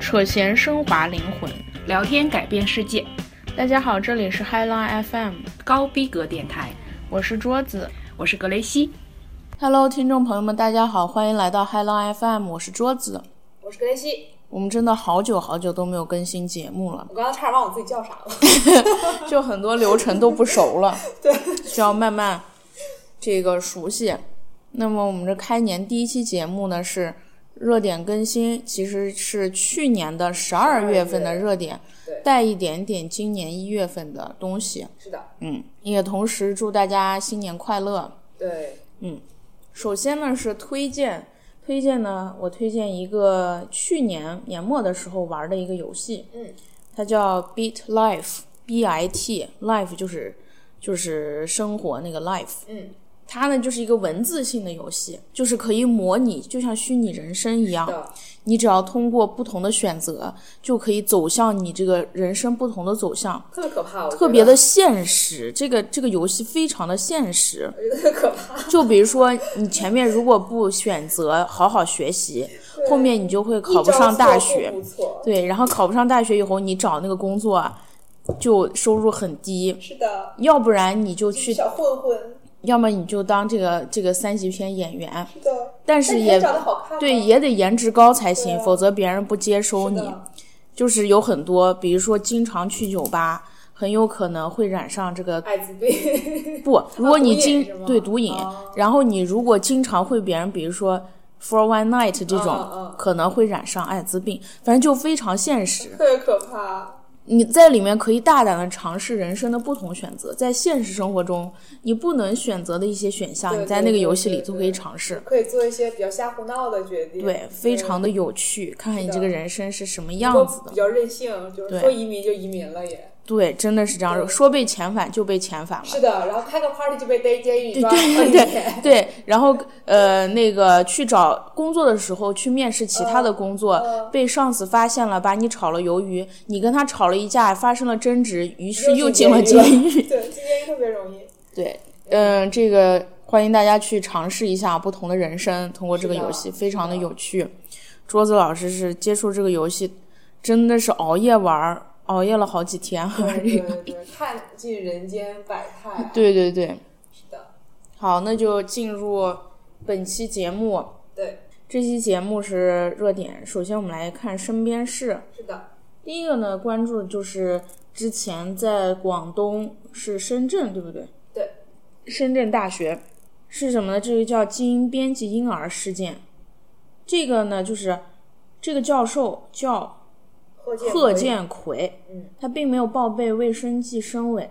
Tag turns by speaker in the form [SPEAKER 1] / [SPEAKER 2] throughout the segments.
[SPEAKER 1] 扯闲升华灵魂。
[SPEAKER 2] 聊天改变世界，
[SPEAKER 1] 大家好，这里是 High Line FM，
[SPEAKER 2] 高逼格电台，
[SPEAKER 1] 我是桌子。
[SPEAKER 2] 我是格雷西。
[SPEAKER 1] Hello，听众朋友们，大家好，欢迎来到 High Line FM，我是桌子。
[SPEAKER 3] 我是格雷西，
[SPEAKER 1] 我们真的好久好久都没有更新节目 了，
[SPEAKER 3] 我刚刚差点忘我自己叫啥了。
[SPEAKER 1] 就很多流程都不熟了， 对，需要慢慢这个熟悉。那么我们这开年第一期节目呢是热点更新，其实是去年的十二月份的热点
[SPEAKER 3] 对，
[SPEAKER 1] 带一点点今年一月份的东西。
[SPEAKER 3] 是的，
[SPEAKER 1] 嗯，也同时祝大家新年快乐。
[SPEAKER 3] 对，
[SPEAKER 1] 首先呢是推荐，推荐呢我推荐一个去年年末的时候玩的一个游戏，
[SPEAKER 3] 嗯，
[SPEAKER 1] 它叫 Beat Life，B I T Life 就是就是生活那个 Life，
[SPEAKER 3] 嗯，
[SPEAKER 1] 它呢就是一个文字性的游戏，就是可以模拟，就像虚拟人生一样，
[SPEAKER 3] 的，
[SPEAKER 1] 你只要通过不同的选择，就可以走向你这个人生不同的走向，
[SPEAKER 3] 特别可怕，我觉得
[SPEAKER 1] 特别的，现实。这个这个游戏非常的现实，
[SPEAKER 3] 我觉得特可怕。
[SPEAKER 1] 就比如说，你前面如果不选择好好学习，后面你就会考不上大
[SPEAKER 3] 一招
[SPEAKER 1] 学
[SPEAKER 3] 错过。不错，
[SPEAKER 1] 对，然后考不上大学以后，你找那个工作啊就收入很低，
[SPEAKER 3] 是的，
[SPEAKER 1] 要不然你就去，
[SPEAKER 3] 小混混，
[SPEAKER 1] 要么你就当这个这个三级片演员，
[SPEAKER 3] 是的，
[SPEAKER 1] 但
[SPEAKER 3] 但
[SPEAKER 1] 是
[SPEAKER 3] 你
[SPEAKER 1] 也
[SPEAKER 3] 还长得好看吗，
[SPEAKER 1] 对也得颜值高才行，
[SPEAKER 3] 对啊
[SPEAKER 1] 否则别人不接收
[SPEAKER 3] 是
[SPEAKER 1] 你。
[SPEAKER 3] 的，
[SPEAKER 1] 就是有很多，比如说经常去酒吧，很有可能会染上这个
[SPEAKER 3] 艾滋病，
[SPEAKER 1] 不，如果你
[SPEAKER 3] 啊毒
[SPEAKER 1] 经
[SPEAKER 3] 瘾是吗哦
[SPEAKER 1] 对毒瘾，然后你如果经常会别人，比如说 for one night 这种，
[SPEAKER 3] 嗯嗯
[SPEAKER 1] 可能会染上艾滋病，反正就非常现实。
[SPEAKER 3] 特别可怕。
[SPEAKER 1] 你在里面可以大胆的尝试人生的不同选择，在现实生活中你不能选择的一些选项，
[SPEAKER 3] 对
[SPEAKER 1] 你在那个
[SPEAKER 3] 对
[SPEAKER 1] 游戏
[SPEAKER 3] 对
[SPEAKER 1] 里
[SPEAKER 3] 对
[SPEAKER 1] 都可以尝试。
[SPEAKER 3] 可以做一些比较瞎胡闹的决定，
[SPEAKER 1] 对，非常的有趣，看看你
[SPEAKER 3] 的
[SPEAKER 1] 这个人生是什么
[SPEAKER 3] 对
[SPEAKER 1] 样子
[SPEAKER 3] 比
[SPEAKER 1] 的。
[SPEAKER 3] 较任性，就是
[SPEAKER 1] 对
[SPEAKER 3] 说移民就移民了也。
[SPEAKER 1] 对，真的是这样，
[SPEAKER 3] 对
[SPEAKER 1] 说被遣返就被遣返了。
[SPEAKER 3] 是的，然后开个 party 就被逮监狱抓了
[SPEAKER 1] 对
[SPEAKER 3] 一
[SPEAKER 1] 对
[SPEAKER 3] 年，
[SPEAKER 1] 对，然后呃，那个去找工作的时候，去面试其他的工作，
[SPEAKER 3] 嗯
[SPEAKER 1] 被上司发现了，把你炒了鱿鱼，你跟他吵了一架，发生了争执，于是又进了监 狱。
[SPEAKER 3] 对，进监狱特别容易。
[SPEAKER 1] 对，嗯、这个欢迎大家去尝试一下不同的人生，通过这个游戏
[SPEAKER 3] 是的
[SPEAKER 1] 非常的
[SPEAKER 3] 是的
[SPEAKER 1] 有趣。桌子老师是接触这个游戏，真的是熬夜玩儿，熬夜了好几天 玩这
[SPEAKER 3] 对
[SPEAKER 1] 个。
[SPEAKER 3] 对对，看尽人间百态。
[SPEAKER 1] 对对对，
[SPEAKER 3] 是的，
[SPEAKER 1] 好，那就进入本期节目。
[SPEAKER 3] 对，
[SPEAKER 1] 这期节目是热点，首先我们来看身边事。
[SPEAKER 3] 是的，
[SPEAKER 1] 第一个呢，关注的就是之前在广东是深圳，对不对？
[SPEAKER 3] 对，
[SPEAKER 1] 深圳大学是什么呢？这个叫基因编辑婴儿事件。这个呢，就是这个教授叫
[SPEAKER 3] 贺建
[SPEAKER 1] 贺
[SPEAKER 3] 贺
[SPEAKER 1] 建奎，
[SPEAKER 3] 嗯
[SPEAKER 1] 他并没有报备卫生计生委，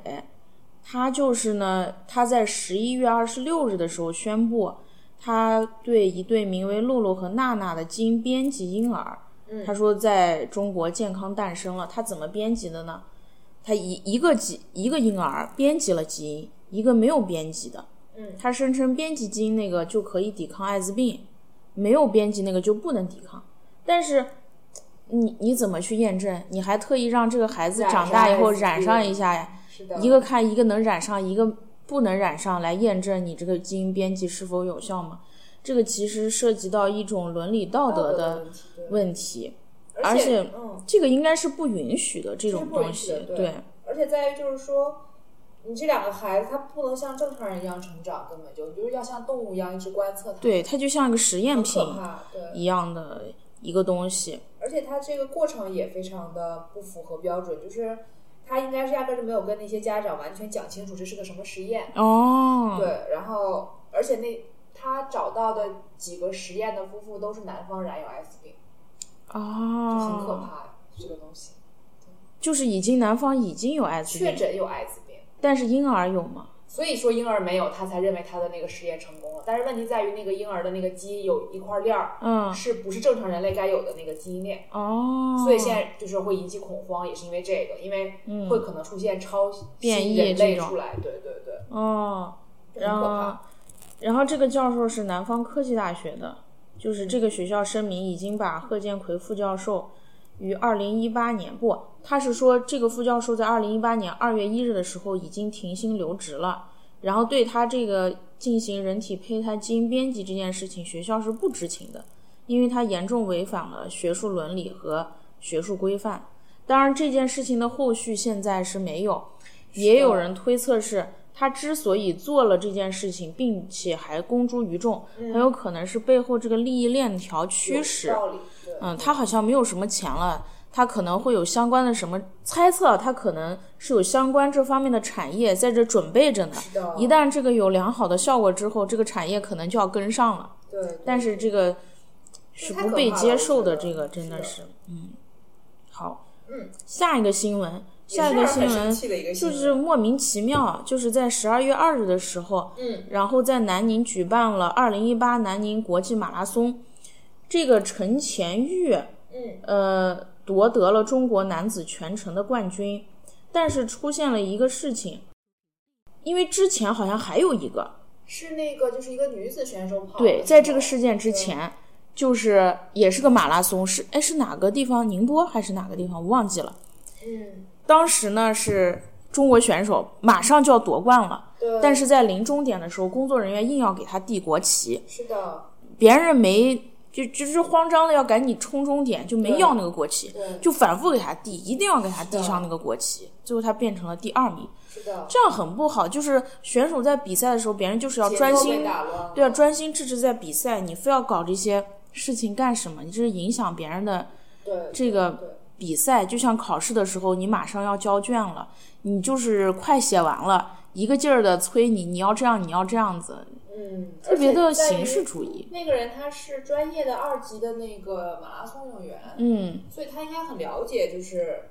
[SPEAKER 1] 他就是呢，他在十一月二十六日的时候宣布，他对一对名为露露和娜娜的基因编辑婴儿，
[SPEAKER 3] 嗯
[SPEAKER 1] 他说在中国健康诞生了。他怎么编辑的呢？他一一个基一个婴儿编辑了基因，一个没有编辑的。
[SPEAKER 3] 嗯
[SPEAKER 1] 他声称编辑基因那个就可以抵抗艾滋病，没有编辑那个就不能抵抗。但是你你怎么去验证？你还特意让这个孩子
[SPEAKER 3] 染
[SPEAKER 1] 长
[SPEAKER 3] 上
[SPEAKER 1] 大以后
[SPEAKER 3] SB
[SPEAKER 1] 染上一下呀？
[SPEAKER 3] 是的，
[SPEAKER 1] 一个看一个能染上，一个不能染上，来验证你这个基因编辑是否有效吗？这个其实涉及到一种伦理道德的
[SPEAKER 3] 题，
[SPEAKER 1] 问题，
[SPEAKER 3] 对
[SPEAKER 1] 而
[SPEAKER 3] 而
[SPEAKER 1] 且
[SPEAKER 3] 嗯，
[SPEAKER 1] 这个应该是不允许的这
[SPEAKER 3] 是
[SPEAKER 1] 种
[SPEAKER 3] 不
[SPEAKER 1] 东
[SPEAKER 3] 允许
[SPEAKER 1] 西
[SPEAKER 3] 的，对
[SPEAKER 1] 对
[SPEAKER 3] 而且在于就是说，你这两个孩子他不能像正常人一样成长，根本就你就是要像动物一样一直观测他，
[SPEAKER 1] 对，它就像一个实验
[SPEAKER 3] 很
[SPEAKER 1] 品
[SPEAKER 3] 可怕，对，
[SPEAKER 1] 一样的一个东西。
[SPEAKER 3] 而且他这个过程也非常的不符合标准，就是他应该是压根儿就没有跟那些家长完全讲清楚这是个什么实验，
[SPEAKER 1] 哦，
[SPEAKER 3] 对，然后而且那他找到的几个实验的夫妇都是南方染有艾滋病，就
[SPEAKER 1] 哦，
[SPEAKER 3] 很可怕，这个东西
[SPEAKER 1] 就是已经男方已经有艾滋
[SPEAKER 3] 确
[SPEAKER 1] 病，
[SPEAKER 3] 诊有艾滋病。
[SPEAKER 1] 但是婴儿有吗？
[SPEAKER 3] 所以说婴儿没有，他才认为他的那个实验成功了。但是问题在于那个婴儿的那个基因有一块链儿，
[SPEAKER 1] 嗯，
[SPEAKER 3] 是不是正常人类该有的那个基因链？
[SPEAKER 1] 哦，
[SPEAKER 3] 所以现在就是会引起恐慌，也是因为这个，因为会可能出现超
[SPEAKER 1] 嗯变异
[SPEAKER 3] 新人
[SPEAKER 1] 这
[SPEAKER 3] 类
[SPEAKER 1] 种
[SPEAKER 3] 出来，对对对，
[SPEAKER 1] 哦，
[SPEAKER 3] 这
[SPEAKER 1] 然
[SPEAKER 3] 很可
[SPEAKER 1] 后
[SPEAKER 3] 怕。，
[SPEAKER 1] 然后这个教授是南方科技大学的，就是这个学校声明已经把贺建奎副教授于二零一八年不，他是说这个副教授在二零一八年二月一日的时候已经停薪留职了，然后对他这个进行人体胚胎基因编辑这件事情，学校是不知情的，因为他严重违反了学术伦理和学术规范。当然，这件事情的后续现在是没有，也有人推测是他之所以做了这件事情，并且还公诸于众，很有可能是背后这个利益链条驱使。
[SPEAKER 3] 道理，对，
[SPEAKER 1] 嗯，他好像没有什么钱了，他可能会有相关的什么猜测，他可能是有相关这方面的产业在这准备着呢。
[SPEAKER 3] 的
[SPEAKER 1] 一旦这个有良好的效果之后，这个产业可能就要跟上了。
[SPEAKER 3] 对，对
[SPEAKER 1] 但是这个是
[SPEAKER 3] 太可
[SPEAKER 1] 不
[SPEAKER 3] 怕
[SPEAKER 1] 被
[SPEAKER 3] 了
[SPEAKER 1] 接
[SPEAKER 3] 我
[SPEAKER 1] 受
[SPEAKER 3] 觉
[SPEAKER 1] 的，
[SPEAKER 3] 得
[SPEAKER 1] 这个
[SPEAKER 3] 是
[SPEAKER 1] 真的
[SPEAKER 3] 的
[SPEAKER 1] 是，嗯，好，
[SPEAKER 3] 嗯，
[SPEAKER 1] 下一个新闻，
[SPEAKER 3] 也
[SPEAKER 1] 下一
[SPEAKER 3] 是
[SPEAKER 1] 个
[SPEAKER 3] 让
[SPEAKER 1] 新
[SPEAKER 3] 人很生
[SPEAKER 1] 闻
[SPEAKER 3] 气的一个新
[SPEAKER 1] 就
[SPEAKER 3] 闻，
[SPEAKER 1] 是莫名其妙，就是在十二月二日的时候，
[SPEAKER 3] 嗯，
[SPEAKER 1] 然后在南宁举办了二零一八南宁国际马拉松，这个陈前玉，
[SPEAKER 3] 嗯，
[SPEAKER 1] 呃，夺得了中国男子全程的冠军，但是出现了一个事情，因为之前好像还有一个，
[SPEAKER 3] 是那个就是一个女子选手跑的
[SPEAKER 1] 对，
[SPEAKER 3] 是
[SPEAKER 1] 在
[SPEAKER 3] 吗
[SPEAKER 1] 这个事件之前，就是也是个马拉松，是哎是哪个地方？宁波还是哪个地方？我忘记了。
[SPEAKER 3] 嗯，
[SPEAKER 1] 当时呢是中国选手马上就要夺冠了，
[SPEAKER 3] 对，
[SPEAKER 1] 但是在临终点的时候，工作人员硬要给他递国旗，
[SPEAKER 3] 是的，
[SPEAKER 1] 别人没就就是慌张的要赶紧冲终点，就没
[SPEAKER 3] 对
[SPEAKER 1] 要那个国旗，
[SPEAKER 3] 对，
[SPEAKER 1] 就反复给他递，一定要给他递
[SPEAKER 3] 的
[SPEAKER 1] 上那个国旗。最后他变成了第二名，
[SPEAKER 3] 是的，
[SPEAKER 1] 这样很不好。就是选手在比赛的时候，别人就是要
[SPEAKER 3] 节奏
[SPEAKER 1] 专
[SPEAKER 3] 被
[SPEAKER 1] 心
[SPEAKER 3] 打乱
[SPEAKER 1] 对啊，专心致志在比赛，你非要搞这些事情干什么？你这是影响别人的
[SPEAKER 3] 对
[SPEAKER 1] 这个比赛。就像考试的时候，你马上要交卷了，你就是快写完了，一个劲儿的催你，你要这样，你要这样子，
[SPEAKER 3] 嗯，
[SPEAKER 1] 特别的
[SPEAKER 3] 而且在
[SPEAKER 1] 形
[SPEAKER 3] 于
[SPEAKER 1] 式主义。
[SPEAKER 3] 那个人他是专业的二级的那个马拉松运动员，
[SPEAKER 1] 嗯，
[SPEAKER 3] 所以他应该很了解，就是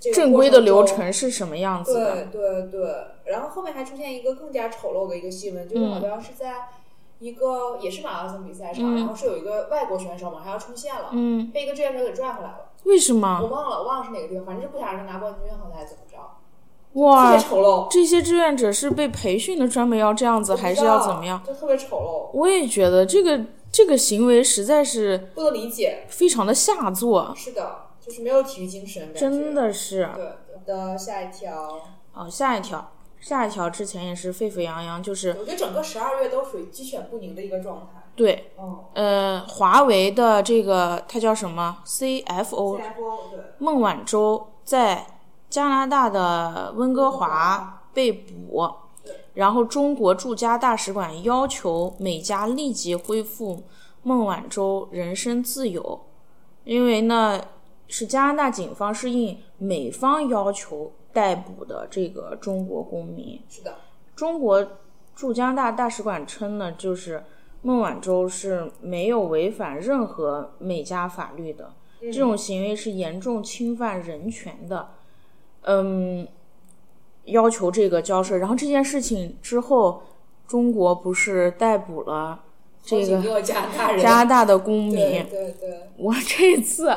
[SPEAKER 3] 这个
[SPEAKER 1] 正
[SPEAKER 3] 过
[SPEAKER 1] 规的
[SPEAKER 3] 程
[SPEAKER 1] 流
[SPEAKER 3] 中。
[SPEAKER 1] 程是什么样子
[SPEAKER 3] 对
[SPEAKER 1] 的？
[SPEAKER 3] 对对，然后后面还出现一个更加丑陋的一个新闻，
[SPEAKER 1] 嗯
[SPEAKER 3] 就是好像是在一个也是马拉松比赛上，
[SPEAKER 1] 嗯
[SPEAKER 3] 然后是有一个外国选手马上要出现了，
[SPEAKER 1] 嗯，
[SPEAKER 3] 被一个志愿者给拽回来了，
[SPEAKER 1] 为什
[SPEAKER 3] 我
[SPEAKER 1] 么？
[SPEAKER 3] 忘了，我忘了是哪个地方，反正是不想让他拿冠军，好像还是怎么着，特
[SPEAKER 1] 哇
[SPEAKER 3] 别，丑陋，
[SPEAKER 1] 这些志愿者是被培训的，专门要这样子，
[SPEAKER 3] 我不
[SPEAKER 1] 还是
[SPEAKER 3] 知
[SPEAKER 1] 要
[SPEAKER 3] 道
[SPEAKER 1] 怎么样？？
[SPEAKER 3] 就特别丑
[SPEAKER 1] 我也觉得这个这个行为实在是
[SPEAKER 3] 陋，不能理解。
[SPEAKER 1] 非常的下作，
[SPEAKER 3] 是的，就是没有体育精神，感觉
[SPEAKER 1] 真。的是。
[SPEAKER 3] 对对的，下一条，
[SPEAKER 1] 哦，下一条，下一条之前也是沸沸扬扬，就是
[SPEAKER 3] 我觉得整个十二月都属于鸡犬不宁的一个状态。
[SPEAKER 1] 对，
[SPEAKER 3] 嗯
[SPEAKER 1] 呃，华为的这个它叫什么 CFO
[SPEAKER 3] ，CFO 对，
[SPEAKER 1] 孟晚舟在加拿大的温哥华被捕，然后中国驻加大使馆要求美加立即恢复孟晚舟人身自由，因为呢是加拿大警方是应美方要求逮捕的这个中国公民。
[SPEAKER 3] 是的，
[SPEAKER 1] 中国驻加拿大大使馆称呢，就是孟晚舟是没有违反任何美加法律的，这种行为是严重侵犯人权的。嗯，要求这个交涉。然后这件事情之后，中国不是逮捕了这
[SPEAKER 3] 好几
[SPEAKER 1] 个
[SPEAKER 3] 个加拿大人，
[SPEAKER 1] 加拿大的公
[SPEAKER 3] 对
[SPEAKER 1] 民？
[SPEAKER 3] 对对，啊
[SPEAKER 1] 我这次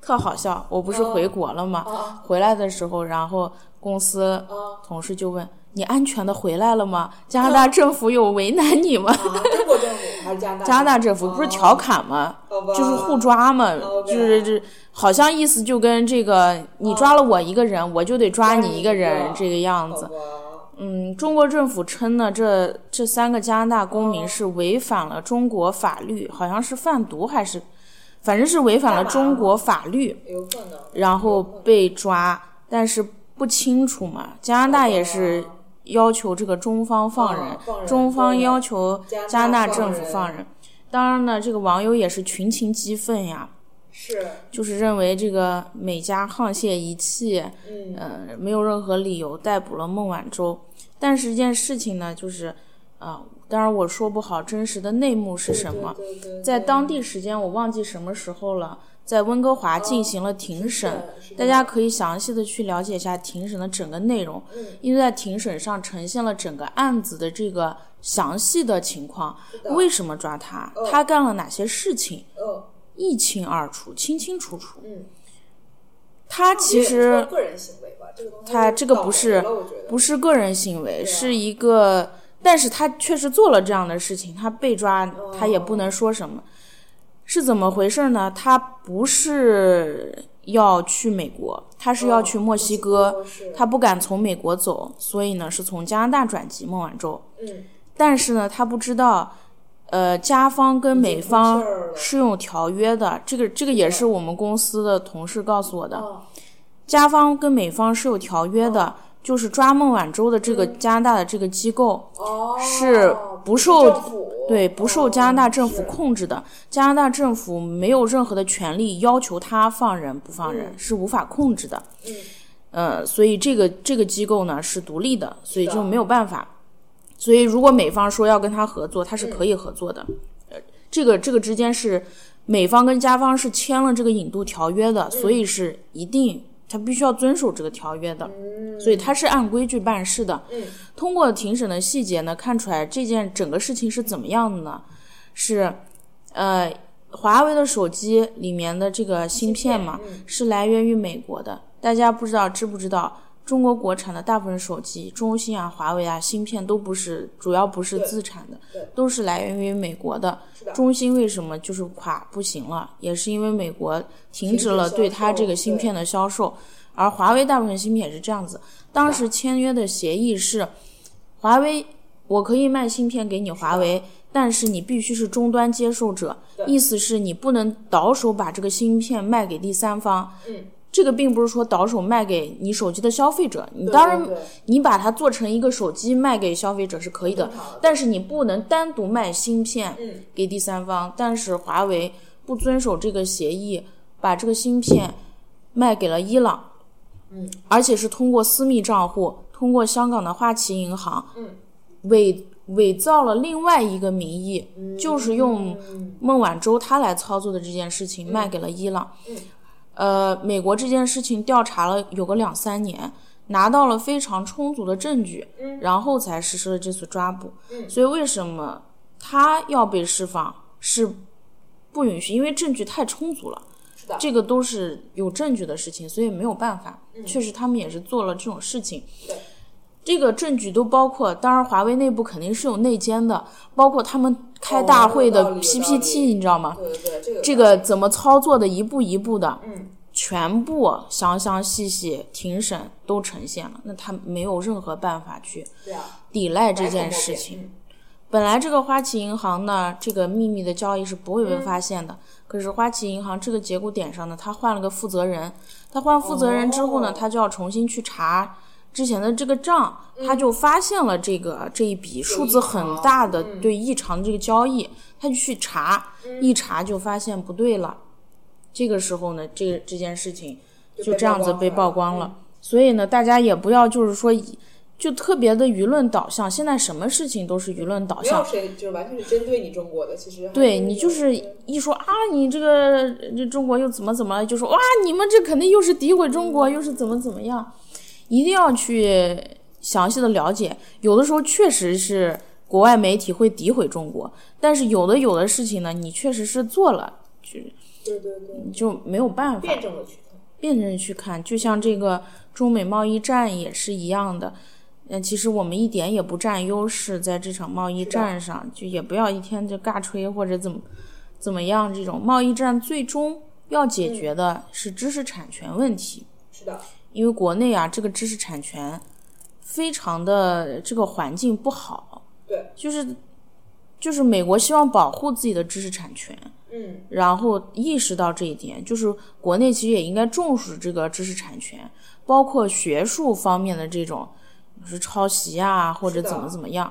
[SPEAKER 1] 特好笑，我不是回国了吗？
[SPEAKER 3] 啊
[SPEAKER 1] 回来的时候，然后公司
[SPEAKER 3] 啊
[SPEAKER 1] 同事就问：“你安全的回来了吗？加拿大政府有为难你吗
[SPEAKER 3] 啊！中国政府还是加拿大？”？
[SPEAKER 1] 加拿大政府不是调侃吗？
[SPEAKER 3] 好吧，
[SPEAKER 1] 就是互抓嘛，
[SPEAKER 3] OK
[SPEAKER 1] 就是这好像意思就跟这个你抓了我一个人，我就得哦抓你一个哦
[SPEAKER 3] 抓
[SPEAKER 1] 人
[SPEAKER 3] 你一个
[SPEAKER 1] 这个样
[SPEAKER 3] 好
[SPEAKER 1] 子。
[SPEAKER 3] 吧，
[SPEAKER 1] 嗯，中国政府称呢，这这三个加拿大公
[SPEAKER 3] 哦
[SPEAKER 1] 民是违反了中国法律，好像是贩毒还是，反正是违反了
[SPEAKER 3] 干嘛啊
[SPEAKER 1] 中国法律。
[SPEAKER 3] 有可能。
[SPEAKER 1] 然后被抓，但是不清楚嘛。加拿大也是
[SPEAKER 3] 啊
[SPEAKER 1] 要求这个中方放人，
[SPEAKER 3] 嗯哦放人
[SPEAKER 1] 中方要求
[SPEAKER 3] 对
[SPEAKER 1] 加拿大
[SPEAKER 3] 加拿大
[SPEAKER 1] 政府
[SPEAKER 3] 放
[SPEAKER 1] 放人。当然呢，这个网友也是群情激愤呀，
[SPEAKER 3] 是，
[SPEAKER 1] 就是认为这个美加沆瀣一气，
[SPEAKER 3] 嗯，
[SPEAKER 1] 呃，没有任何理由逮捕了孟晚舟。但是这件事情呢，就是，啊、当然我说不好真实的内幕是什么。
[SPEAKER 3] 对对对对
[SPEAKER 1] 在当地时间我忘记什么时候了，在温哥华进行了庭审，
[SPEAKER 3] 哦是的
[SPEAKER 1] 大家可以详细的去了解一下庭审的整个内容，
[SPEAKER 3] 嗯
[SPEAKER 1] 因为在庭审上呈现了整个案子的这个详细的情况，为什么抓他，
[SPEAKER 3] 哦
[SPEAKER 1] 他干了哪些事情，
[SPEAKER 3] 嗯
[SPEAKER 1] 一清二楚，清清楚楚。
[SPEAKER 3] 嗯，
[SPEAKER 1] 他其
[SPEAKER 3] 这也
[SPEAKER 1] 实
[SPEAKER 3] 不是个人行为吧，这个东西
[SPEAKER 1] 他这个不是
[SPEAKER 3] 倒霉了我觉得
[SPEAKER 1] 不是个人行
[SPEAKER 3] 啊
[SPEAKER 1] 为，是一个，但是他确实做了这样的事情，他被抓，他也不能说什么。是怎么回事呢？他不是要去美国，他是要去墨西哥，
[SPEAKER 3] 哦墨西哥是
[SPEAKER 1] 他不敢从美国走，所以呢是从加拿大转机孟晚舟。
[SPEAKER 3] 嗯
[SPEAKER 1] 但是呢，他不知道，呃，加方跟美方
[SPEAKER 3] 已经通气儿了
[SPEAKER 1] 是有条约的，这个这个也是我们公司的同事告诉我的。
[SPEAKER 3] 哦，
[SPEAKER 1] 加方跟美方是有条约的，就是抓孟晚舟的这个加拿大的这个机构，
[SPEAKER 3] 哦，
[SPEAKER 1] 是不
[SPEAKER 3] 不是
[SPEAKER 1] 受
[SPEAKER 3] 政府
[SPEAKER 1] 对，不受加拿大政府
[SPEAKER 3] 哦是
[SPEAKER 1] 控制的。加拿大政府没有任何的权利要求他放人不放人，
[SPEAKER 3] 嗯
[SPEAKER 1] 是无法控制的。
[SPEAKER 3] 嗯
[SPEAKER 1] 呃，所以这个这个机构呢是独立的，所以
[SPEAKER 3] 的
[SPEAKER 1] 就没有办法。所以如果美方说要跟他合作，他
[SPEAKER 3] 嗯
[SPEAKER 1] 是可以合作的。呃，这个这个之间是美方跟加方是签了这个引渡条约的，
[SPEAKER 3] 嗯
[SPEAKER 1] 所以是一定他必须要遵守这个条约的。
[SPEAKER 3] 嗯
[SPEAKER 1] 所以他是按规矩办事的。
[SPEAKER 3] 嗯
[SPEAKER 1] 通过庭审的细节呢，看出来这件整个事情是怎么样的呢？是，呃，华为的手机里面的这个芯片嘛，
[SPEAKER 3] 芯片嗯
[SPEAKER 1] 是来源于美国的。大家不知道知不知道？中国国产的大部分手机，中兴啊、华为啊，芯片都不是，主要不是
[SPEAKER 3] 对
[SPEAKER 1] 自产的
[SPEAKER 3] 对，
[SPEAKER 1] 都是来源于美国的。
[SPEAKER 3] 是的
[SPEAKER 1] 中兴为什么就是垮不行了，也是因为美国停止了
[SPEAKER 3] 停止销售
[SPEAKER 1] 对它这个芯片的销售，而华为大部分芯片也是这样子。当
[SPEAKER 3] 啊
[SPEAKER 1] 时签约的协议是，华为我可以卖芯片给你华为，但是你必须是终端接受者，意思是你不能倒手把这个芯片卖给第三方。
[SPEAKER 3] 嗯
[SPEAKER 1] 这个并不是说倒手卖给你手机的消费者，你当然
[SPEAKER 3] 对对
[SPEAKER 1] 你把它做成一个手机卖给消费者是可以的
[SPEAKER 3] 正常的，
[SPEAKER 1] 但是你不能单独卖芯片
[SPEAKER 3] 嗯
[SPEAKER 1] 给第三方。但是华为不遵守这个协议，把这个芯片卖给了伊朗，
[SPEAKER 3] 嗯，
[SPEAKER 1] 而且是通过私密账户，通过香港的花旗银行，
[SPEAKER 3] 嗯，
[SPEAKER 1] 伪伪造了另外一个名义，就是用
[SPEAKER 3] 嗯
[SPEAKER 1] 孟晚舟她来操作的这件事情卖给了伊朗。
[SPEAKER 3] 嗯
[SPEAKER 1] 呃，美国这件事情调查了有个两三年，拿到了非常充足的证据，
[SPEAKER 3] 嗯
[SPEAKER 1] 然后才实施了这次抓捕。
[SPEAKER 3] 嗯
[SPEAKER 1] 所以为什么他要被释放是不允许？因为证据太充足了。
[SPEAKER 3] 是的，
[SPEAKER 1] 这个都是有证据的事情，所以没有办法。确实，他们也是做了这种事情。
[SPEAKER 3] 嗯对
[SPEAKER 1] 这个证据都包括，当然华为内部肯定是有内奸的，包括他们开大会
[SPEAKER 3] 哦有道
[SPEAKER 1] 的
[SPEAKER 3] 理有道理
[SPEAKER 1] PPT，、你知道吗？
[SPEAKER 3] 对对对，这个
[SPEAKER 1] 啊这
[SPEAKER 3] 这
[SPEAKER 1] 个怎么操作的，一步一步的，
[SPEAKER 3] 嗯
[SPEAKER 1] 全部详详细细庭审都呈现了。那他没有任何办法去
[SPEAKER 3] 对啊，
[SPEAKER 1] 抵赖
[SPEAKER 3] 百
[SPEAKER 1] 这
[SPEAKER 3] 口
[SPEAKER 1] 件
[SPEAKER 3] 莫
[SPEAKER 1] 事
[SPEAKER 3] 辩
[SPEAKER 1] 情。
[SPEAKER 3] 嗯
[SPEAKER 1] 本来这个花旗银行呢，这个秘密的交易是不会被发现
[SPEAKER 3] 嗯
[SPEAKER 1] 的。可是花旗银行这个节骨点上呢，他换了个负责人，他换负责人之后呢，
[SPEAKER 3] 哦
[SPEAKER 1] 他就要重新去查之前的这个账，
[SPEAKER 3] 嗯
[SPEAKER 1] 他就发现了这个这一笔数字很大的
[SPEAKER 3] 异常嗯嗯
[SPEAKER 1] 对异常的这个交易，他就去查，一查就发现不对了。这个时候呢，这个这件事情就
[SPEAKER 3] 被
[SPEAKER 1] 这样
[SPEAKER 3] 曝
[SPEAKER 1] 子
[SPEAKER 3] 光
[SPEAKER 1] 被
[SPEAKER 3] 了嗯
[SPEAKER 1] 曝光了。所以呢，大家也不要就是说以。就特别的舆论导向，现在什么事情都是舆论导
[SPEAKER 3] 没
[SPEAKER 1] 向
[SPEAKER 3] 有，谁就是完全是针对你中国的，其实还
[SPEAKER 1] 对你就是
[SPEAKER 3] 有
[SPEAKER 1] 一说啊，你这个这中国又怎么怎么了，就说哇，你们这肯定又是诋毁中国，又是怎么怎么样，一定要去详细的了解。有的时候确实是国外媒体会诋毁中国，但是有的有的事情呢，你确实是做了，就
[SPEAKER 3] 对对对，
[SPEAKER 1] 你就没有办法
[SPEAKER 3] 辩证的去看，
[SPEAKER 1] 辩证去看。就像这个中美贸易战也是一样的。嗯，其实我们一点也不占优势，在这场贸易
[SPEAKER 3] 的
[SPEAKER 1] 战上，就也不要一天就尬吹或者怎么怎么样。这种贸易战最终要
[SPEAKER 3] 嗯
[SPEAKER 1] 解决的是知识产权问题，
[SPEAKER 3] 是的，
[SPEAKER 1] 因为国内啊，这个知识产权非常的这个环境不好，
[SPEAKER 3] 对，
[SPEAKER 1] 就是就是美国希望保护自己的知识产权，
[SPEAKER 3] 嗯
[SPEAKER 1] 然后意识到这一点，就是国内其实也应该重视这个知识产权，包括学术方面的这种，就是抄袭啊或者
[SPEAKER 3] 是的
[SPEAKER 1] 怎么怎么样。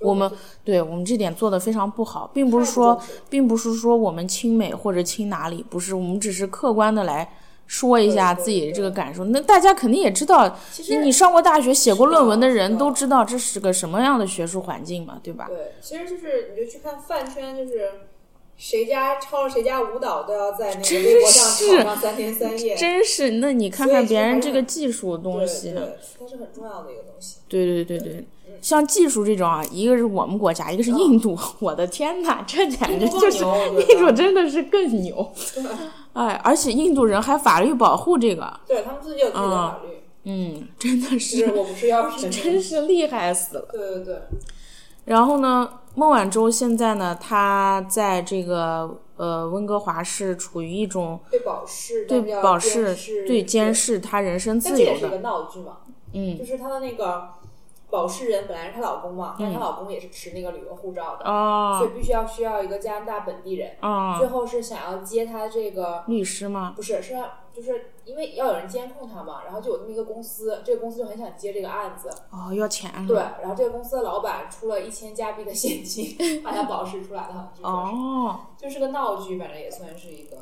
[SPEAKER 1] 我们对我们这点做的非常不好，并不是
[SPEAKER 3] 太
[SPEAKER 1] 说
[SPEAKER 3] 不重视了，
[SPEAKER 1] 并不是说我们亲美或者亲哪里，不是，我们只是客观的来说一下
[SPEAKER 3] 对对
[SPEAKER 1] 自己
[SPEAKER 3] 对
[SPEAKER 1] 这个感受。那大家肯定也知道，
[SPEAKER 3] 其
[SPEAKER 1] 你
[SPEAKER 3] 实
[SPEAKER 1] 你上过大学、写过
[SPEAKER 3] 是的
[SPEAKER 1] 论文的
[SPEAKER 3] 是
[SPEAKER 1] 人
[SPEAKER 3] 的
[SPEAKER 1] 都知道这是个什么样的学术环境嘛，对吧？
[SPEAKER 3] 对，其实就是你就去看饭圈，就是谁家抄了谁家舞蹈，都要在那个微博上
[SPEAKER 1] 是
[SPEAKER 3] 吵上三天三夜。
[SPEAKER 1] 真是，那你看
[SPEAKER 3] 所以
[SPEAKER 1] 看
[SPEAKER 3] 其实
[SPEAKER 1] 别
[SPEAKER 3] 还
[SPEAKER 1] 人
[SPEAKER 3] 是
[SPEAKER 1] 这个技术的东
[SPEAKER 3] 对
[SPEAKER 1] 西。啊
[SPEAKER 3] 对，它是很重要的一个东西。
[SPEAKER 1] 对对对对，像技术这种啊，一个是我们国家，一个是印度，我的天呐，这简直就是
[SPEAKER 3] 嗯印度更
[SPEAKER 1] 印
[SPEAKER 3] 牛我觉得
[SPEAKER 1] 度真的是更 牛，哎，而且印度人还法律保护这个，
[SPEAKER 3] 对他们自己有自己的法律，
[SPEAKER 1] 嗯，真的
[SPEAKER 3] 就是是我不是要 神
[SPEAKER 1] 真是厉害死了。
[SPEAKER 3] 对对对，
[SPEAKER 1] 然后呢，孟晚舟现在呢，她在这个呃温哥华是处于一种
[SPEAKER 3] 对保释，
[SPEAKER 1] 对
[SPEAKER 3] 但是要
[SPEAKER 1] 保
[SPEAKER 3] 监
[SPEAKER 1] 释
[SPEAKER 3] 视
[SPEAKER 1] 对监
[SPEAKER 3] 视，
[SPEAKER 1] 视她人身
[SPEAKER 3] 但
[SPEAKER 1] 自
[SPEAKER 3] 这也
[SPEAKER 1] 由
[SPEAKER 3] 是一个
[SPEAKER 1] 的，
[SPEAKER 3] 闹剧嘛，
[SPEAKER 1] 嗯，
[SPEAKER 3] 就是他的那个保释人本来是她老公嘛，但她老公也是持那个旅游护照的，所
[SPEAKER 1] 哦
[SPEAKER 3] 以必须要需要一个加拿大本地人。
[SPEAKER 1] 哦
[SPEAKER 3] 最，后是想要接她这个
[SPEAKER 1] 律师吗？
[SPEAKER 3] 不是，是要就是因为要有人监控他嘛，然后就有这么一个公司，这个公司就很想接这个案子，
[SPEAKER 1] 哦，要钱了
[SPEAKER 3] 对，然后这个公司的老板出了一千加币的现金，把他保释出来了，好像据说是
[SPEAKER 1] 哦，
[SPEAKER 3] 就是个闹剧，反正也算是一个。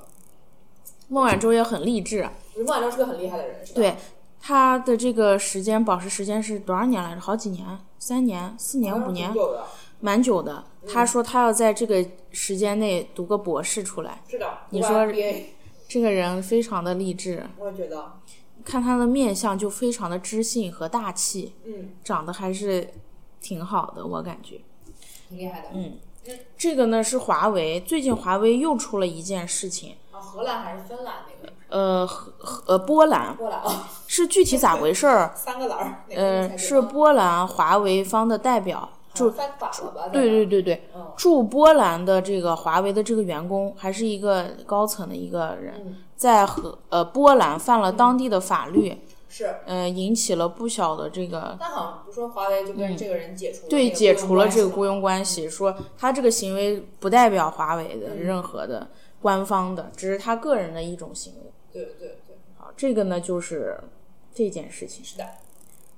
[SPEAKER 1] 孟晚舟也很励志，
[SPEAKER 3] 孟晚舟是个很厉害的人，是吧？
[SPEAKER 1] 对，她的这个时间保释时间是多少年来着？好几年，三年、四年、
[SPEAKER 3] 好像
[SPEAKER 1] 五年
[SPEAKER 3] 挺，久的，
[SPEAKER 1] 蛮久的。她说她要在这个时间内读个博士出来，
[SPEAKER 3] 是的。
[SPEAKER 1] 你
[SPEAKER 3] 读
[SPEAKER 1] 说
[SPEAKER 3] 完 MBA，
[SPEAKER 1] 这个人非常的励志，
[SPEAKER 3] 我也觉得，
[SPEAKER 1] 看她的面相就非常的知性和大气，
[SPEAKER 3] 嗯，
[SPEAKER 1] 长得还是挺好的，我感觉。
[SPEAKER 3] 挺厉害的。嗯，
[SPEAKER 1] 这个呢是华为，最近华为又出了一件事情，
[SPEAKER 3] 啊，荷兰还是芬兰那个
[SPEAKER 1] 呃，和和呃，波兰
[SPEAKER 3] 波兰啊，
[SPEAKER 1] 是具体咋回事儿？
[SPEAKER 3] 三个篮儿，哪个才
[SPEAKER 1] 呃，
[SPEAKER 3] 行
[SPEAKER 1] 是波兰华为方的代表驻，
[SPEAKER 3] 翻反了吧？
[SPEAKER 1] 对对对
[SPEAKER 3] 对，
[SPEAKER 1] 对，
[SPEAKER 3] 嗯
[SPEAKER 1] 驻波兰的这个华为的这个员工，还是一个高层的一个人，
[SPEAKER 3] 嗯，
[SPEAKER 1] 在和呃波兰犯了当地的法律，
[SPEAKER 3] 是。
[SPEAKER 1] 呃，引起了不小的这个。
[SPEAKER 3] 但好像不是说华为就跟这个人解除了
[SPEAKER 1] 嗯对，
[SPEAKER 3] 那个
[SPEAKER 1] 解除了这个
[SPEAKER 3] 雇
[SPEAKER 1] 雇佣关系，说他这个行为不代表华为
[SPEAKER 3] 嗯
[SPEAKER 1] 的任何的官方的，只是他个人的一种行为。
[SPEAKER 3] 系嘛。对对对，
[SPEAKER 1] 好，这个呢就是这件事情。
[SPEAKER 3] 是的。嗯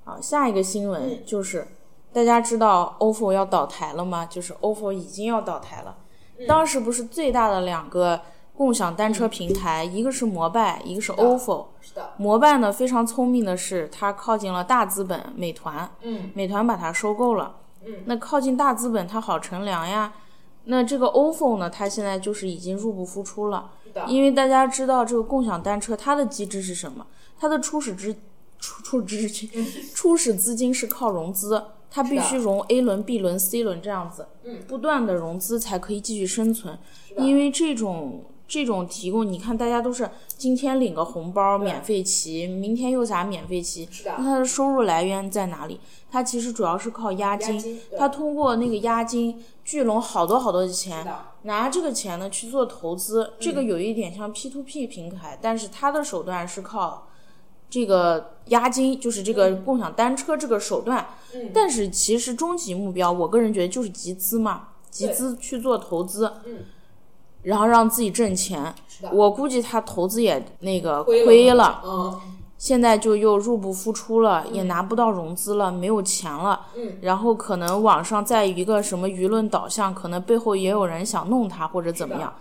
[SPEAKER 1] 好，下一个新闻就是、大家知道 OFO 要倒台了吗？就是 OFO 已经要倒台了。
[SPEAKER 3] 嗯
[SPEAKER 1] 当时不是最大的两个共享单车平台，一个是摩拜，一个是
[SPEAKER 3] 的
[SPEAKER 1] OFO。
[SPEAKER 3] 嗯是的，
[SPEAKER 1] 摩拜呢非常聪明的是，它靠近了大资本美团，
[SPEAKER 3] 嗯，
[SPEAKER 1] 美团把它收购了。
[SPEAKER 3] 嗯，
[SPEAKER 1] 那靠近大资本，它好乘凉呀。那这个 OFO 呢，它现在就是已经入不敷出了，
[SPEAKER 3] 是的，
[SPEAKER 1] 因为大家知道这个共享单车它的机制是什么？它的初始资初初资金 初始资金是靠融资，它必须融 A 轮、B 轮、C 轮这样子，
[SPEAKER 3] 嗯
[SPEAKER 1] 不断的融资才可以继续生存。
[SPEAKER 3] 是的
[SPEAKER 1] 因为这种这种提供，你看大家都是今天领个红包免费骑，明天又啥免费骑，
[SPEAKER 3] 是的
[SPEAKER 1] 那它的收入来源在哪里？它其实主要是靠押
[SPEAKER 3] 押
[SPEAKER 1] 金，
[SPEAKER 3] 金对
[SPEAKER 1] 它通过那个押金聚拢好多好多的钱
[SPEAKER 3] 是的，嗯
[SPEAKER 1] 拿这个钱呢去做投资，这个有一点像 P to P 平台，但是它的手段是靠这个押金，就是这个共享单车这个手段。
[SPEAKER 3] 嗯
[SPEAKER 1] 但是其实终极目标，我个人觉得就是集资嘛，集资去做投资，
[SPEAKER 3] 嗯
[SPEAKER 1] 然后让自己挣钱
[SPEAKER 3] 是的。
[SPEAKER 1] 我估计他投资也那个
[SPEAKER 3] 亏了
[SPEAKER 1] 亏了，
[SPEAKER 3] 嗯
[SPEAKER 1] 现在就又入不敷出了，也拿不到融资了，没有钱了。
[SPEAKER 3] 嗯，
[SPEAKER 1] 然后可能网上在一个什么舆论导向，可能背后也有人想弄他或者怎么样。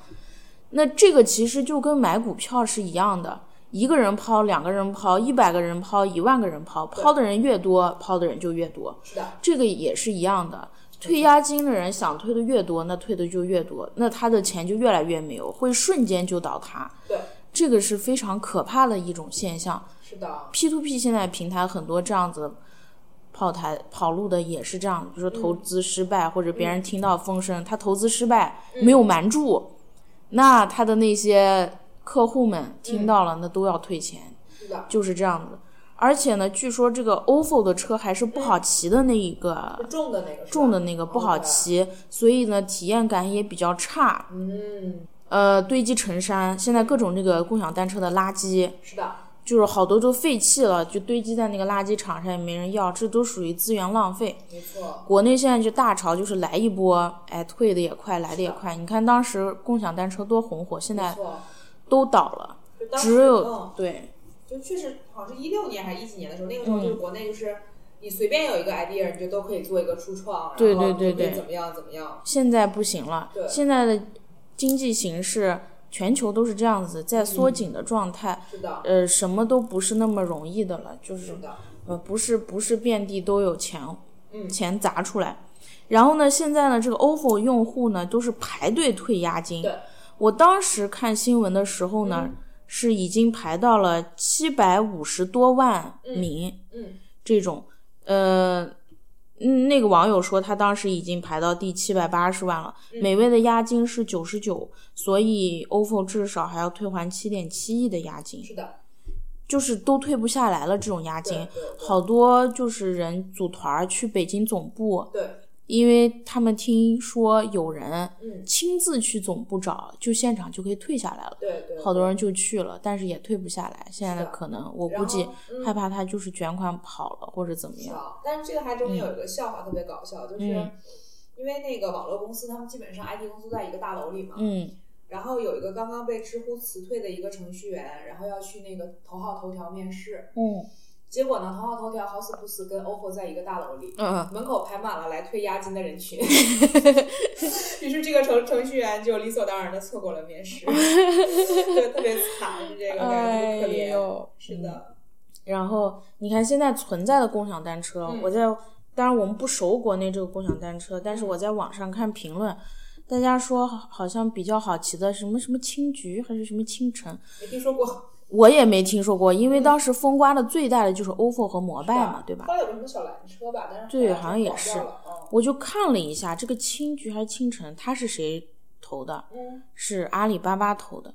[SPEAKER 1] 那这个其实就跟买股票是一样的，一个人抛，两个人抛，一百个人抛，一万个人抛，抛的人越多，抛的人就越多。
[SPEAKER 3] 是的，
[SPEAKER 1] 这个也是一样的。退押金的人想退的越多，那退的就越多，那他的钱就越来越没有，会瞬间就倒塌。
[SPEAKER 3] 对，
[SPEAKER 1] 这个是非常可怕的一种现象。
[SPEAKER 3] 是的，
[SPEAKER 1] P to P 现在平台很多这样子跑台跑路的也是这样，比如说
[SPEAKER 3] 嗯
[SPEAKER 1] 投资失败、或者别人听到风声，他投资失败、没有瞒
[SPEAKER 3] 嗯
[SPEAKER 1] 住，那他的那些客户们听到了，那都要退钱，
[SPEAKER 3] 嗯是的，
[SPEAKER 1] 就是这样子。而且呢，据说这个 OFO 的车还是不好骑的那一个
[SPEAKER 3] 是重的那个，
[SPEAKER 1] 重的那个不好
[SPEAKER 3] 哦
[SPEAKER 1] 骑，所以呢体验感也比较差。
[SPEAKER 3] 嗯，
[SPEAKER 1] 呃，堆积成山，现在各种这个共享单车的垃圾，
[SPEAKER 3] 是的，
[SPEAKER 1] 就是好多都废弃了，就堆积在那个垃圾场上也没人要，这都属于资源浪费。
[SPEAKER 3] 没错，
[SPEAKER 1] 国内现在就大潮，就是来一波，哎，退的也快，来的也快。你看当时共享单车多红火，现
[SPEAKER 3] 没
[SPEAKER 1] 在
[SPEAKER 3] 错，
[SPEAKER 1] 都倒了，
[SPEAKER 3] 就当时
[SPEAKER 1] 只有
[SPEAKER 3] 嗯，
[SPEAKER 1] 对
[SPEAKER 3] 就确实好像是一六年还是一几年的时候，那个时候
[SPEAKER 1] 嗯
[SPEAKER 3] 就是国内就是。你随便有一个 idea，你就都可以做一个初创，
[SPEAKER 1] 对
[SPEAKER 3] 然后
[SPEAKER 1] 对对
[SPEAKER 3] 就可以
[SPEAKER 1] 对
[SPEAKER 3] 怎么样怎么样？
[SPEAKER 1] 现在不行了，
[SPEAKER 3] 对
[SPEAKER 1] 现在的经济形势。全球都是这样子，
[SPEAKER 3] 嗯
[SPEAKER 1] 在缩紧的状态，
[SPEAKER 3] 是的，
[SPEAKER 1] 呃，什么都不是那么容易的了，就是
[SPEAKER 3] 嗯是的，
[SPEAKER 1] 呃，不是不是遍地都有钱，
[SPEAKER 3] 嗯
[SPEAKER 1] 钱砸出来。然后呢，现在呢，这个 OFO 用户呢都是排队退押金。
[SPEAKER 3] 对，嗯
[SPEAKER 1] 我当时看新闻的时候呢，是已经排到了七百五十多万名、
[SPEAKER 3] 嗯，
[SPEAKER 1] 这种，呃。嗯那个网友说，他当时已经排到第七百八十万了，
[SPEAKER 3] 嗯
[SPEAKER 1] 每位的押金是九十九，所以 OFO 至少还要退还七点七亿的押金。
[SPEAKER 3] 是的，
[SPEAKER 1] 就是都退不下来了这种押
[SPEAKER 3] 对
[SPEAKER 1] 金
[SPEAKER 3] 对，对
[SPEAKER 1] 好多就是人组团儿去北京总部
[SPEAKER 3] 对，
[SPEAKER 1] 因为他们听说有人
[SPEAKER 3] 嗯，
[SPEAKER 1] 亲自去总部找，就现场就可以退下来了。
[SPEAKER 3] 对对，
[SPEAKER 1] 好多人就去了，但是也退不下来。现在
[SPEAKER 3] 是
[SPEAKER 1] 的
[SPEAKER 3] 的
[SPEAKER 1] 可能，我
[SPEAKER 3] 然
[SPEAKER 1] 估计
[SPEAKER 3] 后嗯
[SPEAKER 1] 害怕他就是卷款跑了或者怎么
[SPEAKER 3] 是
[SPEAKER 1] 样。
[SPEAKER 3] 啊，但是这个还中间有一个笑话特别搞笑，就是
[SPEAKER 1] 嗯
[SPEAKER 3] 因为那个网络公司他们基本上 IT 公司都在一个大楼里嘛，
[SPEAKER 1] 嗯
[SPEAKER 3] 然后有一个刚刚被知乎辞退的一个程序员，然后要去那个头号头条面试，
[SPEAKER 1] 嗯
[SPEAKER 3] 结果呢，头号头条好死不死跟 OPPO 在一个大楼里。
[SPEAKER 1] 嗯，
[SPEAKER 3] 门口排满了来退押金的 人群，于是这个程程序员就理所当然的错过了 面试，对，特别惨，就这个感觉
[SPEAKER 1] 哎
[SPEAKER 3] 特别可怜。
[SPEAKER 1] 呦，
[SPEAKER 3] 是的，
[SPEAKER 1] 然后你看现在存在的共享单车，
[SPEAKER 3] 嗯
[SPEAKER 1] 我在当然我们不熟国内这个共享单车，但是我在网上看评论，大家说好好像比较好骑的什么什么青桔还是什么青城，
[SPEAKER 3] 没听说过，
[SPEAKER 1] 我也没听说过，因为当时风刮的最大的就是 ofo 和摩拜嘛，对吧
[SPEAKER 3] 后？来有个什么小蓝车吧，但是
[SPEAKER 1] 对
[SPEAKER 3] 后来
[SPEAKER 1] 好像也
[SPEAKER 3] 黄掉
[SPEAKER 1] 是
[SPEAKER 3] 了嗯
[SPEAKER 1] 我就看了一下这个青桔还是青城，它是谁投的？
[SPEAKER 3] 嗯，
[SPEAKER 1] 是阿里巴巴投的，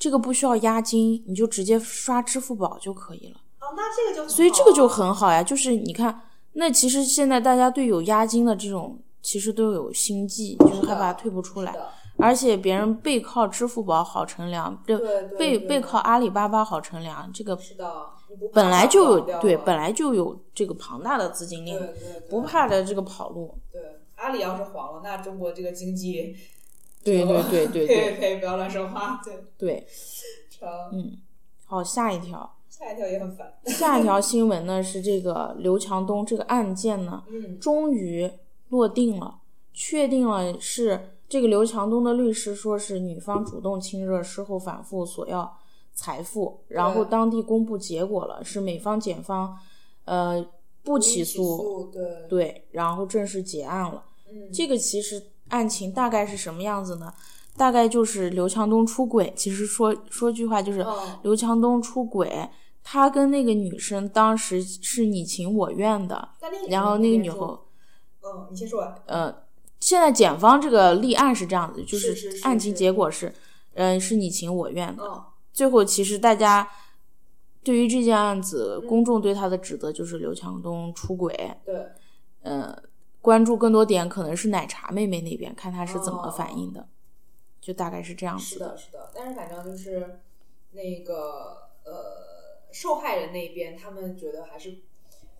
[SPEAKER 1] 这个不需要押金，你就直接刷支付宝就可以了。
[SPEAKER 3] 哦，那这个就很
[SPEAKER 1] 所以这个就
[SPEAKER 3] 好啊
[SPEAKER 1] 很好呀，就是你看，那其实现在大家对有押金的这种，其实都有心计，就是害怕退不出来
[SPEAKER 3] 是，的
[SPEAKER 1] 而且别人背靠支付宝好乘凉，这
[SPEAKER 3] 对对
[SPEAKER 1] 背
[SPEAKER 3] 对
[SPEAKER 1] 背靠阿里巴巴好乘凉，这个
[SPEAKER 3] 是的，你不怕
[SPEAKER 1] 本来就有
[SPEAKER 3] 掉吗
[SPEAKER 1] 对本来就有这个庞大的资金
[SPEAKER 3] 对
[SPEAKER 1] 链，
[SPEAKER 3] 对对
[SPEAKER 1] 不怕的这个跑路。
[SPEAKER 3] 对阿里要是黄了，那中国这个经济
[SPEAKER 1] 对对对对
[SPEAKER 3] 呸
[SPEAKER 1] 对
[SPEAKER 3] 呸呸，不要乱说话，对
[SPEAKER 1] 对，
[SPEAKER 3] 成
[SPEAKER 1] 嗯，好，下一条，
[SPEAKER 3] 吓一跳也很烦，
[SPEAKER 1] 下一条新闻呢是这个刘强东这个案件呢，
[SPEAKER 3] 嗯
[SPEAKER 1] 终于落定了，确定了是这个刘强东的律师说是女方主动亲热，事后反复索要财富，然后
[SPEAKER 3] 对
[SPEAKER 1] 当地公布结果了，是美方检方呃不起诉，
[SPEAKER 3] 诉对
[SPEAKER 1] 对，然后正式结案了。
[SPEAKER 3] 嗯
[SPEAKER 1] 这个其实案情大概是什么样子呢？大概就是刘强东出轨，其实说说句话就是
[SPEAKER 3] 嗯
[SPEAKER 1] 刘强东出轨，他跟那个女生当时是你情我愿的，
[SPEAKER 3] 但那个
[SPEAKER 1] 然后那个女
[SPEAKER 3] 边
[SPEAKER 1] 后
[SPEAKER 3] 说，嗯，你先说完，
[SPEAKER 1] 呃，现在检方这个立案是这样子，就是
[SPEAKER 3] 是是
[SPEAKER 1] 案情结果是，嗯、是你情我愿的。
[SPEAKER 3] 嗯
[SPEAKER 1] 最后其实大家对于这件案子，
[SPEAKER 3] 嗯
[SPEAKER 1] 公众对他的指责就是刘强东出轨，
[SPEAKER 3] 对，
[SPEAKER 1] 呃，关注更多点可能是奶茶妹妹那边，看她是怎么
[SPEAKER 3] 哦
[SPEAKER 1] 反应的，就大概是这样
[SPEAKER 3] 是
[SPEAKER 1] 子
[SPEAKER 3] 的，是的，但是反正就是那个呃，受害人那边他们觉得还是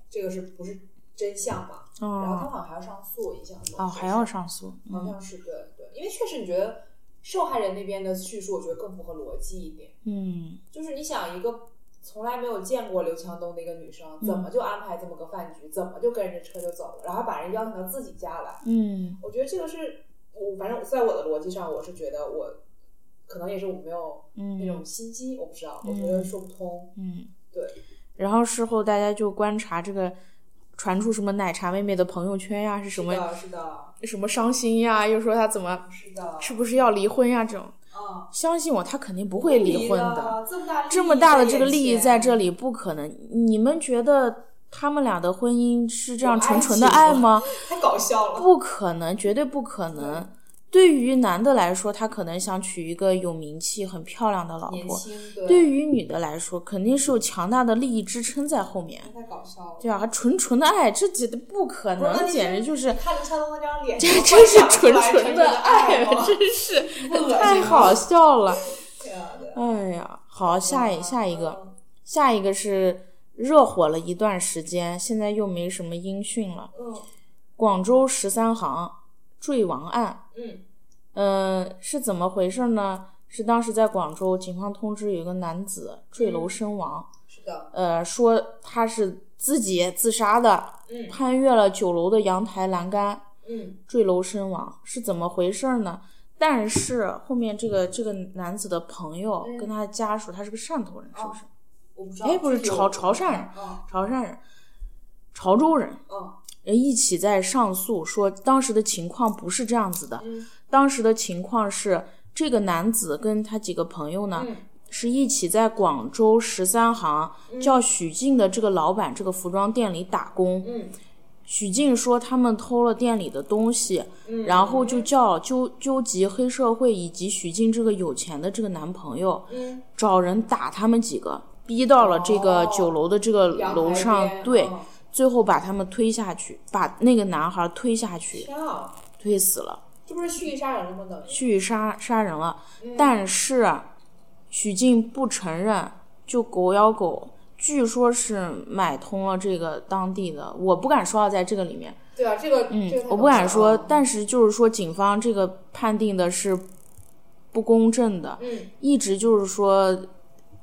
[SPEAKER 3] 这个是不是真相嘛？
[SPEAKER 1] 的。
[SPEAKER 3] 然后他
[SPEAKER 1] 哦
[SPEAKER 3] 们好像还要上诉，印象中
[SPEAKER 1] 哦，
[SPEAKER 3] 是
[SPEAKER 1] 还要上诉，
[SPEAKER 3] 好
[SPEAKER 1] 嗯
[SPEAKER 3] 像是对对，因为确实你觉得受害人那边的叙述，我觉得更符合逻辑一点。
[SPEAKER 1] 嗯，
[SPEAKER 3] 就是你想一个从来没有见过刘强东的一个女生，
[SPEAKER 1] 嗯
[SPEAKER 3] 怎么就安排这么个饭局，怎么就跟人家车就走了，然后把人邀请到自己家来，
[SPEAKER 1] 嗯
[SPEAKER 3] 我觉得这个是我反正在我的逻辑上，我是觉得我可能也是我没有
[SPEAKER 1] 嗯
[SPEAKER 3] 那种心机，我不知道，
[SPEAKER 1] 嗯
[SPEAKER 3] 我觉得说不通。
[SPEAKER 1] 嗯，
[SPEAKER 3] 对。
[SPEAKER 1] 然后事后大家就观察这个传出什么奶茶妹妹的朋友圈呀，是什么
[SPEAKER 3] 是的，是的，
[SPEAKER 1] 什么伤心呀，又说她怎么
[SPEAKER 3] 是的，
[SPEAKER 1] 是不是要离婚呀这种，
[SPEAKER 3] 啊，
[SPEAKER 1] 相信我，她肯定不会离婚的。
[SPEAKER 3] 的，啊这么大利益
[SPEAKER 1] 这么大的这个利益在这
[SPEAKER 3] 里，
[SPEAKER 1] 里，不可能。你们觉得他们俩的婚姻是这样
[SPEAKER 3] 有爱
[SPEAKER 1] 纯纯的
[SPEAKER 3] 情
[SPEAKER 1] 爱
[SPEAKER 3] 吗
[SPEAKER 1] 吗？
[SPEAKER 3] 太搞笑了。
[SPEAKER 1] 不可能，绝对不可能。对于男的来说，他可能想娶一个有名气、很漂亮的老
[SPEAKER 3] 年
[SPEAKER 1] 婆；
[SPEAKER 3] 轻，
[SPEAKER 1] 对于女的来说，肯定是有强大的利益支撑在后面。
[SPEAKER 3] 太搞笑了。
[SPEAKER 1] 对啊，还纯纯的爱，这简直不可
[SPEAKER 3] 不是问
[SPEAKER 1] 能，
[SPEAKER 3] 题
[SPEAKER 1] 简直就是
[SPEAKER 3] 你看刘强东那张 脸，
[SPEAKER 1] 这
[SPEAKER 3] 你
[SPEAKER 1] 真是
[SPEAKER 3] 幻想
[SPEAKER 1] 纯
[SPEAKER 3] 出来
[SPEAKER 1] 纯
[SPEAKER 3] 的
[SPEAKER 1] 的爱，
[SPEAKER 3] 吗
[SPEAKER 1] 真是
[SPEAKER 3] 不恶心吗
[SPEAKER 1] 太好笑了。
[SPEAKER 3] 对啊对啊
[SPEAKER 1] 哎呀，好，下一下一个，
[SPEAKER 3] 嗯
[SPEAKER 1] 下一个是热火了一段时间，现在又没什么音讯了。
[SPEAKER 3] 嗯
[SPEAKER 1] 广州十三行坠亡案，
[SPEAKER 3] 嗯
[SPEAKER 1] 嗯、是怎么回事呢？是当时在广州，警方通知有一个男子坠楼身亡，
[SPEAKER 3] 是的，
[SPEAKER 1] 呃，说他是自己自杀的，
[SPEAKER 3] 嗯
[SPEAKER 1] 攀越了九楼的阳台栏杆，
[SPEAKER 3] 嗯
[SPEAKER 1] 坠楼身亡，是怎么回事呢？但是后面这个这个男子的朋友
[SPEAKER 3] 嗯
[SPEAKER 1] 跟他的家属，他是个汕头人，是不是？
[SPEAKER 3] 我不知道。
[SPEAKER 1] 哎、不是
[SPEAKER 3] 具体
[SPEAKER 1] 潮
[SPEAKER 3] 我
[SPEAKER 1] 潮汕人，
[SPEAKER 3] 嗯
[SPEAKER 1] 潮汕人，潮州人，
[SPEAKER 3] 嗯
[SPEAKER 1] 人一起在上诉说当时的情况不是这样子的，
[SPEAKER 3] 嗯
[SPEAKER 1] 当时的情况是这个男子跟他几个朋友呢。
[SPEAKER 3] 嗯
[SPEAKER 1] 是一起在广州十三行
[SPEAKER 3] 嗯
[SPEAKER 1] 叫许静的这个老板这个服装店里打工。
[SPEAKER 3] 嗯
[SPEAKER 1] 许静说他们偷了店里的东西，
[SPEAKER 3] 嗯，
[SPEAKER 1] 然后就叫纠纠集黑社会以及许静这个有钱的这个男朋友，
[SPEAKER 3] 嗯
[SPEAKER 1] 找人打他们几个，逼到了这个
[SPEAKER 3] 哦
[SPEAKER 1] 九楼的这个
[SPEAKER 3] 阳台
[SPEAKER 1] 楼上。
[SPEAKER 3] 边
[SPEAKER 1] 对，
[SPEAKER 3] 嗯
[SPEAKER 1] 最后把他们推下去，把那个男孩推下去，
[SPEAKER 3] 跳，
[SPEAKER 1] 推死了。
[SPEAKER 3] 啊这不是蓄意杀人了吗？等于
[SPEAKER 1] 蓄意杀杀人了，但是啊许静不承认，就狗咬狗。据说是买通了这个当地的，我不敢说啊要在这个里面，
[SPEAKER 3] 对啊，这个
[SPEAKER 1] 嗯
[SPEAKER 3] 这个太，
[SPEAKER 1] 我不敢
[SPEAKER 3] 可怕
[SPEAKER 1] 说
[SPEAKER 3] 了，
[SPEAKER 1] 但是就是说警方这个判定的是不公正的，
[SPEAKER 3] 嗯
[SPEAKER 1] 一直就是说，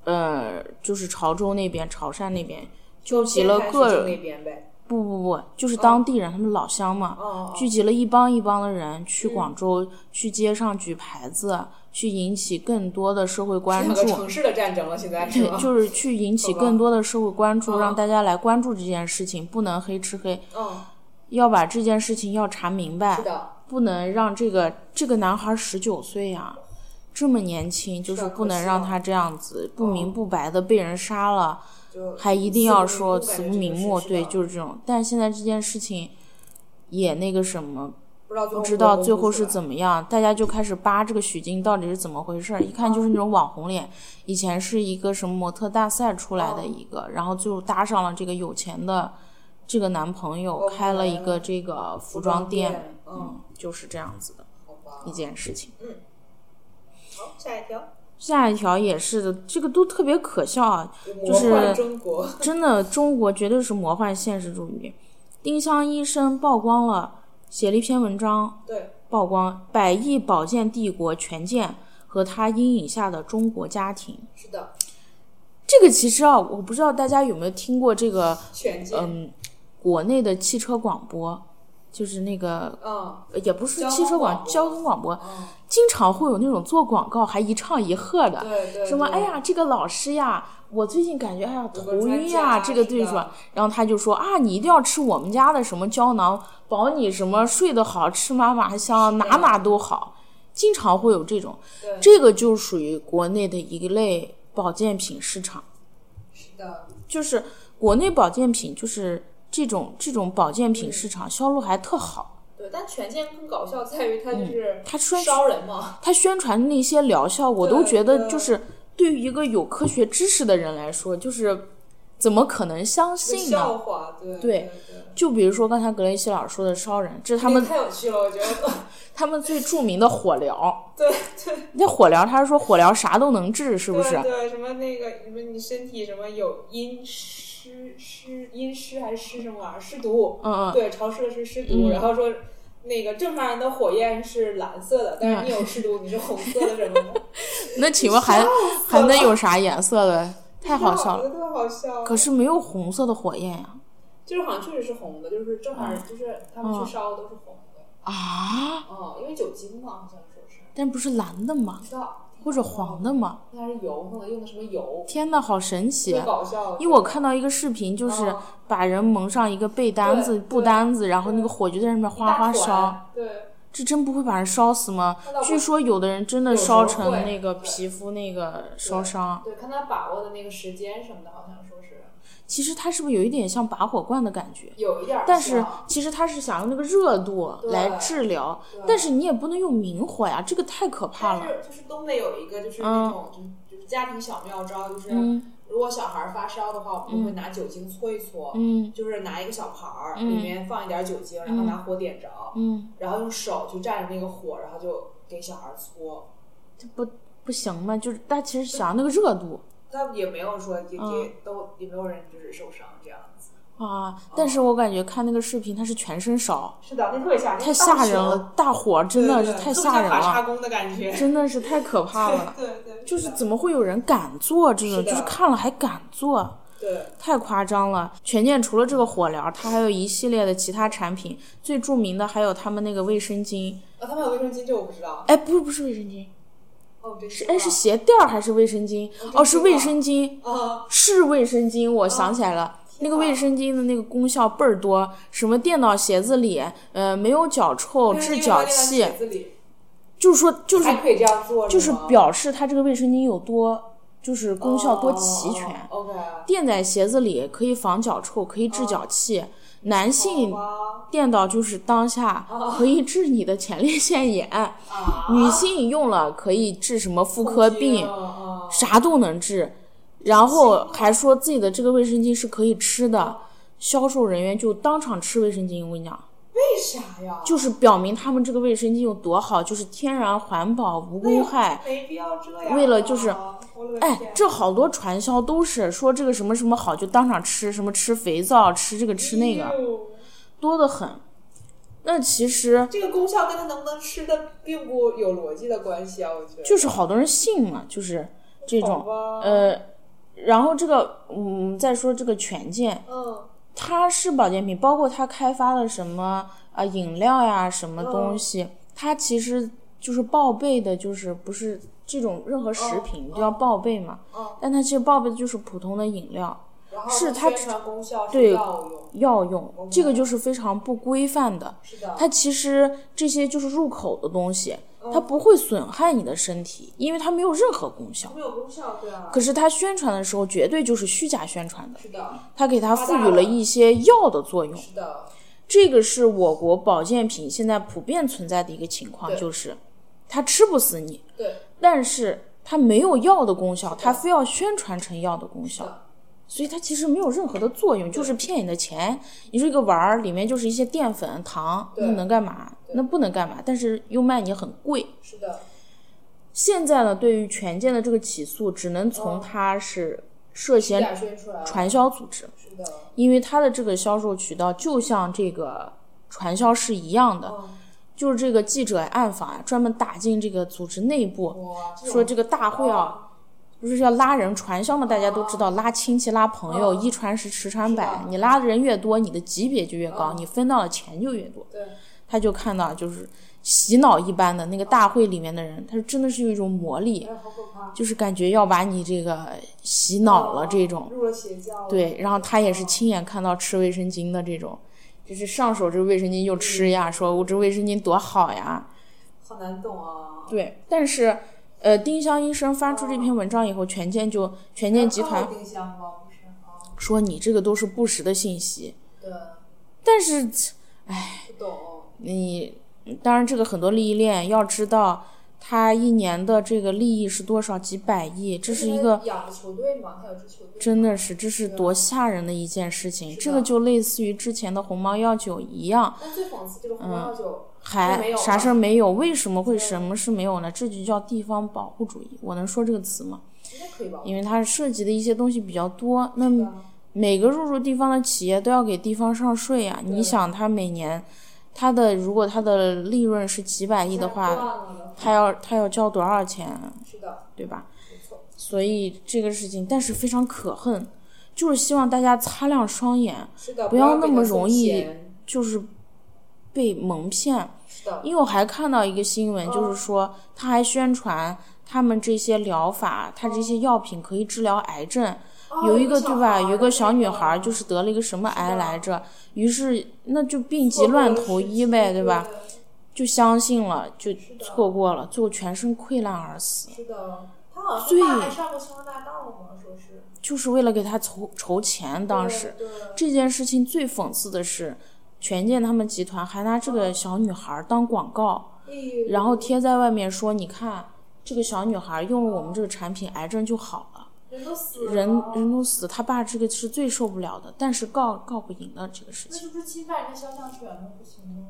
[SPEAKER 1] 呃，就是潮州那边、潮汕那边纠集了
[SPEAKER 3] 天坛市
[SPEAKER 1] 个
[SPEAKER 3] 区那边呗，
[SPEAKER 1] 不不不，就是当地人，他们老乡嘛，
[SPEAKER 3] 哦哦嗯
[SPEAKER 1] 聚集了一帮一帮的人去广州，去街上举牌子，去引起更多的社会关
[SPEAKER 3] 两个
[SPEAKER 1] 注，
[SPEAKER 3] 城市的战争了，现在是吧？
[SPEAKER 1] 就是去引起
[SPEAKER 3] 吧
[SPEAKER 1] 更多的社会关注，
[SPEAKER 3] 嗯
[SPEAKER 1] 让大家来关注这件事情，不能黑吃黑，
[SPEAKER 3] 嗯，
[SPEAKER 1] 要把这件事情要查明白
[SPEAKER 3] 是，的，
[SPEAKER 1] 不能让这个这个男孩十九岁呀、这么年轻，就是
[SPEAKER 3] 是啊
[SPEAKER 1] 不
[SPEAKER 3] 可
[SPEAKER 1] 能
[SPEAKER 3] 惜
[SPEAKER 1] 让
[SPEAKER 3] 了
[SPEAKER 1] 他这样子不明不白的被人杀了。
[SPEAKER 3] 就
[SPEAKER 1] 还一定要说
[SPEAKER 3] 死
[SPEAKER 1] 死
[SPEAKER 3] 不
[SPEAKER 1] 不
[SPEAKER 3] 瞑
[SPEAKER 1] 瞑
[SPEAKER 3] 目
[SPEAKER 1] 目，
[SPEAKER 3] 感觉这个是
[SPEAKER 1] 对，
[SPEAKER 3] 啊的
[SPEAKER 1] 就是这种。但现在这件事情也那个什么，
[SPEAKER 3] 不知道最后
[SPEAKER 1] 不知道最后是
[SPEAKER 3] 么
[SPEAKER 1] 怎么样，大家就开始扒这个许泾到底是怎么回事儿。一看就是那种网红脸，以前是一个什么模特大赛出来的一个，然后就搭上了这个有钱的这个男朋友，
[SPEAKER 3] OK
[SPEAKER 1] 开了一个这个服
[SPEAKER 3] 服
[SPEAKER 1] 装店，嗯
[SPEAKER 3] 店，嗯，
[SPEAKER 1] 就是这样子的
[SPEAKER 3] 好吧
[SPEAKER 1] 一，件事情。
[SPEAKER 3] 好，下一条，
[SPEAKER 1] 下一条也是的，这个都特别可笑啊，
[SPEAKER 3] 魔幻中国，
[SPEAKER 1] 真的，中国绝对是魔幻现实主义。丁香医生曝光了，写了一篇文章，
[SPEAKER 3] 对，
[SPEAKER 1] 曝光百亿保健帝国权健和他阴影下的中国家庭。
[SPEAKER 3] 是的，
[SPEAKER 1] 这个其实啊，我不知道大家有没有听过这个，
[SPEAKER 3] 犬界，
[SPEAKER 1] 嗯，国内的汽车广播，就是那个。
[SPEAKER 3] 嗯
[SPEAKER 1] 呃也不是
[SPEAKER 3] 交通
[SPEAKER 1] 汽车广
[SPEAKER 3] 广播
[SPEAKER 1] 交通广播，
[SPEAKER 3] 嗯，
[SPEAKER 1] 经常会有那种做广告还一唱一和的，
[SPEAKER 3] 对对，
[SPEAKER 1] 什么？
[SPEAKER 3] 对
[SPEAKER 1] 哎，呀，这个老师呀，我最近感觉哎呀头晕
[SPEAKER 3] 专家
[SPEAKER 1] 呀，这个
[SPEAKER 3] 是
[SPEAKER 1] 对
[SPEAKER 3] 的
[SPEAKER 1] 说，然后他就说啊，你一定要吃我们家的什么胶囊，保你什么睡得好，吃嘛嘛香，哪哪都好。经常会有这种，
[SPEAKER 3] 对，
[SPEAKER 1] 这个就属于国内的一类保健品市场，
[SPEAKER 3] 是的，
[SPEAKER 1] 就是国内保健品就是这种这种保健
[SPEAKER 3] 嗯
[SPEAKER 1] 品市场销路还特好，
[SPEAKER 3] 对，但犬界更搞笑在
[SPEAKER 1] 嗯
[SPEAKER 3] 于它就是
[SPEAKER 1] 它栓
[SPEAKER 3] 烧人嘛，
[SPEAKER 1] 它宣传那些疗效，我
[SPEAKER 3] 对
[SPEAKER 1] 都觉得
[SPEAKER 3] 对
[SPEAKER 1] 就是对于一个有科学知识的人来说，就是怎么可能相
[SPEAKER 3] 是
[SPEAKER 1] 信呢？
[SPEAKER 3] 笑话，对
[SPEAKER 1] 对
[SPEAKER 3] 对对。
[SPEAKER 1] 就比如说刚才格雷西老师说的烧人，这是他
[SPEAKER 3] 那个
[SPEAKER 1] 们
[SPEAKER 3] 太有趣了，我 觉得。
[SPEAKER 1] 他们最著名的火疗。
[SPEAKER 3] 对对，
[SPEAKER 1] 那火疗，他是说火疗啥都能治，是不是啊
[SPEAKER 3] 对？对，什么那个什么，你身体什么有阴湿湿阴湿还是湿什么玩意儿？湿毒。
[SPEAKER 1] 嗯嗯
[SPEAKER 3] 对，潮湿的是湿毒，
[SPEAKER 1] 嗯
[SPEAKER 3] 然后说那个正常人的火焰是蓝色的，但是你有湿毒，你是红色的什么的。
[SPEAKER 1] 那请问 还
[SPEAKER 3] 笑死
[SPEAKER 1] 还
[SPEAKER 3] 了
[SPEAKER 1] 能有啥颜色的？太好笑
[SPEAKER 3] 我
[SPEAKER 1] 了。
[SPEAKER 3] 觉得特好笑。
[SPEAKER 1] 可是没有红色的火焰呀、
[SPEAKER 3] 就是好像确实是红的，就是正常人就是他们
[SPEAKER 1] 嗯
[SPEAKER 3] 去烧都是红的。
[SPEAKER 1] 啊！
[SPEAKER 3] 哦，因为酒精嘛，好像说是。
[SPEAKER 1] 但不是蓝的
[SPEAKER 3] 不
[SPEAKER 1] 吗？
[SPEAKER 3] 知道，
[SPEAKER 1] 或者黄的吗？
[SPEAKER 3] 那是油，弄的用的什么油？
[SPEAKER 1] 天呐，好神奇啊
[SPEAKER 3] 最！搞笑了。
[SPEAKER 1] 因为我看到一个视频，就是
[SPEAKER 3] 嗯
[SPEAKER 1] 把人蒙上一个被单子、
[SPEAKER 3] 对
[SPEAKER 1] 布单子，然后那个火就在上面哗哗
[SPEAKER 3] 大团
[SPEAKER 1] 烧。。
[SPEAKER 3] 对。
[SPEAKER 1] 这真不会把人烧死吗
[SPEAKER 3] 那倒？不
[SPEAKER 1] 据说有的人真的烧成那个
[SPEAKER 3] 有时候会
[SPEAKER 1] 皮肤那个烧伤，
[SPEAKER 3] 对，看他把握的那个时间什么的，好像说是
[SPEAKER 1] 其实它是不是有一点像拔火罐的感觉？
[SPEAKER 3] 有一点儿像。
[SPEAKER 1] 但是其实它是想用那个热度
[SPEAKER 3] 啊对
[SPEAKER 1] 来治疗
[SPEAKER 3] 对，
[SPEAKER 1] 但是你也不能用明火呀，这个太可怕
[SPEAKER 3] 但
[SPEAKER 1] 了。
[SPEAKER 3] 是就是东北有一个就是那种、就是就是家庭小妙招，就是
[SPEAKER 1] 嗯
[SPEAKER 3] 如果小孩儿发烧的话，我们就会拿酒精搓一搓，
[SPEAKER 1] 嗯
[SPEAKER 3] 就是拿一个小盘儿、
[SPEAKER 1] 嗯
[SPEAKER 3] 里面放一点酒精，然后拿火点着，
[SPEAKER 1] 嗯，
[SPEAKER 3] 然后用手去蘸着那个火，然后就给小孩儿搓。
[SPEAKER 1] 这不不行吗？就是它其实想要那个热度
[SPEAKER 3] 但也没有说也、也
[SPEAKER 1] 嗯
[SPEAKER 3] 都也没有人就是受伤这样子。嗯
[SPEAKER 1] 啊，但是我感觉看那个视频，它是全身烧，
[SPEAKER 3] 是的，那特别吓人，
[SPEAKER 1] 太吓人了，，大火真的是
[SPEAKER 3] 对对
[SPEAKER 1] 太
[SPEAKER 3] 特别
[SPEAKER 1] 吓人
[SPEAKER 3] 像法叉
[SPEAKER 1] 了，
[SPEAKER 3] 弓的感觉。
[SPEAKER 1] 真的是太可怕了。
[SPEAKER 3] 对对，
[SPEAKER 1] 就是
[SPEAKER 3] 的
[SPEAKER 1] 怎么会有人敢做这
[SPEAKER 3] 是
[SPEAKER 1] 种？
[SPEAKER 3] 的
[SPEAKER 1] 就是看了还敢做，
[SPEAKER 3] 对。哦
[SPEAKER 1] 太夸张了。权健除了这个火疗，它还有一系列的其他产品，最著名的还有他们那个卫生巾。
[SPEAKER 3] 啊，他们有卫生巾，这我不知道。
[SPEAKER 1] 哎，不是不是卫生巾，
[SPEAKER 3] 哦，真
[SPEAKER 1] 是哎是鞋垫儿还是卫生巾？哦，是卫生巾，
[SPEAKER 3] 啊，
[SPEAKER 1] 是卫生巾，我
[SPEAKER 3] 哦
[SPEAKER 1] 想起来了。那个卫生巾的那个功效倍儿多，什么电脑鞋子里，呃，没有脚臭，治脚气，就是说就是
[SPEAKER 3] 还可以这样做，
[SPEAKER 1] 就是
[SPEAKER 3] 吗
[SPEAKER 1] 表示它这个卫生巾有多，就是功效多齐全。
[SPEAKER 3] 哦哦哦 OK，
[SPEAKER 1] 垫在鞋子里可以防脚臭，可以治
[SPEAKER 3] 哦
[SPEAKER 1] 脚气。男性
[SPEAKER 3] 好吧
[SPEAKER 1] 垫到就是当下，
[SPEAKER 3] 哦
[SPEAKER 1] 可以治你的前列腺炎；
[SPEAKER 3] 啊，
[SPEAKER 1] 女性用了可以治什么妇科病，
[SPEAKER 3] 啊
[SPEAKER 1] 啥都能治。然后还说自己的这个卫生巾是可以吃的，销售人员就当场吃卫生巾。我跟你讲，
[SPEAKER 3] 为啥呀？
[SPEAKER 1] 就是表明他们这个卫生巾有多好，就是天然环保、无
[SPEAKER 3] 哎
[SPEAKER 1] 公
[SPEAKER 3] 呦
[SPEAKER 1] 害。
[SPEAKER 3] 没必要这样。啊
[SPEAKER 1] 为了就是
[SPEAKER 3] 我的
[SPEAKER 1] 哎
[SPEAKER 3] 天，
[SPEAKER 1] 这好多传销都是说这个什么什么好，就当场吃什么吃肥皂，吃这个吃那
[SPEAKER 3] 哎
[SPEAKER 1] 个，
[SPEAKER 3] 呦
[SPEAKER 1] 多得很。那其实
[SPEAKER 3] 这个功效跟它能不能吃的并不有逻辑的关系啊，我觉得。
[SPEAKER 1] 就是好多人信嘛，就是这种
[SPEAKER 3] 好吧
[SPEAKER 1] 呃，然后这个嗯，再说这个权健，
[SPEAKER 3] 嗯，
[SPEAKER 1] 它是保健品，包括它开发了什么啊饮料呀、什
[SPEAKER 3] 嗯
[SPEAKER 1] 么东西，它其实就是报备的，就是不是这种任何食品都要报备嘛，
[SPEAKER 3] 嗯
[SPEAKER 1] 但它其实报备的就是普通的饮料。
[SPEAKER 3] 然后
[SPEAKER 1] 是
[SPEAKER 3] 它
[SPEAKER 1] 它
[SPEAKER 3] 宣传功效是
[SPEAKER 1] 对
[SPEAKER 3] 药用，
[SPEAKER 1] 药用，这个就是非常不规范的。
[SPEAKER 3] 是的。
[SPEAKER 1] 它其实这些就是入口的东西，它不会损害你的身体，因为它没有任何功效。
[SPEAKER 3] 没有功效，对啊。
[SPEAKER 1] 可是它宣传的时候，绝对就是虚假宣传的，
[SPEAKER 3] 是的，
[SPEAKER 1] 它给它赋予了一些药的作用。
[SPEAKER 3] 是的，
[SPEAKER 1] 这个是我国保健品现在普遍存在的一个情况，
[SPEAKER 3] 对
[SPEAKER 1] 就是它吃不死你，
[SPEAKER 3] 对，
[SPEAKER 1] 但是它没有药的功效，它非要宣传成药的功效
[SPEAKER 3] 是的，
[SPEAKER 1] 所以它其实没有任何的作用，就是骗你的钱。你说一个丸儿里面就是一些淀粉、糖，
[SPEAKER 3] 对
[SPEAKER 1] 那能干嘛？那不能干嘛，但是又卖你很贵。
[SPEAKER 3] 是的，
[SPEAKER 1] 现在呢，对于权健的这个起诉，只能从它是涉
[SPEAKER 3] 嗯虚
[SPEAKER 1] 嫌
[SPEAKER 3] 假宣传，
[SPEAKER 1] 传销组织，
[SPEAKER 3] 是的，
[SPEAKER 1] 因为它的这个销售渠道就像这个传销是一样的，
[SPEAKER 3] 嗯，
[SPEAKER 1] 就是这个记者暗访啊，专门打进这个组织内部，
[SPEAKER 3] 哇，
[SPEAKER 1] 说
[SPEAKER 3] 说
[SPEAKER 1] 这个大会啊，不是要拉人传销嘛？大家都知道，拉亲戚、拉朋友，一传十，十传百
[SPEAKER 3] 的。嗯
[SPEAKER 1] 你拉的人越多，你的级别就越高，你分到的钱就越多。
[SPEAKER 3] 对，
[SPEAKER 1] 他就看到就是洗脑一般的那个大会里面的人，他说真的是有一种魔力，
[SPEAKER 3] 哎，好可怕，
[SPEAKER 1] 就是感觉要把你这个洗脑了这种。
[SPEAKER 3] 入了邪教，
[SPEAKER 1] 对，然后他也是亲眼看到吃卫生巾的这种，就是上手这个卫生巾就
[SPEAKER 3] 嗯
[SPEAKER 1] 吃呀，说我这卫生巾多好呀。
[SPEAKER 3] 好难懂啊，
[SPEAKER 1] 对，但是，呃，丁香医生翻出这篇文章以后，权健就权健集团
[SPEAKER 3] 丁香吗？不是啊，
[SPEAKER 1] 说你这个都是不实的信息，
[SPEAKER 3] 对，
[SPEAKER 1] 但是
[SPEAKER 3] 不懂，
[SPEAKER 1] 你当然这个很多利益链要知道。他一年的这个利益是多少？几百亿，这是一个
[SPEAKER 3] 他养了球队嘛，他有支球队，
[SPEAKER 1] 真的是，这是多吓人的一件事情。这个就类似于之前的红毛药酒一样，
[SPEAKER 3] 但最讽刺就是红
[SPEAKER 1] 嗯
[SPEAKER 3] 药酒，没
[SPEAKER 1] 还
[SPEAKER 3] 有
[SPEAKER 1] 啥
[SPEAKER 3] 了
[SPEAKER 1] 事儿没有？为什么会什么是没有呢？这就叫地方保护主义。我能说这个词吗？
[SPEAKER 3] 应该可以吧？
[SPEAKER 1] 因为它涉及的一些东西比较多。那
[SPEAKER 3] 对啊
[SPEAKER 1] 每个入驻地方的企业都要给地方上税呀、你想，它每年它的如果它的利润是几百亿的
[SPEAKER 3] 太
[SPEAKER 1] 话，
[SPEAKER 3] 乱了
[SPEAKER 1] 它要它要交多少钱，啊
[SPEAKER 3] 是的，
[SPEAKER 1] 对吧？
[SPEAKER 3] 没错，
[SPEAKER 1] 所以这个事情，但是非常可恨，就是希望大家擦亮双眼，
[SPEAKER 3] 是的，
[SPEAKER 1] 不
[SPEAKER 3] 要
[SPEAKER 1] 要那
[SPEAKER 3] 被他
[SPEAKER 1] 么
[SPEAKER 3] 送
[SPEAKER 1] 容易
[SPEAKER 3] 钱
[SPEAKER 1] 就是被蒙骗。
[SPEAKER 3] 是的，
[SPEAKER 1] 因为我还看到一个新闻，就是说他还宣传他们这些疗法，他这些药品可以治疗癌症。哦
[SPEAKER 3] 哦
[SPEAKER 1] 有一个对吧？有一个小女孩儿就是是得了一个什么癌来着，于是那就病急乱投医呗，
[SPEAKER 3] 哦
[SPEAKER 1] 对吧？？就相信了，就错过了，最后全身溃烂而死，
[SPEAKER 3] 是的，他好像
[SPEAKER 1] 最
[SPEAKER 3] 是爸还上过新闻大道吗？说是
[SPEAKER 1] 就是为了给他筹筹钱。当时
[SPEAKER 3] 对对
[SPEAKER 1] 这件事情最讽刺的是，权健他们集团还拿这个小女孩儿当广告。
[SPEAKER 3] 哎呦
[SPEAKER 1] 然后贴在外面说：“你看，这个小女孩用了我们这个产品，癌症就好了。
[SPEAKER 3] 人都死了，
[SPEAKER 1] 人嗯人都死，他爸这个是最受不了的，但是告告不赢的这个事
[SPEAKER 3] 那
[SPEAKER 1] 情。
[SPEAKER 3] 是不是侵犯人家肖像权了？不行吗？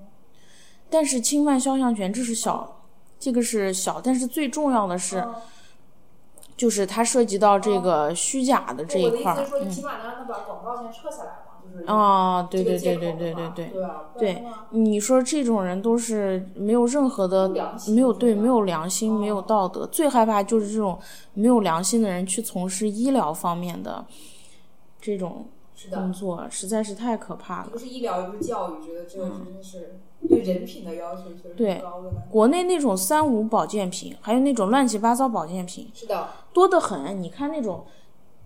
[SPEAKER 1] 但是侵犯肖像权这是小，这个是小，但是最重要的是，
[SPEAKER 3] 嗯
[SPEAKER 1] 就是它涉及到这个虚假的这一块
[SPEAKER 3] 我的意思是
[SPEAKER 1] 儿。
[SPEAKER 3] 说，你起码能让他把广告先撤下来嘛，就是
[SPEAKER 1] 啊，对
[SPEAKER 3] 这个
[SPEAKER 1] 对对
[SPEAKER 3] 借口
[SPEAKER 1] 对
[SPEAKER 3] 嘛
[SPEAKER 1] 对对
[SPEAKER 3] 对
[SPEAKER 1] 对。
[SPEAKER 3] 啊，不然
[SPEAKER 1] 对
[SPEAKER 3] 的话，
[SPEAKER 1] 你说这种人都是没有任何的
[SPEAKER 3] 无良心
[SPEAKER 1] 没有对
[SPEAKER 3] 是吧嗯
[SPEAKER 1] 没有良心、没有道德，最害怕就是这种没有良心的人去从事医疗方面的这种
[SPEAKER 3] 是
[SPEAKER 1] 工
[SPEAKER 3] 的，
[SPEAKER 1] 作，实在是太可怕了
[SPEAKER 3] 一。个是医疗，一个是教育，觉得这个真的是对人品的要求其实
[SPEAKER 1] 嗯对
[SPEAKER 3] 挺高的呢。
[SPEAKER 1] 国内那种三无保健品，还有那种乱七八糟保健品
[SPEAKER 3] 是的，
[SPEAKER 1] 多得很。你看那种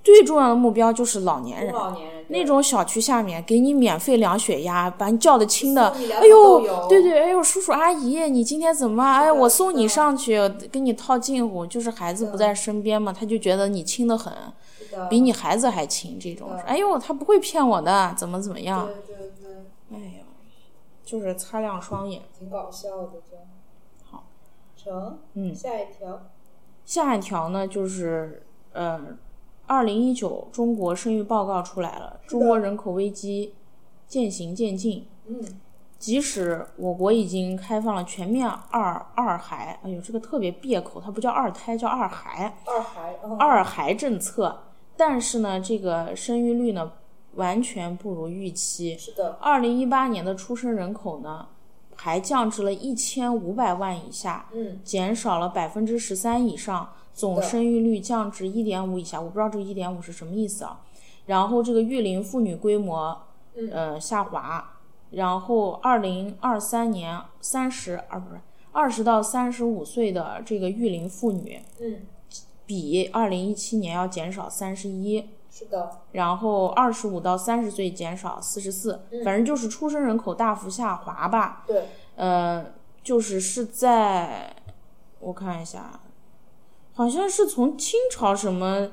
[SPEAKER 1] 最重要的目标就是老年
[SPEAKER 3] 中
[SPEAKER 1] 人，
[SPEAKER 3] 老年人
[SPEAKER 1] 嗯那种小区下面给你免费量血压，把你叫的轻的，
[SPEAKER 3] 送你两
[SPEAKER 1] 哎
[SPEAKER 3] 桶豆
[SPEAKER 1] 呦，
[SPEAKER 3] 油
[SPEAKER 1] 对对，哎呦，叔叔阿姨，你今天怎么啊？哎，我送
[SPEAKER 3] 是
[SPEAKER 1] 你
[SPEAKER 3] 的
[SPEAKER 1] 上去，给你套近乎，就是孩子不在身边嘛，他就觉得你轻的很，
[SPEAKER 3] 是的
[SPEAKER 1] 比你孩子还轻。这种
[SPEAKER 3] 是，的
[SPEAKER 1] 哎呦，他不会骗我的，怎么怎么样？
[SPEAKER 3] 对对对，
[SPEAKER 1] 哎呦，就是擦亮双眼。
[SPEAKER 3] 挺搞笑的这样。
[SPEAKER 1] 好，
[SPEAKER 3] 成，
[SPEAKER 1] 嗯
[SPEAKER 3] 下一条，
[SPEAKER 1] 下一条呢，就是呃，二零一九中国生育报告出来了，中国人口危机渐行渐近。
[SPEAKER 3] 嗯，
[SPEAKER 1] 即使我国已经开放了全面二二孩，哎呦，这个特别别口，它不叫二胎，叫二孩。
[SPEAKER 3] 二孩，嗯
[SPEAKER 1] 二孩政策，但是呢，这个生育率呢完全不如预期。
[SPEAKER 3] 是的，
[SPEAKER 1] 二零一八年的出生人口呢，还降至了一千五百万以下，
[SPEAKER 3] 嗯，
[SPEAKER 1] 减少了百分之十三以上，总生育率降至一点五以下。我不知道这一点五是什么意思啊。然后这个育龄妇女规模，
[SPEAKER 3] 嗯
[SPEAKER 1] 呃下滑。然后二零二三年三十啊不是二十到三十五岁的这个育龄妇女，
[SPEAKER 3] 嗯，
[SPEAKER 1] 比二零一七年要减少三十一，
[SPEAKER 3] 是的，
[SPEAKER 1] 然后二十五到三十岁减少四十四，反正就是出生人口大幅下滑吧。
[SPEAKER 3] 对，
[SPEAKER 1] 呃，就是是在我看一下，好像是从清朝什么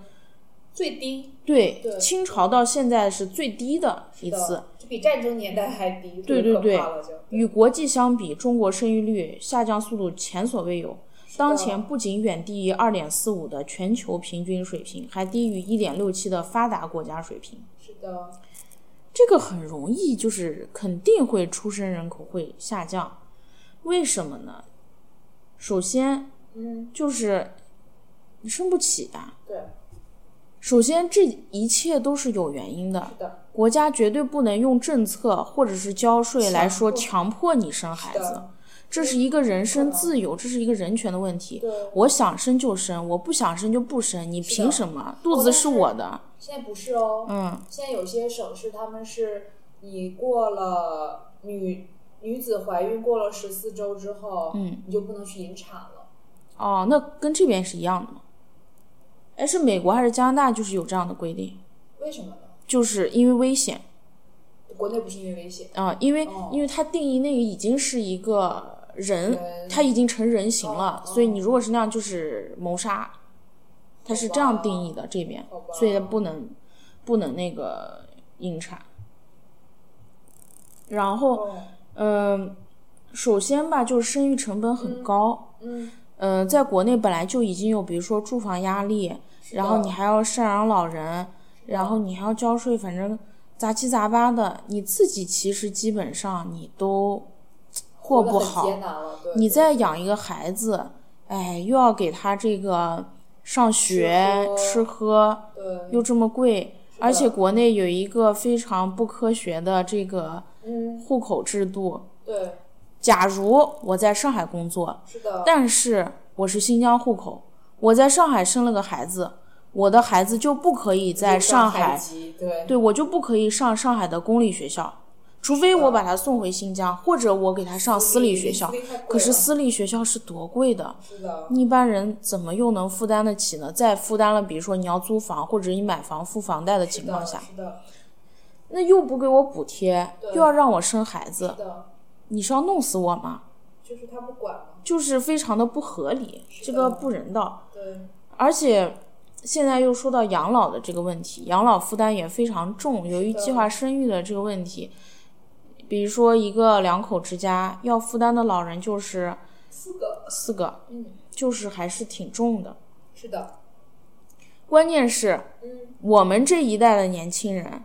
[SPEAKER 3] 最低
[SPEAKER 1] 对
[SPEAKER 3] 对
[SPEAKER 1] 清朝到现在是最低的一
[SPEAKER 3] 的
[SPEAKER 1] 次。，
[SPEAKER 3] 就比战争年代还低，
[SPEAKER 1] 对
[SPEAKER 3] 这个
[SPEAKER 1] 对
[SPEAKER 3] 可怕了就
[SPEAKER 1] 与国际相比，中国生育率下降速度前所未有。当前不仅远低于2.45的全球平均水平，还低于1.67的发达国家水平。
[SPEAKER 3] 是的，
[SPEAKER 1] 这个很容易，就是肯定会出生人口会下降。为什么呢？首先
[SPEAKER 3] 嗯，
[SPEAKER 1] 就是你生不起啊。
[SPEAKER 3] 对，
[SPEAKER 1] 首先，这一切都是有原因的
[SPEAKER 3] 是。的，
[SPEAKER 1] 国家绝对不能用政策或者是交税来说
[SPEAKER 3] 强
[SPEAKER 1] 强迫你生孩
[SPEAKER 3] 是
[SPEAKER 1] 子
[SPEAKER 3] 的，
[SPEAKER 1] 这是一个人身自由，这是一个人权的问题
[SPEAKER 3] 对。
[SPEAKER 1] 我想生就生，我不想生就不生，你
[SPEAKER 3] 的
[SPEAKER 1] 凭什么？肚子是我的，
[SPEAKER 3] 现在不是哦，
[SPEAKER 1] 嗯，
[SPEAKER 3] 现在有些省市他们是你过了女女子怀孕过了十四周之后，嗯，你就不能去引产了。
[SPEAKER 1] 哦，那跟这边是一样的吗？哎，是美国还是加拿大？就是有这样的规定，
[SPEAKER 3] 为什么呢？
[SPEAKER 1] 就是因为危险
[SPEAKER 3] 国内不是因为危险，
[SPEAKER 1] 啊、因为、
[SPEAKER 3] 哦
[SPEAKER 1] 因为它定义那个已经是一个人
[SPEAKER 3] 人，
[SPEAKER 1] 他已经成人形了，
[SPEAKER 3] 哦
[SPEAKER 1] 所以你如果是那样就是谋杀，它是这样定义的这边
[SPEAKER 3] 好吧，
[SPEAKER 1] 所以它不能不能那个引产。然后，
[SPEAKER 3] 哦，
[SPEAKER 1] 嗯、首先吧，就是生育成本很高。
[SPEAKER 3] 嗯，
[SPEAKER 1] 嗯，在国内本来就已经有，比如说住房压力，然后你还要赡养老人，然后你还要交税，反正杂七杂八的，你自己其实基本上你都过
[SPEAKER 3] 活得
[SPEAKER 1] 不
[SPEAKER 3] 很
[SPEAKER 1] 好
[SPEAKER 3] 艰。难了，对，
[SPEAKER 1] 你
[SPEAKER 3] 对
[SPEAKER 1] 再养一个孩子，哎，又要给他这个上学、
[SPEAKER 3] 喝
[SPEAKER 1] 吃喝，
[SPEAKER 3] 对，
[SPEAKER 1] 又这么贵，而且国内有一个非常不科学的这个
[SPEAKER 3] 嗯，
[SPEAKER 1] 户口制度。
[SPEAKER 3] 对，
[SPEAKER 1] 假如我在上海工作，
[SPEAKER 3] 是的，
[SPEAKER 1] 但是我是新疆户口，我在上海生了个孩子，我的孩子就不可以在上
[SPEAKER 3] 海
[SPEAKER 1] 海，
[SPEAKER 3] 籍，对，
[SPEAKER 1] 对我就不可以上上海的公立学校，除非我把他送回新疆，或者我给他上私立学校
[SPEAKER 3] 嗯私立太贵了。
[SPEAKER 1] 可是私立学校是多贵的，
[SPEAKER 3] 是的，
[SPEAKER 1] 一般人怎么又能负担得起呢？再负担了，比如说你要租房或者你买房付房贷的情
[SPEAKER 3] 是的
[SPEAKER 1] 况下，
[SPEAKER 3] 是的，
[SPEAKER 1] 那又不给我补贴，又要让我生孩
[SPEAKER 3] 是
[SPEAKER 1] 子，
[SPEAKER 3] 的，
[SPEAKER 1] 你是要弄死我吗？
[SPEAKER 3] 就是他不管嘛，
[SPEAKER 1] 就是非常的不合理，这个不人道。
[SPEAKER 3] 对，
[SPEAKER 1] 而且现在又说到养老的这个问题，养老负担也非常重。由于计划生育的这个问题，比如说一个两口之家要负担的老人就是
[SPEAKER 3] 四个，
[SPEAKER 1] 四个，
[SPEAKER 3] 嗯，
[SPEAKER 1] 就是还是挺重的。
[SPEAKER 3] 是的，
[SPEAKER 1] 关键是
[SPEAKER 3] 嗯，
[SPEAKER 1] 我们这一代的年轻人，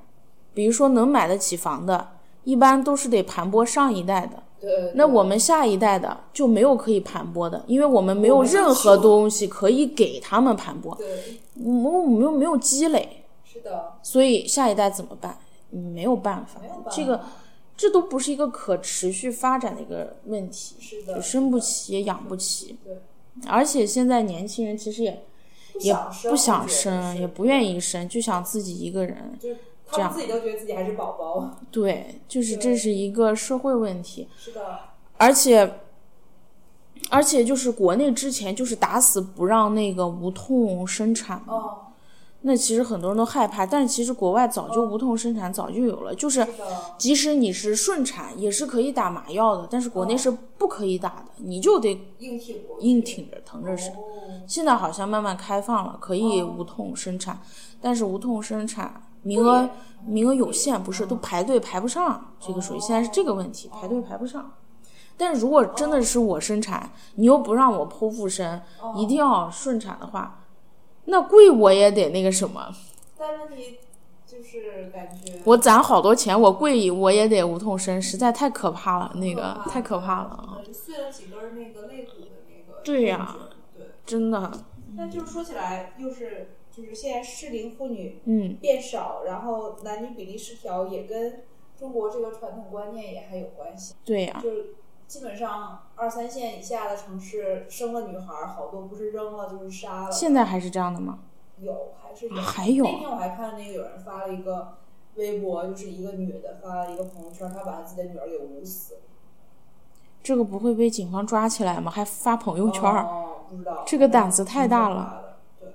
[SPEAKER 1] 比如说能买得起房的，一般都是得盘剥上一代的。
[SPEAKER 3] 对，
[SPEAKER 1] 那
[SPEAKER 3] 对
[SPEAKER 1] 我们下一代的就没有可以盘剥的，因为我们没有
[SPEAKER 3] 我们
[SPEAKER 1] 任
[SPEAKER 3] 是
[SPEAKER 1] 何东西可以给他们盘剥，
[SPEAKER 3] 对，
[SPEAKER 1] 我们没有没有积累。
[SPEAKER 3] 是的，
[SPEAKER 1] 所以下一代怎么办？嗯没有办法，
[SPEAKER 3] 没有办法
[SPEAKER 1] 这个这都不是一个可持续发展的一个问题，
[SPEAKER 3] 是的
[SPEAKER 1] 就生不起也养不起。
[SPEAKER 3] 对，
[SPEAKER 1] 而且现在年轻人其实也也
[SPEAKER 3] 生
[SPEAKER 1] 不
[SPEAKER 3] 我
[SPEAKER 1] 想
[SPEAKER 3] 觉得
[SPEAKER 1] 生，
[SPEAKER 3] 是
[SPEAKER 1] 也不愿意生，就想自己一个人。
[SPEAKER 3] 就是他们自己都觉得自己还是宝宝。
[SPEAKER 1] 对，就是这是一个社会问题，
[SPEAKER 3] 是的，
[SPEAKER 1] 而且。而且就是国内之前就是打死不让那个无痛生产嘛，
[SPEAKER 3] 哦，
[SPEAKER 1] 那其实很多人都害怕，但是其实国外早就无痛生产早就有了，就是
[SPEAKER 3] 是嗯的，
[SPEAKER 1] 即使你是顺产，也是可以打麻药的，但是国
[SPEAKER 3] 嗯
[SPEAKER 1] 内是不可以打的，你就得
[SPEAKER 3] 硬挺过去
[SPEAKER 1] 硬挺着疼着生。
[SPEAKER 3] 哦，
[SPEAKER 1] 现在好像慢慢开放了，可以无痛生产，但是无痛生产名额名额有限，
[SPEAKER 3] 嗯
[SPEAKER 1] 不是都排队排不上，这个属于现在是这个问题，排队排不
[SPEAKER 3] 哦
[SPEAKER 1] 上。但如果真的是我生产，你又不让我剖腹生，
[SPEAKER 3] 哦
[SPEAKER 1] 一定要顺产的话，那贵我也得那个什么，
[SPEAKER 3] 但问题就是感觉
[SPEAKER 1] 我攒好多钱，我跪我也得无痛生，实在太可怕了，那个
[SPEAKER 3] 哇
[SPEAKER 1] 太可怕了，，啊
[SPEAKER 3] 碎了几根儿那个肋骨的那个。
[SPEAKER 1] 嗯对呀嗯
[SPEAKER 3] 对。
[SPEAKER 1] 真的，
[SPEAKER 3] 那就是说起来，又是就是现在适龄妇女
[SPEAKER 1] 嗯，
[SPEAKER 3] 变少，然后男女比例失调，也跟中国这个传统观念也还有关系。
[SPEAKER 1] 对呀、
[SPEAKER 3] 就是基本上二三线以下的城市生了女孩儿，好多不是扔了就是杀了。
[SPEAKER 1] 现在还是这样的吗？
[SPEAKER 3] 有还是有。
[SPEAKER 1] 还有
[SPEAKER 3] 那天我还看那个有人发了一个微博，就是一个女的发了一个朋友圈，她把自己的女儿给捂死。
[SPEAKER 1] 这个不会被警方抓起来吗？还发朋友圈儿，
[SPEAKER 3] 哦，不知道。
[SPEAKER 1] 这个胆子太大
[SPEAKER 3] 了。对，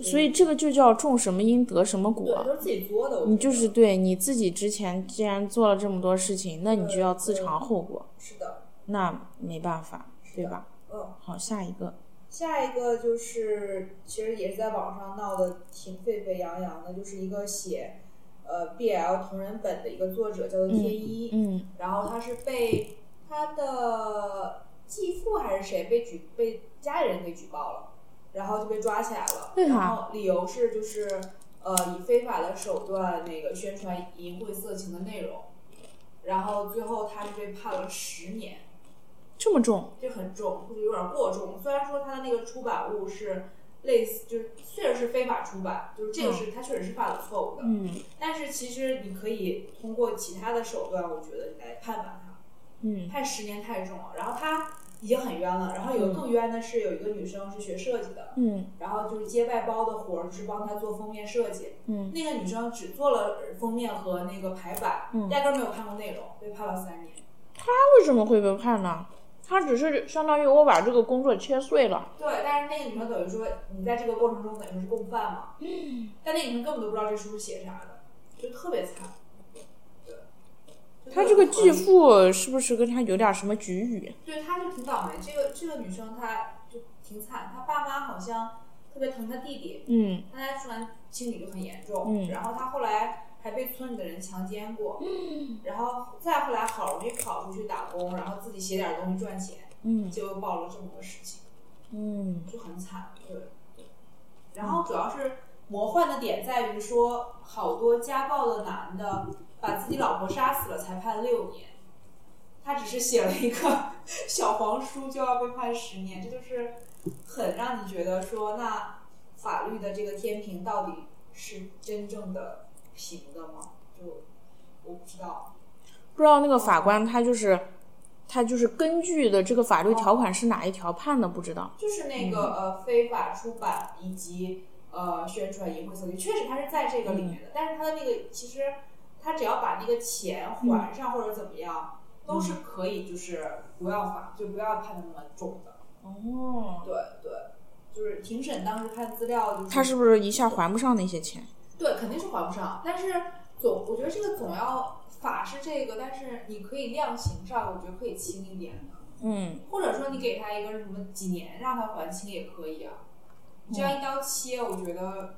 [SPEAKER 3] 嗯
[SPEAKER 1] 所以这个就叫种什么因得什么
[SPEAKER 3] 对，
[SPEAKER 1] 果。
[SPEAKER 3] 都是自己作的。我
[SPEAKER 1] 你
[SPEAKER 3] 觉
[SPEAKER 1] 就
[SPEAKER 3] 得
[SPEAKER 1] 是对你自己之前既然做了这么多事情，那你就要自尝后果，
[SPEAKER 3] 是的，
[SPEAKER 1] 那没办法，对吧？
[SPEAKER 3] 嗯。
[SPEAKER 1] 好，下一个，
[SPEAKER 3] 下一个就是，其实也是在网上闹得挺沸沸扬扬的，就是一个写呃 BL 同人本的一个作者叫做天一，
[SPEAKER 1] 嗯
[SPEAKER 3] 然后他是被他的继父还是谁被举被家里人给举报了，然后就被抓起来了。
[SPEAKER 1] 为啥
[SPEAKER 3] 然后理由是就是呃以非法的手段那个宣传淫秽色情的内容，然后最后他是被判了十年。
[SPEAKER 1] 这么重，
[SPEAKER 3] 这很重，或者有点过重。虽然说它的那个出版物是类似，就是确实是非法出版，就是这个是、它确实是犯了错误的，
[SPEAKER 1] 嗯
[SPEAKER 3] 但是其实你可以通过其他的手段，我觉得来判罚他。
[SPEAKER 1] 嗯
[SPEAKER 3] 判十年太重了，然后他已经很冤了，然后有更冤的是有一个女生是学设计的，
[SPEAKER 1] 嗯
[SPEAKER 3] 然后就是接外包的活儿，就是帮他做封面设计。
[SPEAKER 1] 嗯，
[SPEAKER 3] 那个女生只做了封面和那个排版，
[SPEAKER 1] 嗯
[SPEAKER 3] 压根儿没有看过内容，被判了三年。
[SPEAKER 1] 他为什么会被判呢？他只是相当于我把这个工作切碎了，
[SPEAKER 3] 对，但是那个女生等于说你在这个过程中等于是共犯嘛，
[SPEAKER 1] 嗯
[SPEAKER 3] 但那个女生根本都不知道这书是写啥的，就特别惨。对，就
[SPEAKER 1] 他
[SPEAKER 3] 特
[SPEAKER 1] 这
[SPEAKER 3] 别
[SPEAKER 1] 个
[SPEAKER 3] 不
[SPEAKER 1] 继
[SPEAKER 3] 合理，
[SPEAKER 1] 父是不是跟他有点什么局域？
[SPEAKER 3] 对，她就挺倒霉。这个这个女生她就挺惨，她爸妈好像特别疼她弟弟，
[SPEAKER 1] 嗯，
[SPEAKER 3] 她家重男轻女就很严重，
[SPEAKER 1] 嗯
[SPEAKER 3] 然后她后来还被村里的人强奸过，然后再后来好容易跑出去打工，然后自己写点东西赚钱，
[SPEAKER 1] 嗯
[SPEAKER 3] 结果暴露这么多事情。
[SPEAKER 1] 嗯
[SPEAKER 3] 就很惨，对。对然后主要是魔幻的点在于说，好多家暴的男的把自己老婆杀死了才判六年，他只是写了一个小黄书就要被判十年，这就是很让你觉得说，那法律的这个天平到底是真正的平的吗？就我不知道，
[SPEAKER 1] 不知道那个法官他就是他就是根据的这个法律条款是哪一条判的，不知道。
[SPEAKER 3] 就是那个、呃非法出版以及呃宣传淫秽色情，确实它是在这个里面的，但是它的那个其实它只要把那个钱还上或者怎么样，都是可以，就是不要罚，就不要判那么重的。
[SPEAKER 1] 哦，
[SPEAKER 3] 对对，就是庭审当时看资料，就是
[SPEAKER 1] 他是不是一下还不上那些钱？
[SPEAKER 3] 对肯定是还不上，但是总我觉得这个总要法是这个，但是你可以量刑上，我觉得可以轻一点的。
[SPEAKER 1] 嗯，
[SPEAKER 3] 或者说你给他一个什么几年让他还清也可以啊。你这样一刀切，我觉得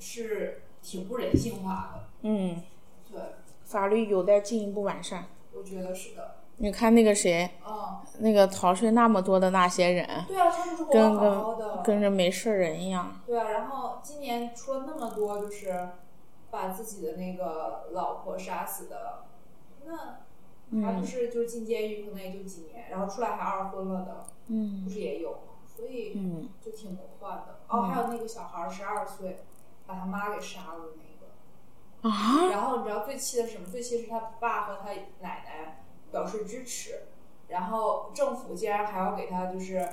[SPEAKER 3] 是挺不人性化的。
[SPEAKER 1] 嗯，
[SPEAKER 3] 对，
[SPEAKER 1] 法律有待进一步完善。
[SPEAKER 3] 我觉得是的。
[SPEAKER 1] 你看那个谁，
[SPEAKER 3] 嗯，
[SPEAKER 1] 那个逃税那么多的那些人，
[SPEAKER 3] 对啊，他们如果
[SPEAKER 1] 跟
[SPEAKER 3] 好好
[SPEAKER 1] 跟
[SPEAKER 3] 的，
[SPEAKER 1] 跟着没事人一样。
[SPEAKER 3] 对啊，然后今年出了那么多，就是把自己的那个老婆杀死的，那还不是就进监狱，可能也就几年，然后出来还二婚了的，不
[SPEAKER 1] 嗯
[SPEAKER 3] 是也有吗？所以，
[SPEAKER 1] 嗯，
[SPEAKER 3] 就挺魔幻的。哦，还有那个小孩十二岁，把他妈给杀了那
[SPEAKER 1] 啊
[SPEAKER 3] 个。，然后你知道最气的是什么？最气的是他爸和他奶奶表示支持，然后政府竟然还要给他就是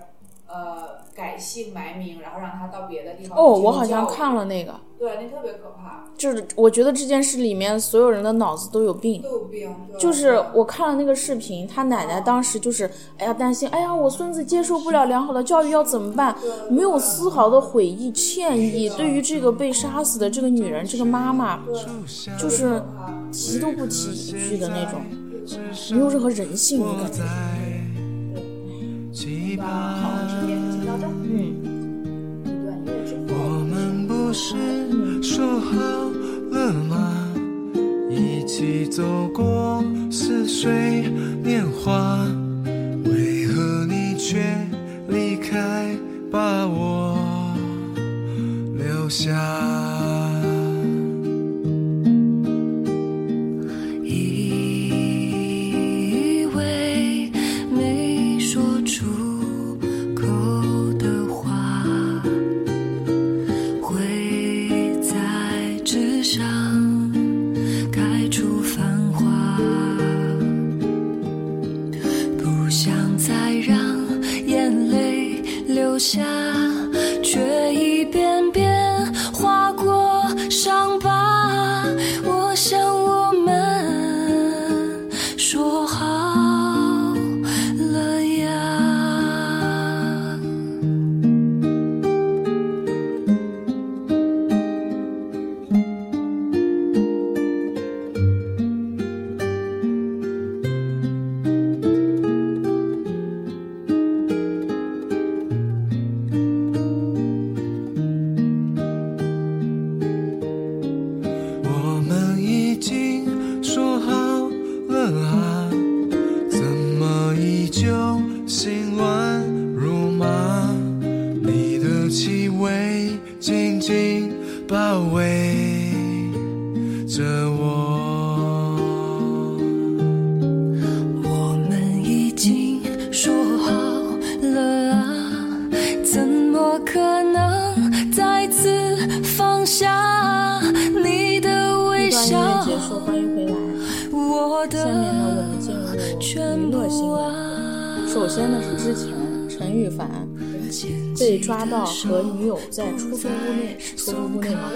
[SPEAKER 3] 呃改姓埋名，然后让他到别的地方
[SPEAKER 1] 哦，
[SPEAKER 3] 去受
[SPEAKER 1] 我好像
[SPEAKER 3] 教育
[SPEAKER 1] 看，了那个，
[SPEAKER 3] 对，那特别可怕，
[SPEAKER 1] 就是我觉得这件事里面所有人的脑子都有病
[SPEAKER 3] 都。有病。对
[SPEAKER 1] 就是我看了那个视频，他奶奶当时就是，哎呀担心，哎呀我孙子接受不了良好的教育要怎么办？没有丝毫的悔意、歉意，对于这个被杀死的这个女人，这个妈妈，就
[SPEAKER 3] 特别
[SPEAKER 1] 是
[SPEAKER 3] 可怕
[SPEAKER 1] 提都不提一句的那种，没有任何人性，你感觉？
[SPEAKER 4] 期
[SPEAKER 3] 对
[SPEAKER 4] 盼
[SPEAKER 3] 啊好，今天就到这儿，
[SPEAKER 1] 嗯，
[SPEAKER 3] 一段音乐之后。
[SPEAKER 4] 我们不是说好了吗？一起走过似水年华，为何你却离开，把我留下？啊
[SPEAKER 1] 欢迎回来。
[SPEAKER 5] 我
[SPEAKER 1] 下面呢，我
[SPEAKER 5] 的
[SPEAKER 1] 们进入
[SPEAKER 5] 全
[SPEAKER 1] 娱
[SPEAKER 5] 部
[SPEAKER 1] 乐新闻。
[SPEAKER 5] 爱
[SPEAKER 1] 首先呢是之前陈羽凡被抓到和女友在出租屋内，出租屋内嘛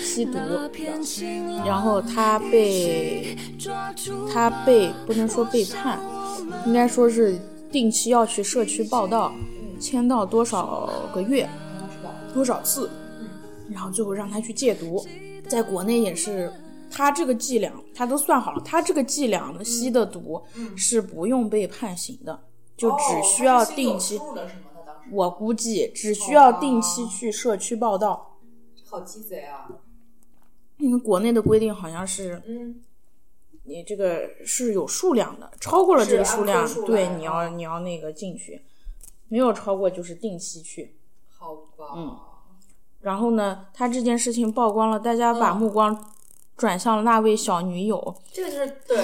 [SPEAKER 1] 吸毒，然后他被他被不能说被判，应该说是定期要去社区报道，签到多少个月，多少次，然后最后让他去戒毒，在国内也是。他这个剂量，他都算好了，他这个剂量吸的毒是不用被判刑的，就
[SPEAKER 3] 哦
[SPEAKER 1] 只需要定期。
[SPEAKER 3] 了什么的，当时
[SPEAKER 1] 我估计只需要定期去社区报道。
[SPEAKER 3] 好鸡贼啊！
[SPEAKER 1] 因为国内的规定好像是
[SPEAKER 3] 嗯，
[SPEAKER 1] 你这个是有数量的，超过了这个数量，
[SPEAKER 3] 是按分数来
[SPEAKER 1] 对，
[SPEAKER 3] 的啊
[SPEAKER 1] 你要你要那个进去，没有超过就是定期去。
[SPEAKER 3] 好吧，
[SPEAKER 1] 嗯然后呢，他这件事情曝光了，大家把
[SPEAKER 3] 嗯
[SPEAKER 1] 目光转向了那位小女友，
[SPEAKER 3] 这个就是对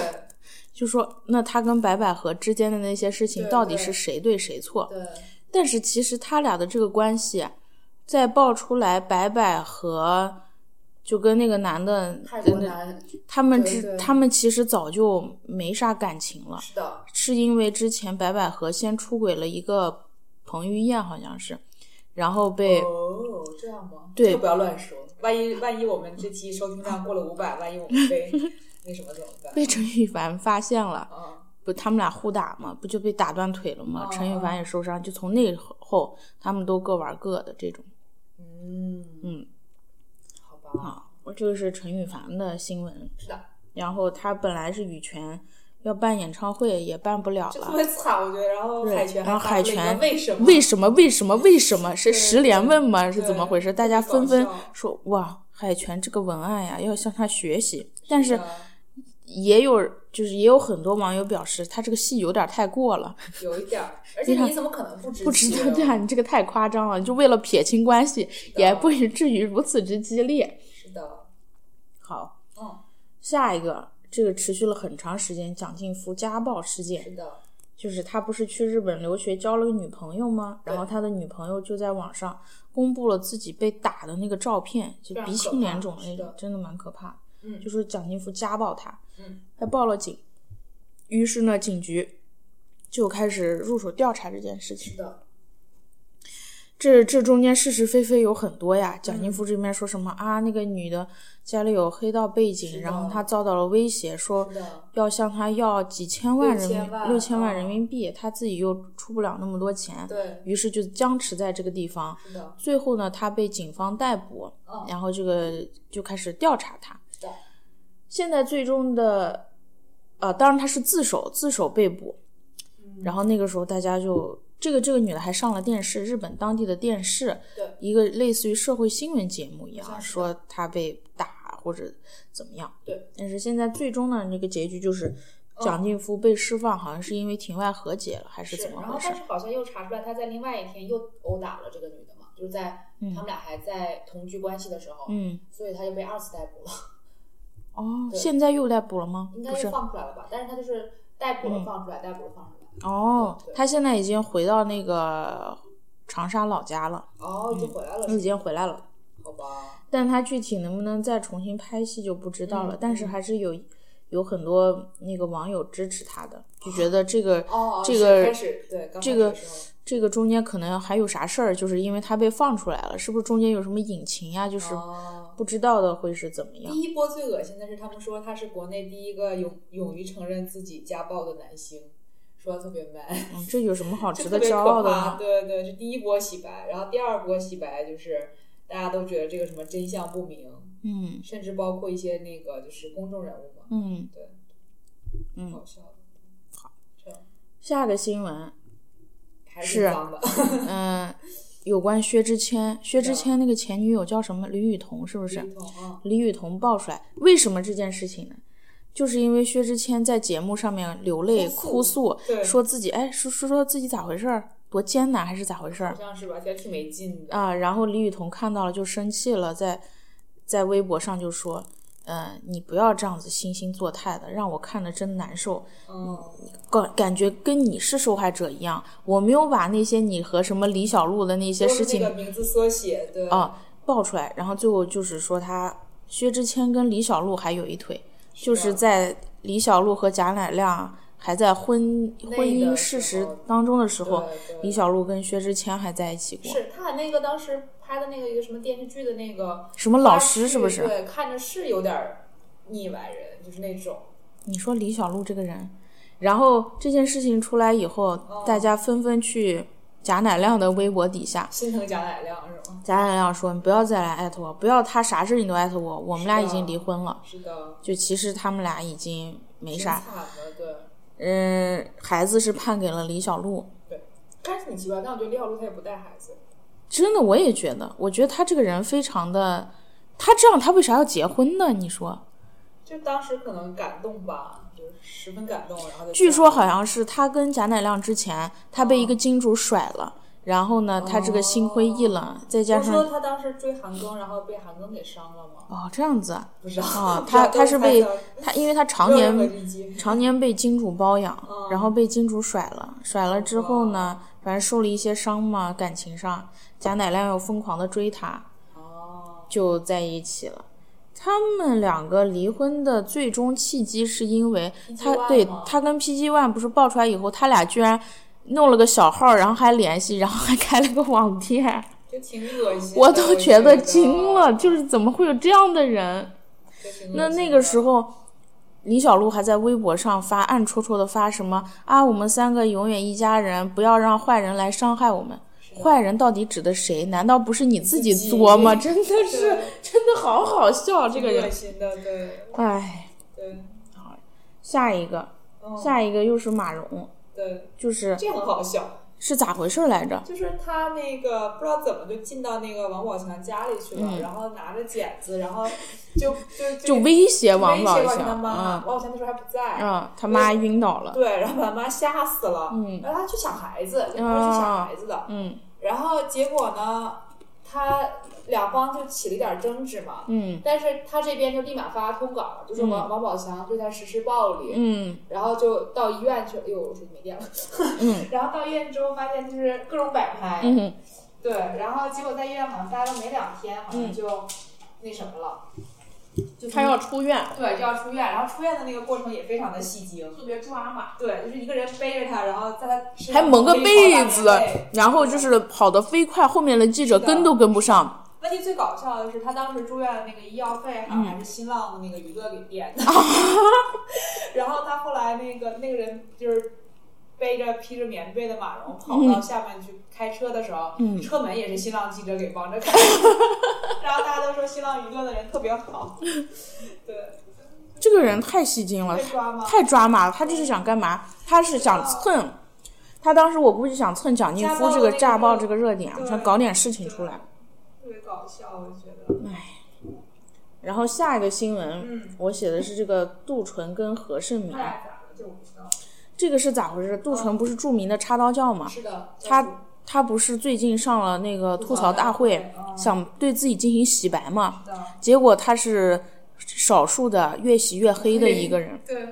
[SPEAKER 1] 就说那他跟白百合之间的那些事情
[SPEAKER 3] 对
[SPEAKER 1] 到底
[SPEAKER 3] 对
[SPEAKER 1] 是谁对谁错？
[SPEAKER 3] 对，
[SPEAKER 1] 但是其实他俩的这个关系，在爆出来白百合就跟那个男的，
[SPEAKER 3] 泰国男
[SPEAKER 1] 他们
[SPEAKER 3] 对
[SPEAKER 1] 之
[SPEAKER 3] 对
[SPEAKER 1] 他们其实早就没啥感情了，
[SPEAKER 3] 是的，
[SPEAKER 1] 是因为之前白百合先出轨了一个彭于晏，好像是，然后被、
[SPEAKER 3] 哦，这样吗？
[SPEAKER 1] 对
[SPEAKER 3] 这个不要乱说，万一万一我们这期收听量过了五百，万一我们 被那什么怎么 办？
[SPEAKER 1] 被陈羽凡发现了，
[SPEAKER 3] 嗯，
[SPEAKER 1] 不他们俩互打嘛，不就被打断腿了吗？
[SPEAKER 3] 哦
[SPEAKER 1] 陈羽凡也受伤，就从那后他们都各玩各的这种。
[SPEAKER 3] 嗯，
[SPEAKER 1] 嗯，
[SPEAKER 3] 好吧，
[SPEAKER 1] 啊，我这个是陈羽凡的新闻。
[SPEAKER 3] 是的，
[SPEAKER 1] 然后他本来是羽泉要办演唱会，也办不了
[SPEAKER 3] 这特
[SPEAKER 1] 了。
[SPEAKER 3] 别惨，我觉得。然后
[SPEAKER 1] 对
[SPEAKER 3] 海泉
[SPEAKER 1] 然后
[SPEAKER 3] 还
[SPEAKER 1] 海
[SPEAKER 3] 发出了一
[SPEAKER 1] 泉
[SPEAKER 3] 个为什么？
[SPEAKER 1] 为什么？为什么？为什么？是
[SPEAKER 3] 对
[SPEAKER 1] 十连问吗？是
[SPEAKER 3] 对
[SPEAKER 1] 怎么回事？大家纷纷
[SPEAKER 3] 搞笑
[SPEAKER 1] 说：“哇，海泉这个文案呀，要向他学习。”但是
[SPEAKER 3] 啊
[SPEAKER 1] 也有，就是也有很多网友表示，他这个戏有点太过了，
[SPEAKER 3] 有一 点儿，而且
[SPEAKER 1] 你看
[SPEAKER 3] 你怎么可能不啊知
[SPEAKER 1] 啊不值
[SPEAKER 3] 情
[SPEAKER 1] 得这样，你这个太夸张了。就为了撇清关系，也不至于如此之激烈。
[SPEAKER 3] 是的，
[SPEAKER 1] 好，
[SPEAKER 3] 嗯，
[SPEAKER 1] 下一个，这个持续了很长时间，蒋劲夫家暴事件。
[SPEAKER 3] 是的，
[SPEAKER 1] 就是他不是去日本留学交了个女朋友吗？
[SPEAKER 3] 对
[SPEAKER 1] 然后他的女朋友就在网上公布了自己被打的那个照片，就
[SPEAKER 3] 非常
[SPEAKER 1] 鼻青脸肿
[SPEAKER 3] 可怕
[SPEAKER 1] 那
[SPEAKER 3] 是
[SPEAKER 1] 种
[SPEAKER 3] 的，
[SPEAKER 1] 真的蛮可怕的。
[SPEAKER 3] 嗯
[SPEAKER 1] 就说蒋劲夫家暴她，
[SPEAKER 3] 嗯，
[SPEAKER 1] 还报了警。于是呢，警局就开始入手调查这件事情
[SPEAKER 3] 是。的，
[SPEAKER 1] 这这中间是是非非有很多呀。
[SPEAKER 3] 嗯
[SPEAKER 1] 蒋劲夫这边说什么啊，那个女的家里有黑道背
[SPEAKER 3] 是
[SPEAKER 1] 景，
[SPEAKER 3] 的
[SPEAKER 1] 然后她遭到了威胁，说
[SPEAKER 3] 是的
[SPEAKER 1] 要向她要几千万人民
[SPEAKER 3] 六千万
[SPEAKER 1] 六千万人
[SPEAKER 3] 嗯
[SPEAKER 1] 民币，她自己又出不了那么多钱，
[SPEAKER 3] 对，
[SPEAKER 1] 于是就僵持在这个地方。
[SPEAKER 3] 是的，
[SPEAKER 1] 最后呢，她被警方逮捕，
[SPEAKER 3] 嗯，
[SPEAKER 1] 然后这个就开始调查她。
[SPEAKER 3] 是的，
[SPEAKER 1] 现在最终的，呃，当然她是自首，自首被捕。
[SPEAKER 3] 嗯
[SPEAKER 1] 然后那个时候大家就这个这个女的还上了电视，日本当地的电视，
[SPEAKER 3] 对，
[SPEAKER 1] 一个类似于社会新闻节目一样，
[SPEAKER 3] 好像是
[SPEAKER 1] 说她被打或者怎么样。
[SPEAKER 3] 对，嗯
[SPEAKER 1] 但是现在最终呢，这个结局就是蒋劲夫被释放，好像是因为庭外和解了，还是
[SPEAKER 3] 是，
[SPEAKER 1] 怎么
[SPEAKER 3] 然
[SPEAKER 1] 回
[SPEAKER 3] 后
[SPEAKER 1] 事
[SPEAKER 3] 但？是好像又查出来他在另外一天又殴打了这个女的嘛，就是在他们俩还在同居关系的时候，
[SPEAKER 1] 嗯，
[SPEAKER 3] 所以他就被二次逮捕了，
[SPEAKER 1] 哦，
[SPEAKER 3] 对
[SPEAKER 1] 现在又逮捕了吗？
[SPEAKER 3] 应
[SPEAKER 1] 不
[SPEAKER 3] 该
[SPEAKER 1] 是
[SPEAKER 3] 是，放出来了吧？但是他就是逮捕了
[SPEAKER 1] 嗯
[SPEAKER 3] 放出来，逮捕了放出来，
[SPEAKER 1] 哦
[SPEAKER 3] 对，
[SPEAKER 1] 他现在已经回到那个长沙老家了，
[SPEAKER 3] 哦，
[SPEAKER 1] 嗯
[SPEAKER 3] 已经回来了，
[SPEAKER 1] 已经回来了。
[SPEAKER 3] 好吧？
[SPEAKER 1] 但他具体能不能再重新拍戏就不知道了。
[SPEAKER 3] 嗯
[SPEAKER 1] 但是还是有有很多那个网友支持他的，就觉得这个、
[SPEAKER 3] 哦，哦
[SPEAKER 1] 这
[SPEAKER 3] 是
[SPEAKER 1] 个
[SPEAKER 3] 开始对，刚开
[SPEAKER 1] 这
[SPEAKER 3] 始
[SPEAKER 1] 个
[SPEAKER 3] 的时候
[SPEAKER 1] 这个中间可能还有啥事儿，就是因为他被放出来了，是不是中间有什么隐情呀？就是
[SPEAKER 3] 哦
[SPEAKER 1] 不知道的会是怎么样
[SPEAKER 3] 第？一波最恶心的是，他们说他是国内第一个勇勇于承认自己家暴的男星，说的特别 man，
[SPEAKER 1] 嗯，这有什么好
[SPEAKER 3] 这
[SPEAKER 1] 值
[SPEAKER 3] 特
[SPEAKER 1] 得
[SPEAKER 3] 别
[SPEAKER 1] 骄傲
[SPEAKER 3] 可
[SPEAKER 1] 的
[SPEAKER 3] 怕。
[SPEAKER 1] 呢？
[SPEAKER 3] 对对，这第一波洗白，然后第二波洗白就是大家都觉得这个什么真相不明，
[SPEAKER 1] 嗯
[SPEAKER 3] 甚至包括一些那个就是公众人物嘛，
[SPEAKER 1] 嗯，
[SPEAKER 3] 对，
[SPEAKER 1] 嗯
[SPEAKER 3] 好笑的，这样
[SPEAKER 1] 下个新闻，
[SPEAKER 3] 还
[SPEAKER 1] 是
[SPEAKER 3] 挺脏的，
[SPEAKER 1] 嗯、有关薛之谦，薛
[SPEAKER 3] 嗯
[SPEAKER 1] 之谦那个前女友叫什么？李雨桐是不是？
[SPEAKER 3] 挺痛啊，
[SPEAKER 1] 李雨桐爆出来，为什么这件事情呢？就是因为薛之谦在节目上面流泪
[SPEAKER 3] 哭
[SPEAKER 1] 哭
[SPEAKER 3] 诉
[SPEAKER 1] 诉，
[SPEAKER 3] 对
[SPEAKER 1] 说自己哎说说说自己咋回事儿，多艰难还是咋回事
[SPEAKER 3] 好
[SPEAKER 1] 儿
[SPEAKER 3] 像是吧，觉得挺没劲的，
[SPEAKER 1] 啊？然后李雨桐看到了就生气了，在在微博上就说，嗯，你不要这样子惺惺作态的，让我看着真难受，
[SPEAKER 3] 嗯，
[SPEAKER 1] 感感觉跟你是受害者一样，我没有把那些你和什么李小璐的那些
[SPEAKER 3] 都
[SPEAKER 1] 事
[SPEAKER 3] 是
[SPEAKER 1] 情哦
[SPEAKER 3] 那个名字缩写，对，
[SPEAKER 1] 啊爆出来，然后最后就是说他薛之谦跟李小璐还有一腿，就是在李小璐和贾乃亮还在婚
[SPEAKER 3] 那个
[SPEAKER 1] 婚姻
[SPEAKER 3] 时
[SPEAKER 1] 事实
[SPEAKER 3] 候
[SPEAKER 1] 当中的时候，
[SPEAKER 3] 对对
[SPEAKER 1] 李小璐跟薛之谦还在一起过。
[SPEAKER 3] 是他俩那个当时拍的那个一个什么电视剧的那个
[SPEAKER 1] 什么老师是不
[SPEAKER 3] 花絮
[SPEAKER 1] 是？
[SPEAKER 3] 对，看着是有点儿腻歪人，就是那种。
[SPEAKER 1] 你说李小璐这个人，然后这件事情出来以后，
[SPEAKER 3] 哦
[SPEAKER 1] 大家纷纷去贾乃亮的微博底下，
[SPEAKER 3] 心疼贾乃亮是吗？
[SPEAKER 1] 贾乃亮说：“你不要再来艾特我，不要他啥事你都艾特我，我们俩已经离婚了。
[SPEAKER 3] 是啊的，”
[SPEAKER 1] 就其实他们俩已经没
[SPEAKER 3] 挺
[SPEAKER 1] 啥
[SPEAKER 3] 惨，的，对。
[SPEAKER 1] 嗯，孩子是判给了李小璐。
[SPEAKER 3] 但是挺奇怪，但我觉得李小璐她也不带孩子，
[SPEAKER 1] 真的，我也觉得，我觉得他这个人非常的，他这样他为啥要结婚呢？你说，
[SPEAKER 3] 就当时可能感动吧，就是十分感动，然后就
[SPEAKER 1] 据说好像是他跟贾乃亮之前，他
[SPEAKER 3] 嗯
[SPEAKER 1] 被一个金主甩了，然后呢，他这个心灰意冷，再加
[SPEAKER 3] 不是说
[SPEAKER 1] 上
[SPEAKER 3] 他当时追韩庚，然后被韩庚给伤了吗？
[SPEAKER 1] 哦这样子 啊，
[SPEAKER 3] 不知道
[SPEAKER 1] 啊他他是被他因为他常
[SPEAKER 3] 没有任何
[SPEAKER 1] 年
[SPEAKER 3] 利基
[SPEAKER 1] 常年被金主包养，
[SPEAKER 3] 哦
[SPEAKER 1] 然后被金主甩了，甩了之后呢，反正受了一些伤嘛，感情上，贾乃亮又疯狂的追他，
[SPEAKER 3] 哦，
[SPEAKER 1] 就在一起了。他们两个离婚的最终契机是因为
[SPEAKER 3] PG
[SPEAKER 1] 他
[SPEAKER 3] One
[SPEAKER 1] 对
[SPEAKER 3] 吗
[SPEAKER 1] 他跟 PG One 不是爆出来以后，他俩居然弄了个小号，然后还联系，然后还开了个网店，
[SPEAKER 3] 就挺恶心的，
[SPEAKER 1] 我
[SPEAKER 3] 我
[SPEAKER 1] 都觉
[SPEAKER 3] 觉
[SPEAKER 1] 得惊了，就是怎么会有这样的人？那
[SPEAKER 3] 那
[SPEAKER 1] 那个时
[SPEAKER 3] 候
[SPEAKER 1] 候，李小璐还在微博上发暗戳戳的发什么啊，我们三个永远一家人，不要让坏人来伤害我们。坏人到底指的谁？难道不是你自己
[SPEAKER 3] 自己
[SPEAKER 1] 作 吗？真的是
[SPEAKER 3] 对，
[SPEAKER 1] 真的好好笑这
[SPEAKER 3] 挺
[SPEAKER 1] 个
[SPEAKER 3] 恶
[SPEAKER 1] 人。
[SPEAKER 3] 心的，对
[SPEAKER 1] 哎，
[SPEAKER 3] 对
[SPEAKER 1] 下一个，
[SPEAKER 3] 嗯
[SPEAKER 1] 下一个又是马蓉，
[SPEAKER 3] 对，
[SPEAKER 1] 就是
[SPEAKER 3] 这很搞笑。
[SPEAKER 1] 是咋回事来着？
[SPEAKER 3] 就是他那个不知道怎么就进到那个王宝强家里去了，然后拿着剪子，然后就就
[SPEAKER 1] 嗯就
[SPEAKER 3] 就
[SPEAKER 1] 威胁王宝
[SPEAKER 3] 威胁
[SPEAKER 1] 强，
[SPEAKER 3] 他妈，
[SPEAKER 1] 嗯
[SPEAKER 3] 王宝强那时候还不在，
[SPEAKER 1] 嗯，他妈晕倒了，
[SPEAKER 3] 对，然后把他妈吓死了，
[SPEAKER 1] 嗯啊
[SPEAKER 3] 然后他去抢孩子，就他去抢孩子的，
[SPEAKER 1] 嗯
[SPEAKER 3] 然后结果呢，他两方就起了一点争执嘛，
[SPEAKER 1] 嗯
[SPEAKER 3] 但是他这边就立马发通稿，就是王、王宝强对他实施暴力，
[SPEAKER 1] 嗯
[SPEAKER 3] 然后就到医院去了，哟，我手机没电了，
[SPEAKER 1] 嗯
[SPEAKER 3] 然后到医院之后发现就是各种摆拍，
[SPEAKER 1] 嗯，
[SPEAKER 3] 对，然后结果在医院好像待了没两天，好像就、那什么了，就
[SPEAKER 1] 嗯
[SPEAKER 3] 是
[SPEAKER 1] 他要出院，
[SPEAKER 3] 对就要出院，然后出院的那个过程也非常的戏精，
[SPEAKER 1] 特别抓马，
[SPEAKER 3] 对，就是一个人背着他，然后在他身上
[SPEAKER 1] 还蒙个
[SPEAKER 3] 背一
[SPEAKER 1] 被
[SPEAKER 3] 床
[SPEAKER 1] 子
[SPEAKER 3] 大棉被，
[SPEAKER 1] 然后就是跑得飞快，后面的记者
[SPEAKER 3] 是的
[SPEAKER 1] 跟都跟不上，
[SPEAKER 3] 问题最搞笑的是，他当时住院的那个医药费
[SPEAKER 1] 嗯
[SPEAKER 3] 好像还是新浪的那个余额给 垫的，然后他后来那个那个人就是。背着披着棉被的马蓉跑到下面去开车的时候，
[SPEAKER 1] 嗯
[SPEAKER 3] 车门也是新浪记者给帮着开， 然后大家都说新浪娱乐的人特别好， 对，
[SPEAKER 1] 这个人太戏精了，
[SPEAKER 3] 被抓吗？
[SPEAKER 1] 太抓马了，他这是想干嘛？他是想蹭，他当时我估计想蹭蒋劲夫这个
[SPEAKER 3] 家
[SPEAKER 1] 炸
[SPEAKER 3] 暴
[SPEAKER 1] 爆
[SPEAKER 3] 的那
[SPEAKER 1] 这
[SPEAKER 3] 个
[SPEAKER 1] 个热点，啊
[SPEAKER 3] 对
[SPEAKER 1] 想搞点事情出来。
[SPEAKER 3] 特别搞笑，我觉得。
[SPEAKER 1] 然后下一个新闻，
[SPEAKER 3] 嗯哎
[SPEAKER 1] 我写的是这个杜淳跟何晟铭
[SPEAKER 3] 他，俩咋了？这我不知道。
[SPEAKER 1] 这个是咋回事？杜淳不是著名的插刀教吗？
[SPEAKER 3] 嗯是的，
[SPEAKER 1] 他他不是最近上了那个吐槽大
[SPEAKER 3] 吐
[SPEAKER 1] 会
[SPEAKER 3] 槽大会，嗯
[SPEAKER 1] 想对自己进行洗白嘛？
[SPEAKER 3] 的
[SPEAKER 1] 结果他是少数的越洗越黑的一个人，
[SPEAKER 3] 对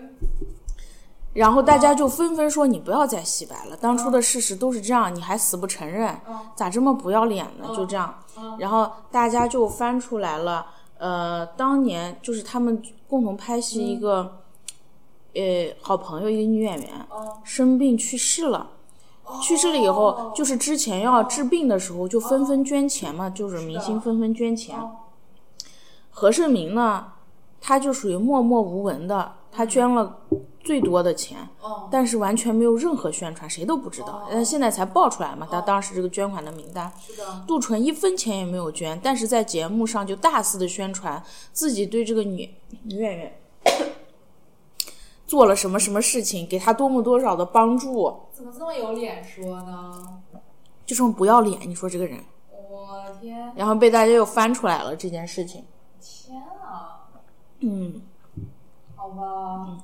[SPEAKER 1] 然后大家就纷纷说你不要再洗白了，当初的事实都是这样，你还死不承认，咋这么不要脸呢？就这样，然后大家就翻出来了，呃，当年就是他们共同拍戏一个，呃，好朋友一个女演员生病去世了。去世了以后，就是之前要治病的时候，就纷纷捐钱嘛，就是明星纷纷捐钱。何晟铭呢，他就属于默默无闻的，他捐了最多的钱，但是完全没有任何宣传，谁都不知道。但现在才爆出来嘛，他当时这个捐款的名单。
[SPEAKER 3] 是的，
[SPEAKER 1] 杜淳一分钱也没有捐，但是在节目上就大肆的宣传自己对这个女女演员做了什么什么事情，给她多么多少的帮助，
[SPEAKER 3] 怎么这么有脸说呢？
[SPEAKER 1] 就这么不要脸，你说这个人，
[SPEAKER 3] 我天
[SPEAKER 1] 然后被大家又翻出来了这件事情。
[SPEAKER 3] 天啊！
[SPEAKER 1] 嗯，
[SPEAKER 3] 好吧，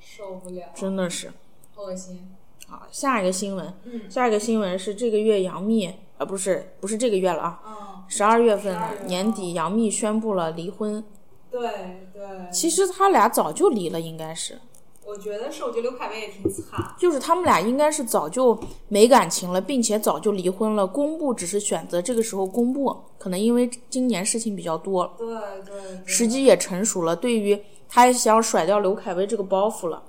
[SPEAKER 3] 受不了，
[SPEAKER 1] 真的是。
[SPEAKER 3] 恶心。
[SPEAKER 1] 好，下一个新闻，
[SPEAKER 3] 嗯
[SPEAKER 1] 下一个新闻是这个月杨幂，呃，不是，不是这个月了啊，
[SPEAKER 3] 嗯，
[SPEAKER 1] 十二月份
[SPEAKER 3] 12月
[SPEAKER 1] 的
[SPEAKER 3] 份
[SPEAKER 1] 年底，杨幂宣布了离婚。
[SPEAKER 3] 对对，
[SPEAKER 1] 其实他俩早就离了，应该是，
[SPEAKER 3] 我觉得是，我觉得刘恺威也挺惨。
[SPEAKER 1] 就是他们俩应该是早就没感情了，并且早就离婚了。公布只是选择这个时候公布，可能因为今年事情比较多，
[SPEAKER 3] 对对，对
[SPEAKER 1] 时机也成熟了。对于他想甩掉刘恺威这个包袱了。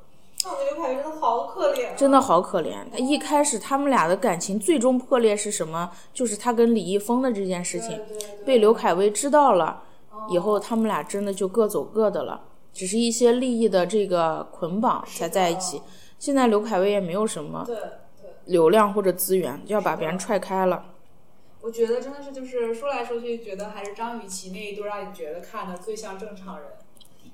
[SPEAKER 3] 那我觉得刘恺威真的好可怜啊，
[SPEAKER 1] 真的好可怜。他一开始他们俩的感情最终破裂是什么？就是他跟李易峰的这件事情
[SPEAKER 3] 对对对
[SPEAKER 1] 被刘恺威知道了，以后他们俩真的就各走各的了，只是一些利益的这个捆绑才在一起。现在刘恺威也没有什么
[SPEAKER 3] 对对，
[SPEAKER 1] 流量或者资源，要把别人踹开了。
[SPEAKER 3] 我觉得真的是就是说来说去，觉得还是张雨绮那一对让你觉得看的最像正常人，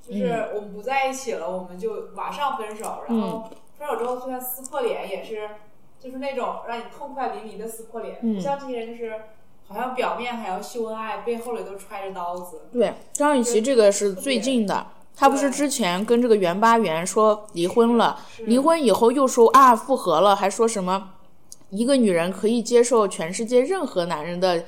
[SPEAKER 3] 就是
[SPEAKER 1] 嗯
[SPEAKER 3] 我们不在一起了，我们就马上分手，然后分手之后就算撕破脸也是，就是那种让你痛快淋漓的撕破脸，
[SPEAKER 1] 嗯
[SPEAKER 3] 不像这些人就是好像表面还要秀恩爱，背后里都揣着刀子。
[SPEAKER 1] 对，张雨绮这个是最近的。她不是之前跟这个袁巴元说离婚了，离婚以后又说啊复合了，还说什么一个女人可以接受全世界任何男人的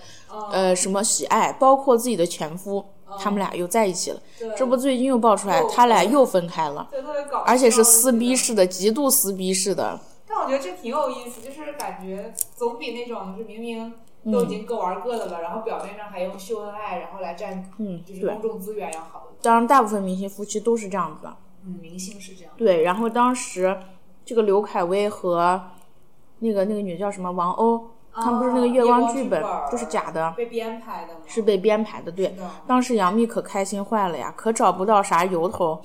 [SPEAKER 1] 呃什么喜爱，包括自己的前夫，他们俩又在一起了。这不最近又爆出来，
[SPEAKER 3] 又
[SPEAKER 1] 他俩又分开了，
[SPEAKER 3] 对，特别搞笑，
[SPEAKER 1] 而且是撕逼
[SPEAKER 3] 式。
[SPEAKER 1] 式的，极度撕逼式的。
[SPEAKER 3] 但我觉得这挺有意思，就是感觉总比那种就是明明
[SPEAKER 1] 嗯
[SPEAKER 3] 都已经各玩各的了，然后表面上还用秀恩爱，然后来占
[SPEAKER 1] 嗯
[SPEAKER 3] 就是
[SPEAKER 1] 对
[SPEAKER 3] 公众资源要好得多。
[SPEAKER 1] 当然，大部分明星夫妻都是这样子的。
[SPEAKER 3] 嗯，明星是这样。
[SPEAKER 1] 对，然后当时这个刘恺威和那个那个女叫什么王鸥，他们不是那个
[SPEAKER 3] 哦月
[SPEAKER 1] 光
[SPEAKER 3] 光
[SPEAKER 1] 剧
[SPEAKER 3] 剧
[SPEAKER 1] 本
[SPEAKER 3] 本儿
[SPEAKER 1] 就是假的，
[SPEAKER 3] 被编排的吗？
[SPEAKER 1] 是被编排的。对，
[SPEAKER 3] 的
[SPEAKER 1] 当时杨幂可开心坏了呀，可找不到啥由头，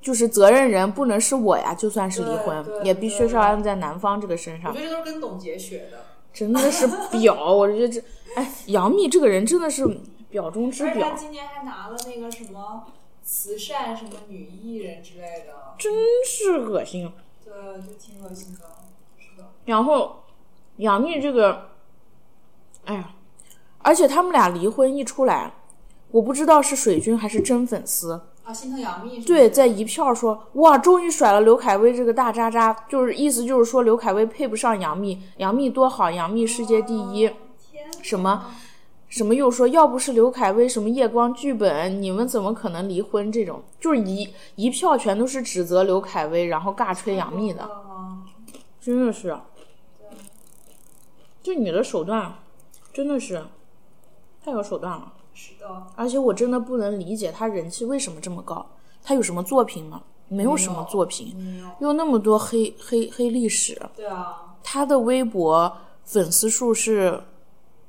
[SPEAKER 1] 就是责任人不能是我呀，就算是离
[SPEAKER 3] 对
[SPEAKER 1] 婚
[SPEAKER 3] 对
[SPEAKER 1] 也必须
[SPEAKER 3] 对
[SPEAKER 1] 是要按在男方这个身
[SPEAKER 3] 我
[SPEAKER 1] 上
[SPEAKER 3] 觉。得这都是跟董洁学的，
[SPEAKER 1] 真的是婊，我觉得这，哎，杨幂这个人真的是婊中之
[SPEAKER 3] 而且她
[SPEAKER 1] 婊，
[SPEAKER 3] 今年还拿了那个什么慈善什么女艺人之类的，
[SPEAKER 1] 真是恶心。
[SPEAKER 3] 对，就挺恶心的。是的，
[SPEAKER 1] 然后杨幂这个，哎呀，而且他们俩离婚一出来，我不知道是水军还是真粉丝，
[SPEAKER 3] 啊，心疼杨幂是不是
[SPEAKER 1] 对，在一票说哇，终于甩了刘恺威这个大渣渣，就是意思就是说刘恺威配不上杨幂，杨幂多好，杨幂世界第一，
[SPEAKER 3] 天哪啊
[SPEAKER 1] 什么什么又说要不是刘恺威什么夜光剧本，你们怎么可能离婚？这种就是一一票全都是指责刘恺威，然后尬吹杨幂的，
[SPEAKER 3] 啊
[SPEAKER 1] 真的是，这女的手段啊真的是太有手段了，
[SPEAKER 3] 是的，
[SPEAKER 1] 而且我真的不能理解她人气为什么这么高，她有什么作品吗？没有什么作品，
[SPEAKER 3] 没有，
[SPEAKER 1] 又那么多黑黑黑历史，
[SPEAKER 3] 对啊，
[SPEAKER 1] 她的微博粉丝数是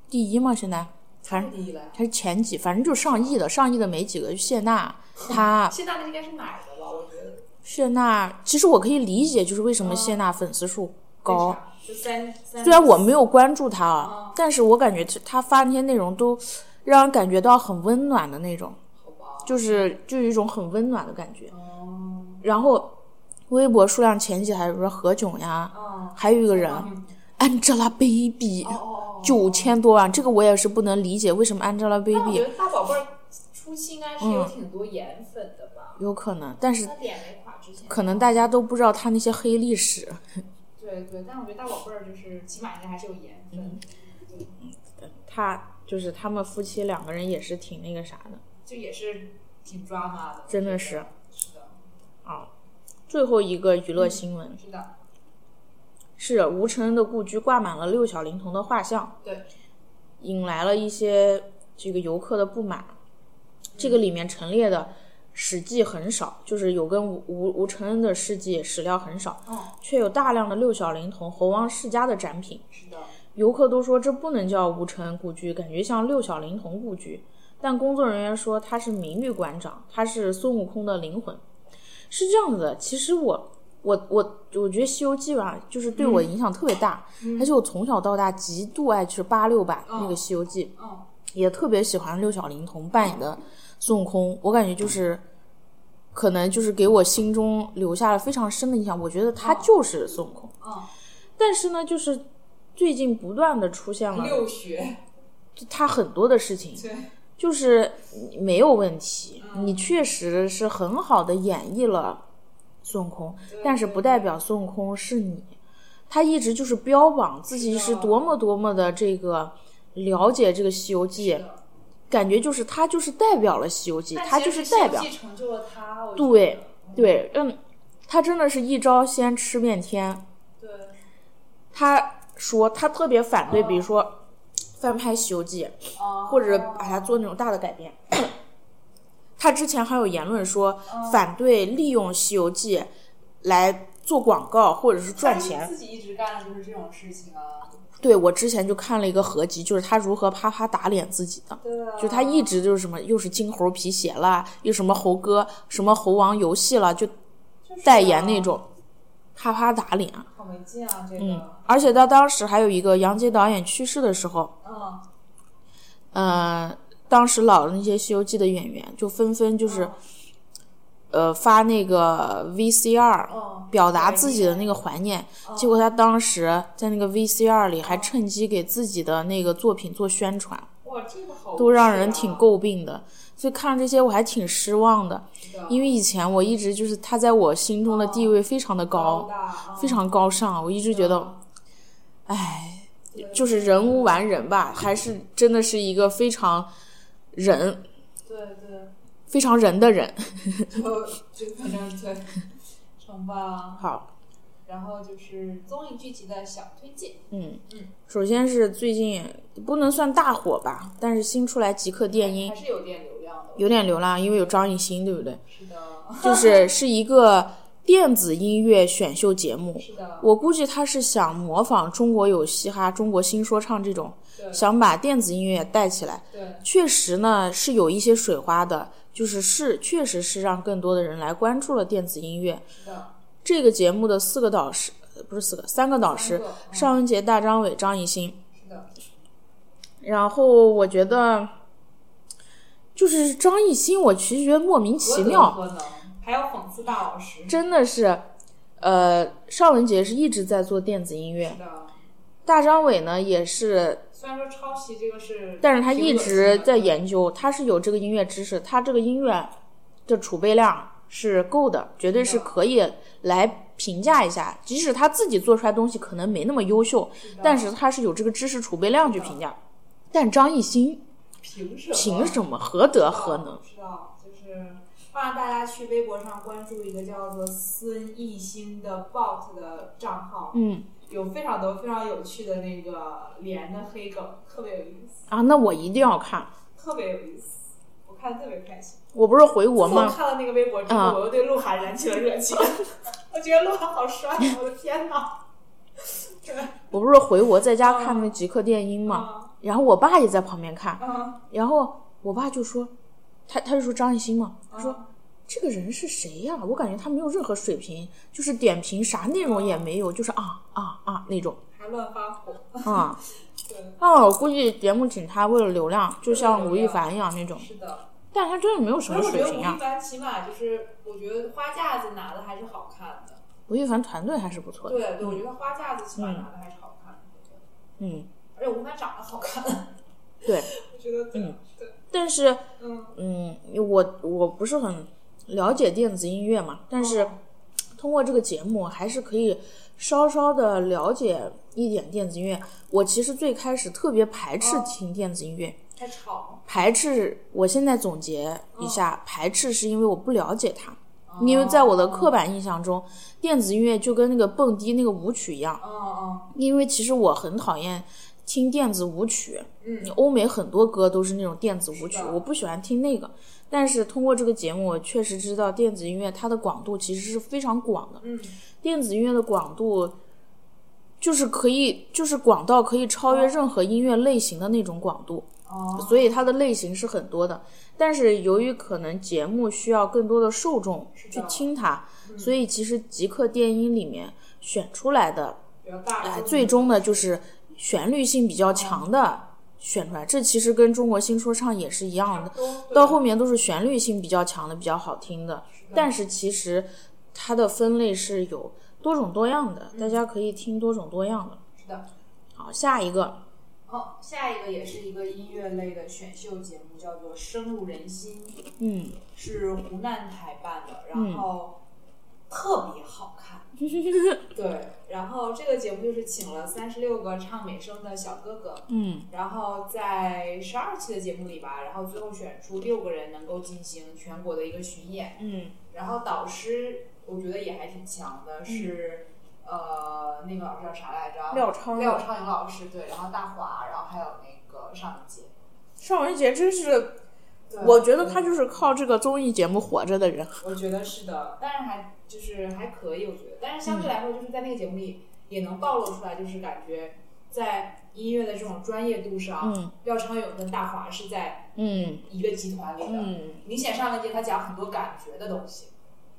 [SPEAKER 1] 第一吗？现在反正
[SPEAKER 3] 不低了。
[SPEAKER 1] 还是前几，反正就上亿的，上亿的没几个。就谢娜，她
[SPEAKER 3] 谢娜那应该是买的吧？我觉得
[SPEAKER 1] 谢娜，其实我可以理解，就是为什么谢娜粉丝数高。
[SPEAKER 3] 为啥就三三。
[SPEAKER 1] 虽然我没有关注她啊，但是我感觉她她发那些内容都让人感觉到很温暖的那种，
[SPEAKER 3] 好吧，
[SPEAKER 1] 就是就有一种很温暖的感觉。
[SPEAKER 3] 嗯
[SPEAKER 1] 然后微博数量前几还有说何炅呀，
[SPEAKER 3] 嗯，
[SPEAKER 1] 还有一个人
[SPEAKER 3] 哦
[SPEAKER 1] Angelababy，
[SPEAKER 3] 哦哦，
[SPEAKER 1] 九千多万，这个我也是不能理解，为什么
[SPEAKER 3] 但我
[SPEAKER 1] Angelababy
[SPEAKER 3] 觉得大宝贝儿初期应该是有挺多颜粉的吧？
[SPEAKER 1] 有可能，但是
[SPEAKER 3] 他脸没垮之前，
[SPEAKER 1] 可能大家都不知道她那些黑历史。
[SPEAKER 3] 对对，但我觉得大宝贝儿就是起码应该还是有颜
[SPEAKER 1] 嗯
[SPEAKER 3] 粉，
[SPEAKER 1] 他就是他们夫妻两个人也是挺那个啥的，
[SPEAKER 3] 就也是挺抓马的，
[SPEAKER 1] 真的
[SPEAKER 3] 是
[SPEAKER 1] 是。
[SPEAKER 3] 是的，
[SPEAKER 1] 啊。最后一个娱乐新闻
[SPEAKER 3] 是的，
[SPEAKER 1] 是吴承恩的故居挂满了六小龄童的画像，
[SPEAKER 3] 对，
[SPEAKER 1] 引来了一些这个游客的不满。这个里面陈列的史记很少，就是有跟吴吴吴承恩的事迹史料很少，
[SPEAKER 3] 嗯，
[SPEAKER 1] 却有大量的六小龄童、猴王世家的展品。
[SPEAKER 3] 是的，
[SPEAKER 1] 游客都说这不能叫吴承恩故居，感觉像六小龄童故居。但工作人员说他是名誉馆长，他是孙悟空的灵魂。是这样子的，其实我我我我觉得《西游记》吧，就是对我影响特别大，而且我从小到大极度爱吃八六版那个《西游记》
[SPEAKER 3] 嗯，
[SPEAKER 1] 也特别喜欢六小龄童扮演的孙悟空，我感觉就是。可能就是给我心中留下了非常深的印象，我觉得他就是孙悟空。
[SPEAKER 3] 嗯，
[SPEAKER 1] 但是呢，就是最近不断的出现了
[SPEAKER 3] 六学，
[SPEAKER 1] 他很多的事情，
[SPEAKER 3] 对，
[SPEAKER 1] 就是没有问题，
[SPEAKER 3] 嗯
[SPEAKER 1] 你确实是很好的演绎了孙悟空，但是不代表孙悟空是你。他一直就是标榜自己是多么多么的这个了解这个《西游记》
[SPEAKER 3] 的，
[SPEAKER 1] 感觉就是他就是代表了《西游记》，
[SPEAKER 3] 但
[SPEAKER 1] 他
[SPEAKER 3] 其
[SPEAKER 1] 就
[SPEAKER 3] 实
[SPEAKER 1] 是代表
[SPEAKER 3] 西游记成就了他，我觉得
[SPEAKER 1] 对对，嗯，他真的是一招先吃遍天，
[SPEAKER 3] 对，
[SPEAKER 1] 他说他特别反对，
[SPEAKER 3] 嗯
[SPEAKER 1] 比如说翻拍《西游记》，
[SPEAKER 3] 啊，
[SPEAKER 1] 哎或者把它做那种大的改编。他之前还有言论说
[SPEAKER 3] 嗯
[SPEAKER 1] 反对利用《西游记》来做广告或者是赚
[SPEAKER 3] 他
[SPEAKER 1] 钱。
[SPEAKER 3] 自己一直干的就是这种事情啊。
[SPEAKER 1] 对我之前就看了一个合集，就是他如何啪啪打脸自己的。
[SPEAKER 3] 对啊，
[SPEAKER 1] 就他一直就是什么，又是金猴皮鞋啦，又什么猴哥、什么猴王游戏啦，就
[SPEAKER 3] 就是啊
[SPEAKER 1] 代言那，种，啪啪打脸。
[SPEAKER 3] 好没劲啊，这
[SPEAKER 1] 嗯
[SPEAKER 3] 个，，
[SPEAKER 1] 而且他当时还有一个杨洁导演去世的时候，
[SPEAKER 3] 嗯，
[SPEAKER 1] 呃，当时老的那些《西游记》的演员就纷纷就是，呃，发那个 VCR，
[SPEAKER 3] 嗯
[SPEAKER 1] 表达自己的那个怀念。结果他当时在那个 VCR 里还趁机给自己的那个作品做宣传，
[SPEAKER 3] 哇，这个好，啊
[SPEAKER 1] 都让人挺，诟病的。所以看这些我还挺失望的，因为以前我一直就是他在我心中的地位非常的高，
[SPEAKER 3] 大，嗯
[SPEAKER 1] 非常高尚，我一直觉得，哎，就是人无完人吧，还是真的是一个非常人、
[SPEAKER 3] 对对，
[SPEAKER 1] 非常人的人。
[SPEAKER 3] 就就反正对，成吧。
[SPEAKER 1] 好，
[SPEAKER 3] 然后就是综艺剧集的小推荐，
[SPEAKER 1] 嗯
[SPEAKER 3] 嗯，
[SPEAKER 1] 首先是最近不能算大火吧，但是新出来《极客电音
[SPEAKER 3] 还》是有点流量的，
[SPEAKER 1] 有点流浪，因为有张艺兴，对不对？
[SPEAKER 3] 是的，
[SPEAKER 1] 就是是一个电子音乐选秀节目。
[SPEAKER 3] 是的，
[SPEAKER 1] 我估计他是想模仿中国有嘻哈、中国新说唱这种，
[SPEAKER 3] 对
[SPEAKER 1] 想把电子音乐也带起来。
[SPEAKER 3] 对，
[SPEAKER 1] 确实呢是有一些水花的，就是是确实是让更多的人来关注了电子音乐。
[SPEAKER 3] 是的，
[SPEAKER 1] 这个节目的四个导师呃不是四个，三个导师
[SPEAKER 3] 三个：嗯
[SPEAKER 1] 尚雯婕、大张伟、张艺兴。
[SPEAKER 3] 是的，
[SPEAKER 1] 然后我觉得，就是张艺兴，我其实觉得莫名
[SPEAKER 3] 何
[SPEAKER 1] 其
[SPEAKER 3] 德
[SPEAKER 1] 妙，
[SPEAKER 3] 何能，还要讽刺大老师，
[SPEAKER 1] 真的是，呃，尚雯婕是一直在做电子音
[SPEAKER 3] 是
[SPEAKER 1] 乐，
[SPEAKER 3] 的。
[SPEAKER 1] 大张伟呢也是
[SPEAKER 3] 虽然说抄袭这个是，
[SPEAKER 1] 但是他一直在，研究，他是有这个音乐知识，他这个音乐的储备量是够的，绝对是可以来评价一下。即使他自己做出来东西可能没那么优秀，但是他是有这个知识储备量去评价。但张艺兴
[SPEAKER 3] 凭什么？
[SPEAKER 1] 凭什么？何德何能？
[SPEAKER 3] 不知道，就是欢迎大家去微博上关注一个叫做孙艺兴的 bot 的账号，
[SPEAKER 1] 嗯
[SPEAKER 3] 有非常多非常有趣的那个连的黑梗，特别有意思，
[SPEAKER 1] 啊，那我一定要看。
[SPEAKER 3] 特别有意思，我看的特别开心。
[SPEAKER 1] 我不是回国
[SPEAKER 3] 自从
[SPEAKER 1] 吗？
[SPEAKER 3] 看了那个微博之后，
[SPEAKER 1] 啊
[SPEAKER 3] 我又对鹿晗燃起了热情， 我觉得鹿晗好帅，啊我的天哪！
[SPEAKER 1] 我不是回国在家看那极客电音 吗？
[SPEAKER 3] 啊
[SPEAKER 1] 然后我爸也在旁边看，
[SPEAKER 3] 啊
[SPEAKER 1] 然后我爸就说，他他就说张艺兴嘛，他说、
[SPEAKER 3] 啊
[SPEAKER 1] 这个人是谁呀、我感觉他没有任何水平，就是点评啥内容也没有，就是啊啊啊那种
[SPEAKER 3] 还乱发火，
[SPEAKER 1] 啊。
[SPEAKER 3] 对，
[SPEAKER 1] 那、我估计节目请他为了流量，就像吴亦凡一样那种，
[SPEAKER 3] 是的。
[SPEAKER 1] 但他真的没有什
[SPEAKER 3] 所以
[SPEAKER 1] 么
[SPEAKER 3] 我觉
[SPEAKER 1] 水
[SPEAKER 3] 得吴
[SPEAKER 1] 平啊
[SPEAKER 3] 亦。凡起码就是，我觉得花架子拿的还是好看的。
[SPEAKER 1] 吴亦凡团队还是不嗯错的，
[SPEAKER 3] 对对，我觉得花架子起码拿的还是好看的。
[SPEAKER 1] 嗯，
[SPEAKER 3] 而且吴亦凡长得好看，
[SPEAKER 1] 对。
[SPEAKER 3] 我觉得对
[SPEAKER 1] 嗯
[SPEAKER 3] 对，
[SPEAKER 1] 但是
[SPEAKER 3] 嗯
[SPEAKER 1] 嗯，我我不是很了解电子音乐嘛，但是通过这个节目还是可以稍稍的了解一点电子音乐。我其实最开始特别排斥听电子音乐。
[SPEAKER 3] 太吵
[SPEAKER 1] 排斥，我现在总结一下，排斥是因为我不了解它，
[SPEAKER 3] 哦
[SPEAKER 1] 因为在我的刻板印象中，电子音乐就跟那个蹦迪那个舞曲一样，
[SPEAKER 3] 了。嗯
[SPEAKER 1] 因为其实我很讨厌听电子舞曲，
[SPEAKER 3] 嗯嗯，
[SPEAKER 1] 欧美很多歌都是那种电子舞曲
[SPEAKER 3] 是，的
[SPEAKER 1] 我不喜欢听那个。但是通过这个节目，我确实知道电子音乐它的广度其实是非常广的，
[SPEAKER 3] 嗯，
[SPEAKER 1] 电子音乐的广度。就是可以，就是广到可以超越任何音乐类型的那种广度。
[SPEAKER 3] 哦，
[SPEAKER 1] 所以它的类型是很多的。但是由于可能节目需要更多的受众
[SPEAKER 3] 是的
[SPEAKER 1] 去
[SPEAKER 3] 嗯
[SPEAKER 1] 听它，所以其实极客电音里面选出来的，
[SPEAKER 3] 比较大
[SPEAKER 1] 哎，
[SPEAKER 3] 众
[SPEAKER 1] 最终呢就是旋律性比较强的选出来。这其实跟中国新说唱也是一样的，
[SPEAKER 3] 都对
[SPEAKER 1] 到后面都是旋律性比较强的、比较好听的。但是其实它的分类是有多种多样的，大家可以听多种多样的。
[SPEAKER 3] 是的。
[SPEAKER 1] 好，下一个，
[SPEAKER 3] 哦，下一个也是一个音乐类的选秀节目，叫做《深入人心》，
[SPEAKER 1] 嗯，
[SPEAKER 3] 是湖南台办的，然后特别好看。对，然后这个节目就是请了三十六个唱美声的小哥哥，
[SPEAKER 1] 嗯，
[SPEAKER 3] 然后在十二期的节目里吧，然后最后选出六个人能够进行全国的一个巡演，
[SPEAKER 1] 嗯，
[SPEAKER 3] 然后导师我觉得也还挺强的，是、呃那个老师叫啥来着？
[SPEAKER 1] 嗯廖昌
[SPEAKER 3] 廖昌永老师对，然后大华，然后还有那个尚杰，
[SPEAKER 1] 尚雯婕真是我觉得他就是靠这个综艺节目活着的人。
[SPEAKER 3] 嗯我觉得是的，但是还就是还可以，我觉得。但是相
[SPEAKER 1] 嗯
[SPEAKER 3] 对来说，就是在那个节目里也能暴露出来，就是感觉在音乐的这种专业度上，
[SPEAKER 1] 嗯
[SPEAKER 3] 廖昌永跟大华是在
[SPEAKER 1] 嗯
[SPEAKER 3] 一个集团里的。
[SPEAKER 1] 嗯
[SPEAKER 3] 明显上个节他讲很多感觉的东西，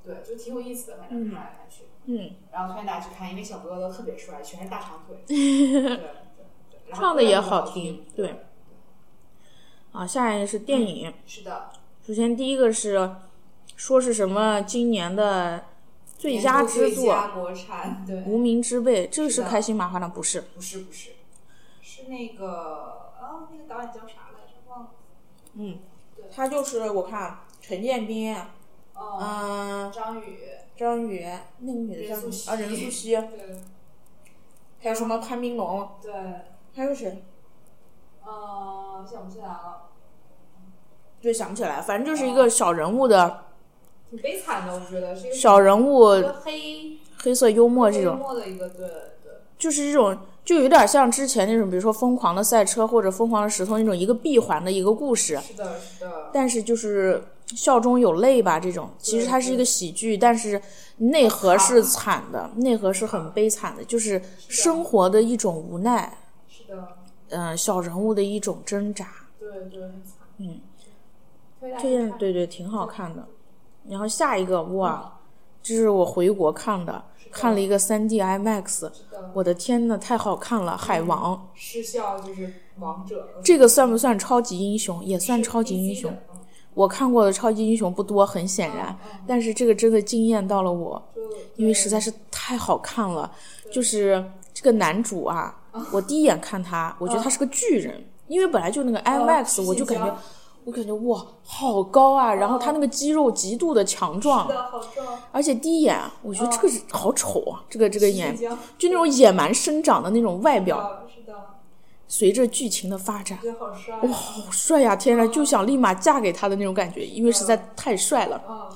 [SPEAKER 3] 对，就挺有意思的，反
[SPEAKER 1] 嗯
[SPEAKER 3] 正看来看去。
[SPEAKER 1] 嗯，
[SPEAKER 3] 然后推荐大家去看，因为小哥哥都特别帅，全是大 长腿。对对对然后
[SPEAKER 1] 唱的也
[SPEAKER 3] 歌很
[SPEAKER 1] 好
[SPEAKER 3] 好
[SPEAKER 1] 听，对。啊，下一个是电影。
[SPEAKER 3] 是的，
[SPEAKER 1] 首先第一个是说是什么今年的最佳
[SPEAKER 3] 年度
[SPEAKER 1] 之
[SPEAKER 3] 最
[SPEAKER 1] 作嗯
[SPEAKER 3] 佳
[SPEAKER 1] 《
[SPEAKER 3] 国产，对，
[SPEAKER 1] 无名之辈》，这个是
[SPEAKER 3] 是的
[SPEAKER 1] 开心麻花的，不是？
[SPEAKER 3] 不是不是，是那个哦，那个导演叫啥来着？忘了。
[SPEAKER 1] 他就是我看陈建斌，
[SPEAKER 3] 哦，
[SPEAKER 1] 嗯，
[SPEAKER 3] 张宇，
[SPEAKER 1] 张宇，那个女的叫
[SPEAKER 3] 任素
[SPEAKER 1] 什
[SPEAKER 3] 汐
[SPEAKER 1] 么？啊，任素汐，
[SPEAKER 3] 对
[SPEAKER 1] 还有什么潘斌龙，
[SPEAKER 3] 对，
[SPEAKER 1] 还有谁？
[SPEAKER 3] 呃，想不起来了，
[SPEAKER 1] 对，想不起来，反正就是一个小人物的
[SPEAKER 3] 挺悲惨的，我觉得是一个
[SPEAKER 1] 小人物，
[SPEAKER 3] 一个黑
[SPEAKER 1] 黑色幽默这
[SPEAKER 3] 黑
[SPEAKER 1] 种。
[SPEAKER 3] 墨的一个，对对。
[SPEAKER 1] 就是这种，就有点像之前那种，比如说《疯狂的赛车》或者《疯狂的石头》那种一个闭环的一个故事，
[SPEAKER 3] 是的，是的，
[SPEAKER 1] 但是就是笑中有泪吧。这种其实它是一个喜剧，但是内核是嗯惨的，内核是很悲惨的，就是生活的一种无奈，
[SPEAKER 3] 是的，
[SPEAKER 1] 嗯、小人物的一种挣扎。
[SPEAKER 3] 对对，很惨。
[SPEAKER 1] 嗯
[SPEAKER 3] 推大家
[SPEAKER 1] 这件
[SPEAKER 3] 去看，
[SPEAKER 1] 对啊对挺好看的。然后下一个哇，嗯这是我回国看的，看了一个 3D IMAX，
[SPEAKER 3] 是的，
[SPEAKER 1] 我的天呐，太好看了，《海王》。
[SPEAKER 3] 失效就是王者。
[SPEAKER 1] 这个算不算超级英雄？也算
[SPEAKER 3] 是
[SPEAKER 1] 超级
[SPEAKER 3] DC
[SPEAKER 1] 英雄
[SPEAKER 3] 的。嗯
[SPEAKER 1] 我看过的超级英雄不多，很显然，但是这个真的惊艳到了我，
[SPEAKER 3] 就
[SPEAKER 1] 因为实在是太好看了。就是这个男主啊，
[SPEAKER 3] 哦
[SPEAKER 1] 我第一眼看他，我觉得他是个巨人，因为本来就那个
[SPEAKER 3] 哦
[SPEAKER 1] IMAX，我就感觉，我感觉哇，好高啊！然后他那个肌肉极度的强壮
[SPEAKER 3] 哦是，的哦好壮，
[SPEAKER 1] 而且第一眼啊我觉得这个人好丑啊，这个这个眼
[SPEAKER 3] 已经
[SPEAKER 1] 就那种野蛮生长的那种外表，
[SPEAKER 3] 啊是的，
[SPEAKER 1] 随着剧情的发展，
[SPEAKER 3] 觉得好帅。啊
[SPEAKER 1] 哇，好帅呀、天呐，就想立马嫁给他的那种感觉，因为实在太帅了。
[SPEAKER 3] 嗯，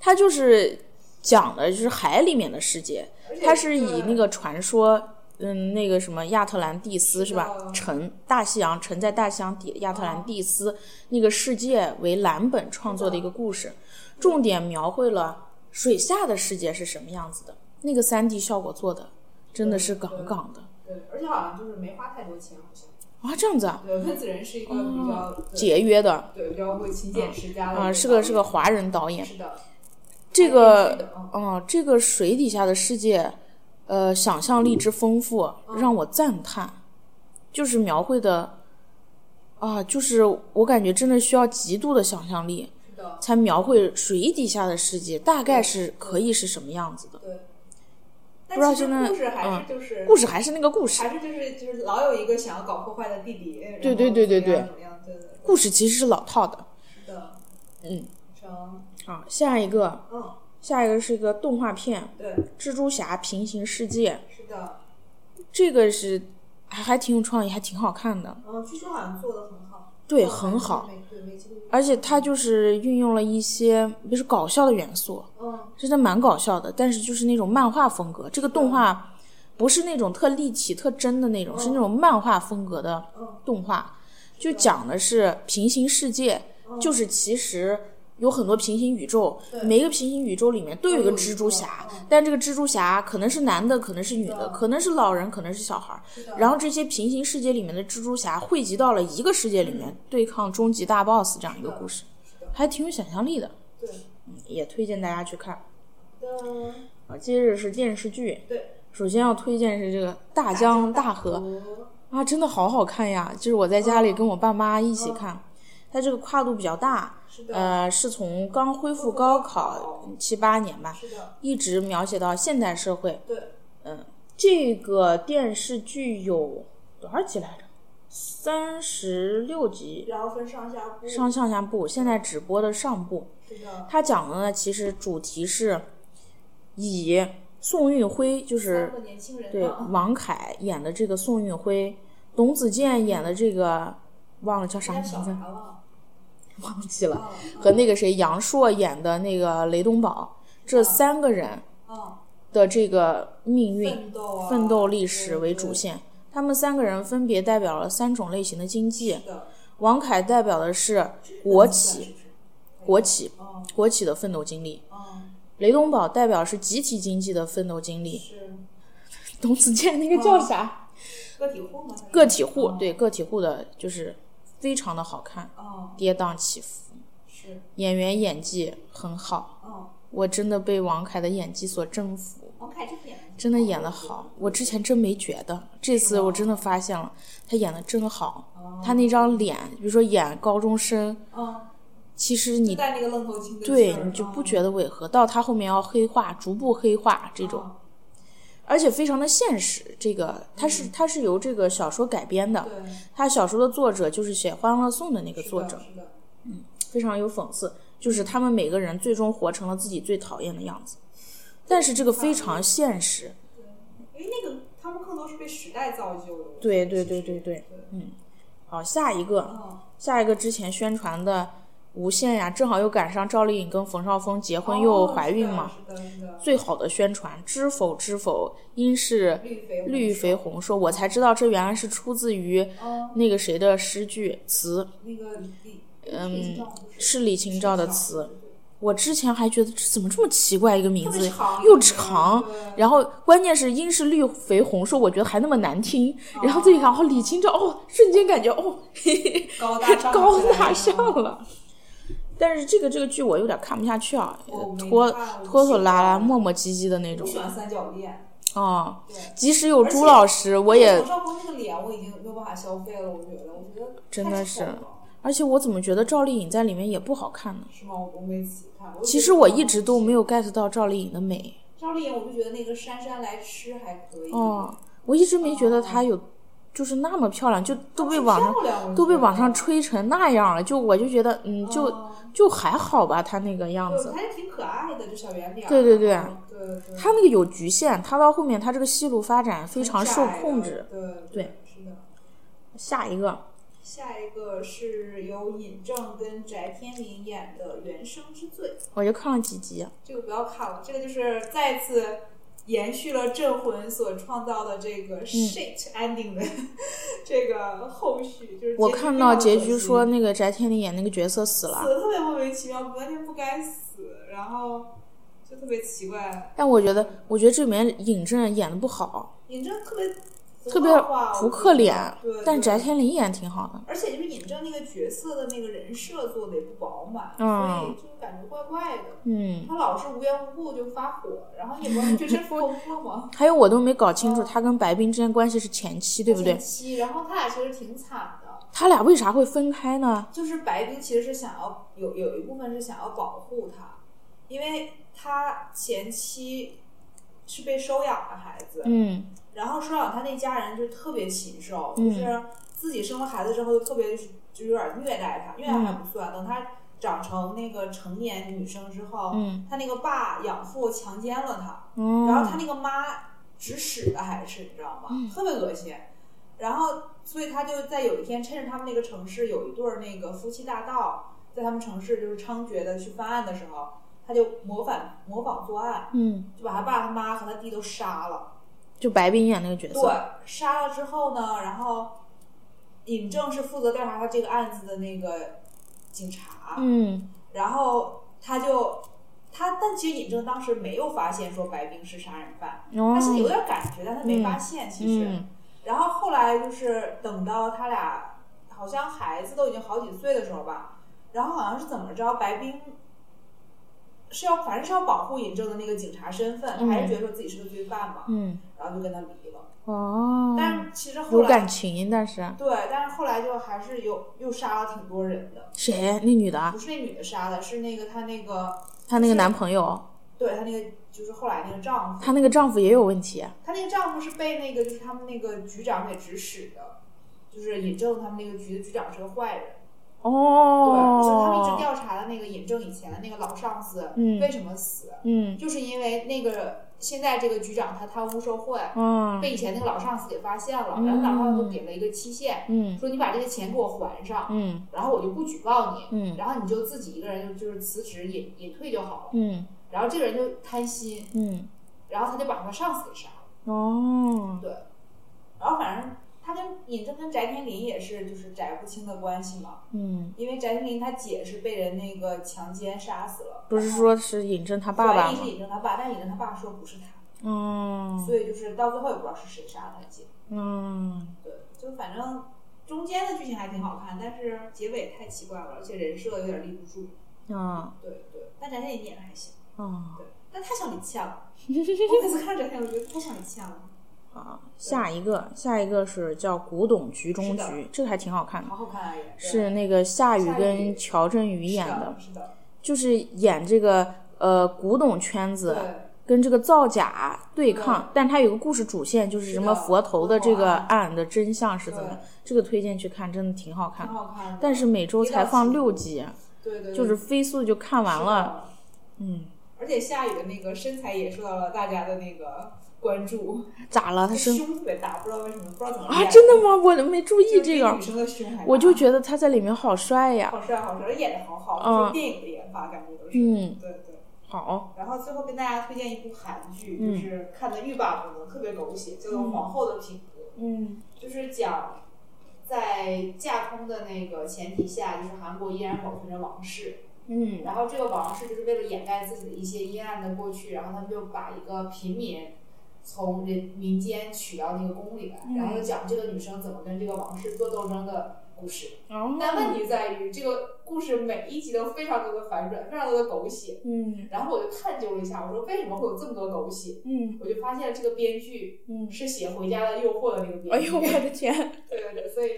[SPEAKER 1] 他就是讲的就是海里面的世界，
[SPEAKER 3] 而且
[SPEAKER 1] 他是以那个传说，嗯，那个什么亚特兰蒂斯是吧
[SPEAKER 3] 是？的
[SPEAKER 1] 沉大西洋沉在大西洋底的亚特兰蒂斯、那个世界为蓝本创作的一个故事，重点描绘了水下的世界是什么样子的。那个三 D 效果做的真的是杠杠的
[SPEAKER 3] 对，而且好像就是没花太多钱，好像。
[SPEAKER 1] 啊，这样子啊，
[SPEAKER 3] 对，温子仁是一个比较对
[SPEAKER 1] 节约的
[SPEAKER 3] 对比较会勤俭持家的
[SPEAKER 1] 哦啊，
[SPEAKER 3] 一
[SPEAKER 1] 是个是个
[SPEAKER 3] 导
[SPEAKER 1] 华人导演
[SPEAKER 3] 演。是的，
[SPEAKER 1] 这
[SPEAKER 3] 还有
[SPEAKER 1] 个
[SPEAKER 3] 这个，
[SPEAKER 1] 嗯，这个水底下的世界，呃，想象力之丰富
[SPEAKER 3] 嗯
[SPEAKER 1] 让我赞叹，就是描绘的，啊，就是我感觉真的需要极度的想象力
[SPEAKER 3] 是的，
[SPEAKER 1] 才描绘水底下的世界大概是可以是什么样子的。
[SPEAKER 3] 对。但
[SPEAKER 1] 不知道
[SPEAKER 3] 其实
[SPEAKER 1] 真的
[SPEAKER 3] 故事还
[SPEAKER 1] 嗯
[SPEAKER 3] 是就是
[SPEAKER 1] 故事还是那个故事，
[SPEAKER 3] 还是就是就是老有一个想要搞破坏的弟弟，然后
[SPEAKER 1] 对对对对对
[SPEAKER 3] 怎么样怎么样，对对
[SPEAKER 1] 故事其实是老套的
[SPEAKER 3] 是的，
[SPEAKER 1] 嗯，
[SPEAKER 3] 成，
[SPEAKER 1] 啊。下一个，
[SPEAKER 3] 嗯，
[SPEAKER 1] 下一个是一个动画片
[SPEAKER 3] 对，
[SPEAKER 1] 《蜘蛛侠：平行世界
[SPEAKER 3] 是的，》，
[SPEAKER 1] 这个是还还挺有创意，还挺好看的，
[SPEAKER 3] 嗯，据说好像做的很好，
[SPEAKER 1] 对，
[SPEAKER 3] 做得
[SPEAKER 1] 很好。
[SPEAKER 3] 没对，没记录，
[SPEAKER 1] 而且它就是运用了一些，比如说搞笑的元素，
[SPEAKER 3] 嗯，
[SPEAKER 1] 真的蛮搞笑的。但是就是那种漫画风格，这个动画不是那种特立体、特真的那种，是那种漫画风格的动画，就讲的是平行世界，就是其实。有很多平行宇宙，每一个平行宇宙里面都有一个蜘蛛侠，但这个蜘蛛侠可能是男的，可能是女的，可能是老人，可能是小孩儿。然后这些平行世界里面的蜘蛛侠汇集到了一个世界里面，对抗终极大 boss 这样一个故事，还挺有想象力的。
[SPEAKER 3] 对，
[SPEAKER 1] 也推荐大家去看。
[SPEAKER 3] 的，
[SPEAKER 1] 啊，接着是电视剧，
[SPEAKER 3] 对，
[SPEAKER 1] 首先要推荐是这个《大江大河》
[SPEAKER 3] 哦
[SPEAKER 1] 啊，真的好好看呀！就是我在家里跟我爸妈一起看，它这个跨度比较大，
[SPEAKER 3] 是的，
[SPEAKER 1] 呃，嗯是从刚恢复高考七八年吧，
[SPEAKER 3] 是的，
[SPEAKER 1] 一直描写到现代社会。
[SPEAKER 3] 对，
[SPEAKER 1] 这个电视剧有多少集来着？三十六集，
[SPEAKER 3] 然后分上下部，
[SPEAKER 1] 上上下部，现在只播的上部。
[SPEAKER 3] 是的，
[SPEAKER 1] 他讲的呢，其实主题是以宋运辉，就是
[SPEAKER 3] 三个年轻人
[SPEAKER 1] 对
[SPEAKER 3] 嘛，
[SPEAKER 1] 王凯演的这个宋运辉，董子健演的这个忘了叫啥
[SPEAKER 3] 那
[SPEAKER 1] 名
[SPEAKER 3] 小啥
[SPEAKER 1] 字，
[SPEAKER 3] 了，
[SPEAKER 1] 忘记了，
[SPEAKER 3] 嗯
[SPEAKER 1] 和那个谁杨烁演的那个雷东宝，
[SPEAKER 3] 哦
[SPEAKER 1] 这三个人
[SPEAKER 3] 嗯，
[SPEAKER 1] 的这个命运
[SPEAKER 3] 奋、斗啊，
[SPEAKER 1] 奋斗历史为
[SPEAKER 3] 对
[SPEAKER 1] 主，线
[SPEAKER 3] 对。
[SPEAKER 1] 他们三个人分别代表了三种类型的经济
[SPEAKER 3] 是，的，嗯
[SPEAKER 1] 王凯代表的是国企，国企，国企的奋斗经历。
[SPEAKER 3] 嗯
[SPEAKER 1] 雷东宝代表是集体经济的奋斗经历。
[SPEAKER 3] 是
[SPEAKER 1] 董子健那个
[SPEAKER 3] 哦
[SPEAKER 1] 叫啥？
[SPEAKER 3] 个体户吗？它是
[SPEAKER 1] 个体户，对个体户的，就是非常的好看，
[SPEAKER 3] 哦，
[SPEAKER 1] 跌宕起伏，
[SPEAKER 3] 是
[SPEAKER 1] 演员演技很好。
[SPEAKER 3] 哦，
[SPEAKER 1] 我真的被王凯的演技所征服，
[SPEAKER 3] 王凯这点
[SPEAKER 1] 真的演得好。我之前真没觉得，这次我真的发现了，他演得真好。他那张脸，比如说演高中生，
[SPEAKER 3] 嗯，
[SPEAKER 1] 其实你
[SPEAKER 3] 戴那个愣头青的
[SPEAKER 1] 对
[SPEAKER 3] 劲儿
[SPEAKER 1] 你就不
[SPEAKER 3] 嗯
[SPEAKER 1] 觉得违和，到他后面要黑化，逐步黑化这种，而且非常的现实。这个它是它是由这个小说改编的，
[SPEAKER 3] 嗯对
[SPEAKER 1] 他小说的作者就是写《欢乐颂》的那个作者，
[SPEAKER 3] 是的，
[SPEAKER 1] 非常有讽刺，就是他们每个人最终活成了自己最讨厌的样子，但是这个非常现实。
[SPEAKER 3] 因为那个他们更多是被时代造就的。
[SPEAKER 1] 对对对对对，嗯，好，下一个，
[SPEAKER 3] 嗯，
[SPEAKER 1] 下一个之前宣传的《无限》呀，正好又赶上赵丽颖跟冯绍峰结婚又
[SPEAKER 3] 哦
[SPEAKER 1] 怀孕嘛，
[SPEAKER 3] 是的，是的，是的，
[SPEAKER 1] 最好的宣传，知否知否，应是
[SPEAKER 3] 绿肥
[SPEAKER 1] 绿肥
[SPEAKER 3] 红
[SPEAKER 1] 红瘦。我才知道这原来是出自于
[SPEAKER 3] 瘦，嗯，
[SPEAKER 1] 那个谁的诗句词，
[SPEAKER 3] 那个李，
[SPEAKER 1] 嗯
[SPEAKER 3] 嗯，
[SPEAKER 1] 是李清照的词。我之前还觉得这怎么这么奇怪一个名
[SPEAKER 3] 特
[SPEAKER 1] 字
[SPEAKER 3] 别长，嗯
[SPEAKER 1] 又长
[SPEAKER 3] 对，
[SPEAKER 1] 然后关键是应是绿肥红瘦，我觉得还那么难听。然后再一看，哦，李清照，哦，瞬间感觉哦，嘿嘿嘿
[SPEAKER 3] 高大上，
[SPEAKER 1] 高大上。了。但是这个这个剧我有点看不下去啊，
[SPEAKER 3] 哦我没
[SPEAKER 1] 拖
[SPEAKER 3] 看
[SPEAKER 1] 拖拖拉拉、
[SPEAKER 3] 我
[SPEAKER 1] 磨磨唧唧的那种
[SPEAKER 3] 不喜欢三角恋，
[SPEAKER 1] 啊。
[SPEAKER 3] 对。
[SPEAKER 1] 即使有
[SPEAKER 3] 而
[SPEAKER 1] 朱
[SPEAKER 3] 且
[SPEAKER 1] 老师，我也
[SPEAKER 3] 冯绍峰那个脸我已经没有办法消费了，我觉得，我觉得
[SPEAKER 1] 真的
[SPEAKER 3] 太丑
[SPEAKER 1] 是
[SPEAKER 3] 了
[SPEAKER 1] 而且我怎么觉得赵丽颖在里面也不好看呢？
[SPEAKER 3] 是吗？我我没仔细看。就
[SPEAKER 1] 其
[SPEAKER 3] 觉
[SPEAKER 1] 实
[SPEAKER 3] 得
[SPEAKER 1] 我
[SPEAKER 3] 冯
[SPEAKER 1] 一
[SPEAKER 3] 绍
[SPEAKER 1] 直
[SPEAKER 3] 峰
[SPEAKER 1] 都
[SPEAKER 3] 是
[SPEAKER 1] 没有 get 到赵丽颖的美
[SPEAKER 3] 赵丽颖，我就觉得那个姗姗来迟还可以，
[SPEAKER 1] 哦，我一直没觉得她有就是那么漂亮，就都被网上
[SPEAKER 3] 漂亮我
[SPEAKER 1] 都被
[SPEAKER 3] 觉
[SPEAKER 1] 网
[SPEAKER 3] 得
[SPEAKER 1] 上吹成那样了，就我就觉得嗯，就
[SPEAKER 3] 哦
[SPEAKER 1] 就还好吧，她那个样
[SPEAKER 3] 对，
[SPEAKER 1] 子，
[SPEAKER 3] 还是挺可爱的，就小圆脸儿。
[SPEAKER 1] 对对对
[SPEAKER 3] 嗯对对，
[SPEAKER 1] 她那个有局限，她到后面她这个戏路发展非
[SPEAKER 3] 非
[SPEAKER 1] 常受控制。
[SPEAKER 3] 对
[SPEAKER 1] 对，
[SPEAKER 3] 是的。
[SPEAKER 1] 下一个
[SPEAKER 3] 下一个是由尹正跟翟天临演的《原生之罪》，
[SPEAKER 1] 我就看了几集，
[SPEAKER 3] 这个不要看了，这个就是再次延续了《镇魂》所创造的这个
[SPEAKER 1] 嗯
[SPEAKER 3] shit ending 的 这个后续，就是
[SPEAKER 1] 我
[SPEAKER 3] 结局
[SPEAKER 1] 看
[SPEAKER 3] 非
[SPEAKER 1] 到
[SPEAKER 3] 常
[SPEAKER 1] 结
[SPEAKER 3] 可
[SPEAKER 1] 局
[SPEAKER 3] 惜
[SPEAKER 1] 说那个翟天临演那个角色死
[SPEAKER 3] 死
[SPEAKER 1] 了，
[SPEAKER 3] 的特别莫名其妙，完全不该死，然后就特别奇怪，
[SPEAKER 1] 但我觉得我觉得这里面尹正演的不好。
[SPEAKER 3] 尹正特别
[SPEAKER 1] 特
[SPEAKER 3] 特
[SPEAKER 1] 别扑克脸
[SPEAKER 3] 对，，
[SPEAKER 1] 但翟
[SPEAKER 3] 对
[SPEAKER 1] 天临演挺好的。
[SPEAKER 3] 而且就是尹正那个角色的那个人设做的也不饱满，
[SPEAKER 1] 嗯
[SPEAKER 3] 所以就感觉怪怪的。
[SPEAKER 1] 嗯，？
[SPEAKER 3] 他老是无缘无故就发火，然后也不知道这是疯了吗
[SPEAKER 1] 还有我都没搞清楚他跟白冰之间关系是前妻，对不对
[SPEAKER 3] 哦前？妻然后他俩其实挺惨的，
[SPEAKER 1] 他俩为啥会分开呢？
[SPEAKER 3] 就是白冰其实是想要有有一部分是想要保护他，因为他前妻是被收养的孩子，
[SPEAKER 1] 嗯
[SPEAKER 3] 然后收养他那家人就特别禽兽，
[SPEAKER 1] 嗯
[SPEAKER 3] 就是自己生了孩子之后就特别就有点虐待他，虐
[SPEAKER 1] 嗯
[SPEAKER 3] 待还不算，等他长成那个成年女生之后，
[SPEAKER 1] 嗯
[SPEAKER 3] 他那个爸养父强奸了他，嗯然后他
[SPEAKER 1] 哦，嗯
[SPEAKER 3] 那个妈指使的还是你知道吗？特别恶心。然后所以他就在有一天趁着他们那个城市有一对儿那个夫妻大盗在他们城市就是猖獗的去犯案的时候，他就模仿模仿作案，
[SPEAKER 1] 嗯，
[SPEAKER 3] 就把他爸、他妈和他弟都杀了。
[SPEAKER 1] 就白冰演那个角色，
[SPEAKER 3] 对，杀了之后呢，然后尹正是负责调查他这个案子的那个警察，
[SPEAKER 1] 嗯
[SPEAKER 3] 然后他就他，但其实尹正当时没有发现说白冰是杀人犯，
[SPEAKER 1] 哦
[SPEAKER 3] 他，心里有点感觉，但他没发现其实。
[SPEAKER 1] 嗯
[SPEAKER 3] 然后后来就是等到他俩好像孩子都已经好几岁的时候吧，然后好像是怎么着，白冰是要反正是要保护尹正的那个警察身份，
[SPEAKER 1] 嗯
[SPEAKER 3] 还是觉得说自己是个罪犯嘛，
[SPEAKER 1] 嗯，
[SPEAKER 3] 然后就跟他离了。
[SPEAKER 1] 哦，
[SPEAKER 3] 但是其实后
[SPEAKER 1] 有
[SPEAKER 3] 来
[SPEAKER 1] 感情，但是
[SPEAKER 3] 对，但是后来就还是有又杀了挺多人的，
[SPEAKER 1] 谁那女的啊
[SPEAKER 3] 不，是那女的杀的，是那个她那个
[SPEAKER 1] 她那个男朋友，
[SPEAKER 3] 对她那个就是后来那个丈夫，
[SPEAKER 1] 她那个丈夫也有问题，
[SPEAKER 3] 她那个丈夫是被那个就是他们那个局长给指使的，就是尹正他们那个局的局长是个坏人，对，所以他们一直
[SPEAKER 1] 哦，
[SPEAKER 3] 调查的那个尹正以前的那个老上司、
[SPEAKER 1] 嗯
[SPEAKER 3] 为什么死，
[SPEAKER 1] 嗯
[SPEAKER 3] 就是因为那个现在这个局长他贪污受贿，
[SPEAKER 1] 嗯
[SPEAKER 3] 被以前那个老上司给发现了，
[SPEAKER 1] 嗯
[SPEAKER 3] 然后老上司给了一个期限，
[SPEAKER 1] 嗯
[SPEAKER 3] 说你把这个钱给我还上，
[SPEAKER 1] 嗯
[SPEAKER 3] 然后我就不举报你，
[SPEAKER 1] 嗯
[SPEAKER 3] 然后你就自己一个人就就是辞职隐隐退就好了。
[SPEAKER 1] 嗯
[SPEAKER 3] 然后这个人就贪心，
[SPEAKER 1] 嗯，
[SPEAKER 3] 然后他就把他上司给杀了。
[SPEAKER 1] 哦，
[SPEAKER 3] 对，然后反正他跟尹正跟翟天临也是就是翟不清的关系嘛，
[SPEAKER 1] 嗯，
[SPEAKER 3] 因为翟天临他姐是被人那个强奸杀死了，
[SPEAKER 1] 不是说是尹正他爸
[SPEAKER 3] 然
[SPEAKER 1] 爸
[SPEAKER 3] 后怀疑是
[SPEAKER 1] 吗？
[SPEAKER 3] 尹正他爸，但尹正他爸说不是他，
[SPEAKER 1] 嗯
[SPEAKER 3] 所以就是到最后也不知道是谁杀的他姐。
[SPEAKER 1] 嗯，
[SPEAKER 3] 对，就反正中间的剧情还挺好看，但是结尾太奇怪了，而且人设有点立不住。
[SPEAKER 1] 啊
[SPEAKER 3] 对对，但翟天临演的还行，
[SPEAKER 1] 啊
[SPEAKER 3] 对，但太像李倩了。我每次看翟天临，我觉得太像李倩了，
[SPEAKER 1] 啊！下一个，下一个是叫《古董局中
[SPEAKER 3] 是
[SPEAKER 1] 局
[SPEAKER 3] 的》，
[SPEAKER 1] 这个还挺好看的
[SPEAKER 3] 好，好看啊也。对
[SPEAKER 1] 是那个夏雨
[SPEAKER 3] 夏雨
[SPEAKER 1] 跟乔振宇演
[SPEAKER 3] 是
[SPEAKER 1] 的
[SPEAKER 3] 的，，是的，
[SPEAKER 1] 就是演这个呃古董圈子。
[SPEAKER 3] 对，
[SPEAKER 1] 跟这个造假对抗，但它有个故事主线，就是什么
[SPEAKER 3] 是的
[SPEAKER 1] 佛头的这
[SPEAKER 3] 佛头
[SPEAKER 1] 个
[SPEAKER 3] 案
[SPEAKER 1] 案的真相是怎么
[SPEAKER 3] 对？
[SPEAKER 1] 这个推荐去看，真的挺好
[SPEAKER 3] 挺
[SPEAKER 1] 看。
[SPEAKER 3] 好看的。
[SPEAKER 1] 但是每周才放
[SPEAKER 3] 一到
[SPEAKER 1] 六
[SPEAKER 3] 四
[SPEAKER 1] 集，
[SPEAKER 3] 对对，对
[SPEAKER 1] 就是飞速就看完。
[SPEAKER 3] 是
[SPEAKER 1] 了。
[SPEAKER 3] 的
[SPEAKER 1] 嗯，
[SPEAKER 3] 而且夏雨的那个身材也受到了大家的那个关注，
[SPEAKER 1] 咋了？他
[SPEAKER 3] 她
[SPEAKER 1] 生
[SPEAKER 3] 胸特别大，不知道为什么，不知道怎么
[SPEAKER 1] 啊？
[SPEAKER 3] 练
[SPEAKER 1] 真的吗？我没注
[SPEAKER 3] 就
[SPEAKER 1] 意
[SPEAKER 3] 是
[SPEAKER 1] 这
[SPEAKER 3] 比
[SPEAKER 1] 个
[SPEAKER 3] 女，生的胸还大
[SPEAKER 1] 我就觉得他在里面好帅呀。
[SPEAKER 3] 好帅好帅，演的好好，
[SPEAKER 1] 嗯
[SPEAKER 3] 就是电影的演法感觉都是，
[SPEAKER 1] 嗯
[SPEAKER 3] 对对。
[SPEAKER 1] 好，
[SPEAKER 3] 然后最后跟大家推荐一部韩剧，
[SPEAKER 1] 嗯
[SPEAKER 3] 就是看的欲罢不能，特别狗血，叫做《皇后的品格》，
[SPEAKER 1] 嗯
[SPEAKER 3] 就是讲在架空的那个前提下，就是韩国依然保存着王室，
[SPEAKER 1] 嗯
[SPEAKER 3] 然后这个王室就是为了掩盖自己的一些阴暗的过去，然后他们就把一个平民从人民间娶到那个宫里来，然
[SPEAKER 1] 嗯
[SPEAKER 3] 后就讲这个女生怎么跟这个王室做斗争的故事。
[SPEAKER 1] 嗯
[SPEAKER 3] 但问题在于，这个故事每一集都非常多的反转，非常多的狗血。
[SPEAKER 1] 嗯
[SPEAKER 3] 然后我就探究了一下，我说为什么会有这么多狗血？
[SPEAKER 1] 嗯
[SPEAKER 3] 我就发现了这个编剧
[SPEAKER 1] 嗯，
[SPEAKER 3] 是写《回家的诱惑》的那个编剧。
[SPEAKER 1] 哎呦我的天，
[SPEAKER 3] 对对对，所以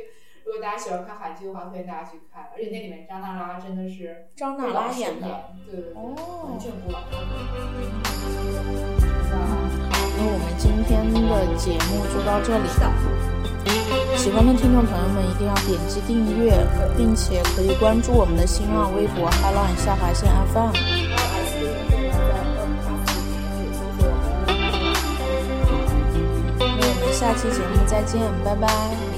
[SPEAKER 3] 如果大家喜欢看韩剧的话，推荐大家去看。而且那里面张娜拉真的是
[SPEAKER 1] 张娜
[SPEAKER 3] 被老
[SPEAKER 1] 拉
[SPEAKER 3] 师
[SPEAKER 1] 演的。
[SPEAKER 3] 对对对。
[SPEAKER 1] 哦
[SPEAKER 3] 完全不老。
[SPEAKER 1] 那我们今天的节目就到这里
[SPEAKER 3] 是。的，
[SPEAKER 1] 喜欢的听众朋友们一定要点击订阅，并且可以关注我们的新浪微博“海浪下划线 FM”。
[SPEAKER 3] 然后还是在在在搜索我们。
[SPEAKER 1] 那我们下期节目再见，拜拜。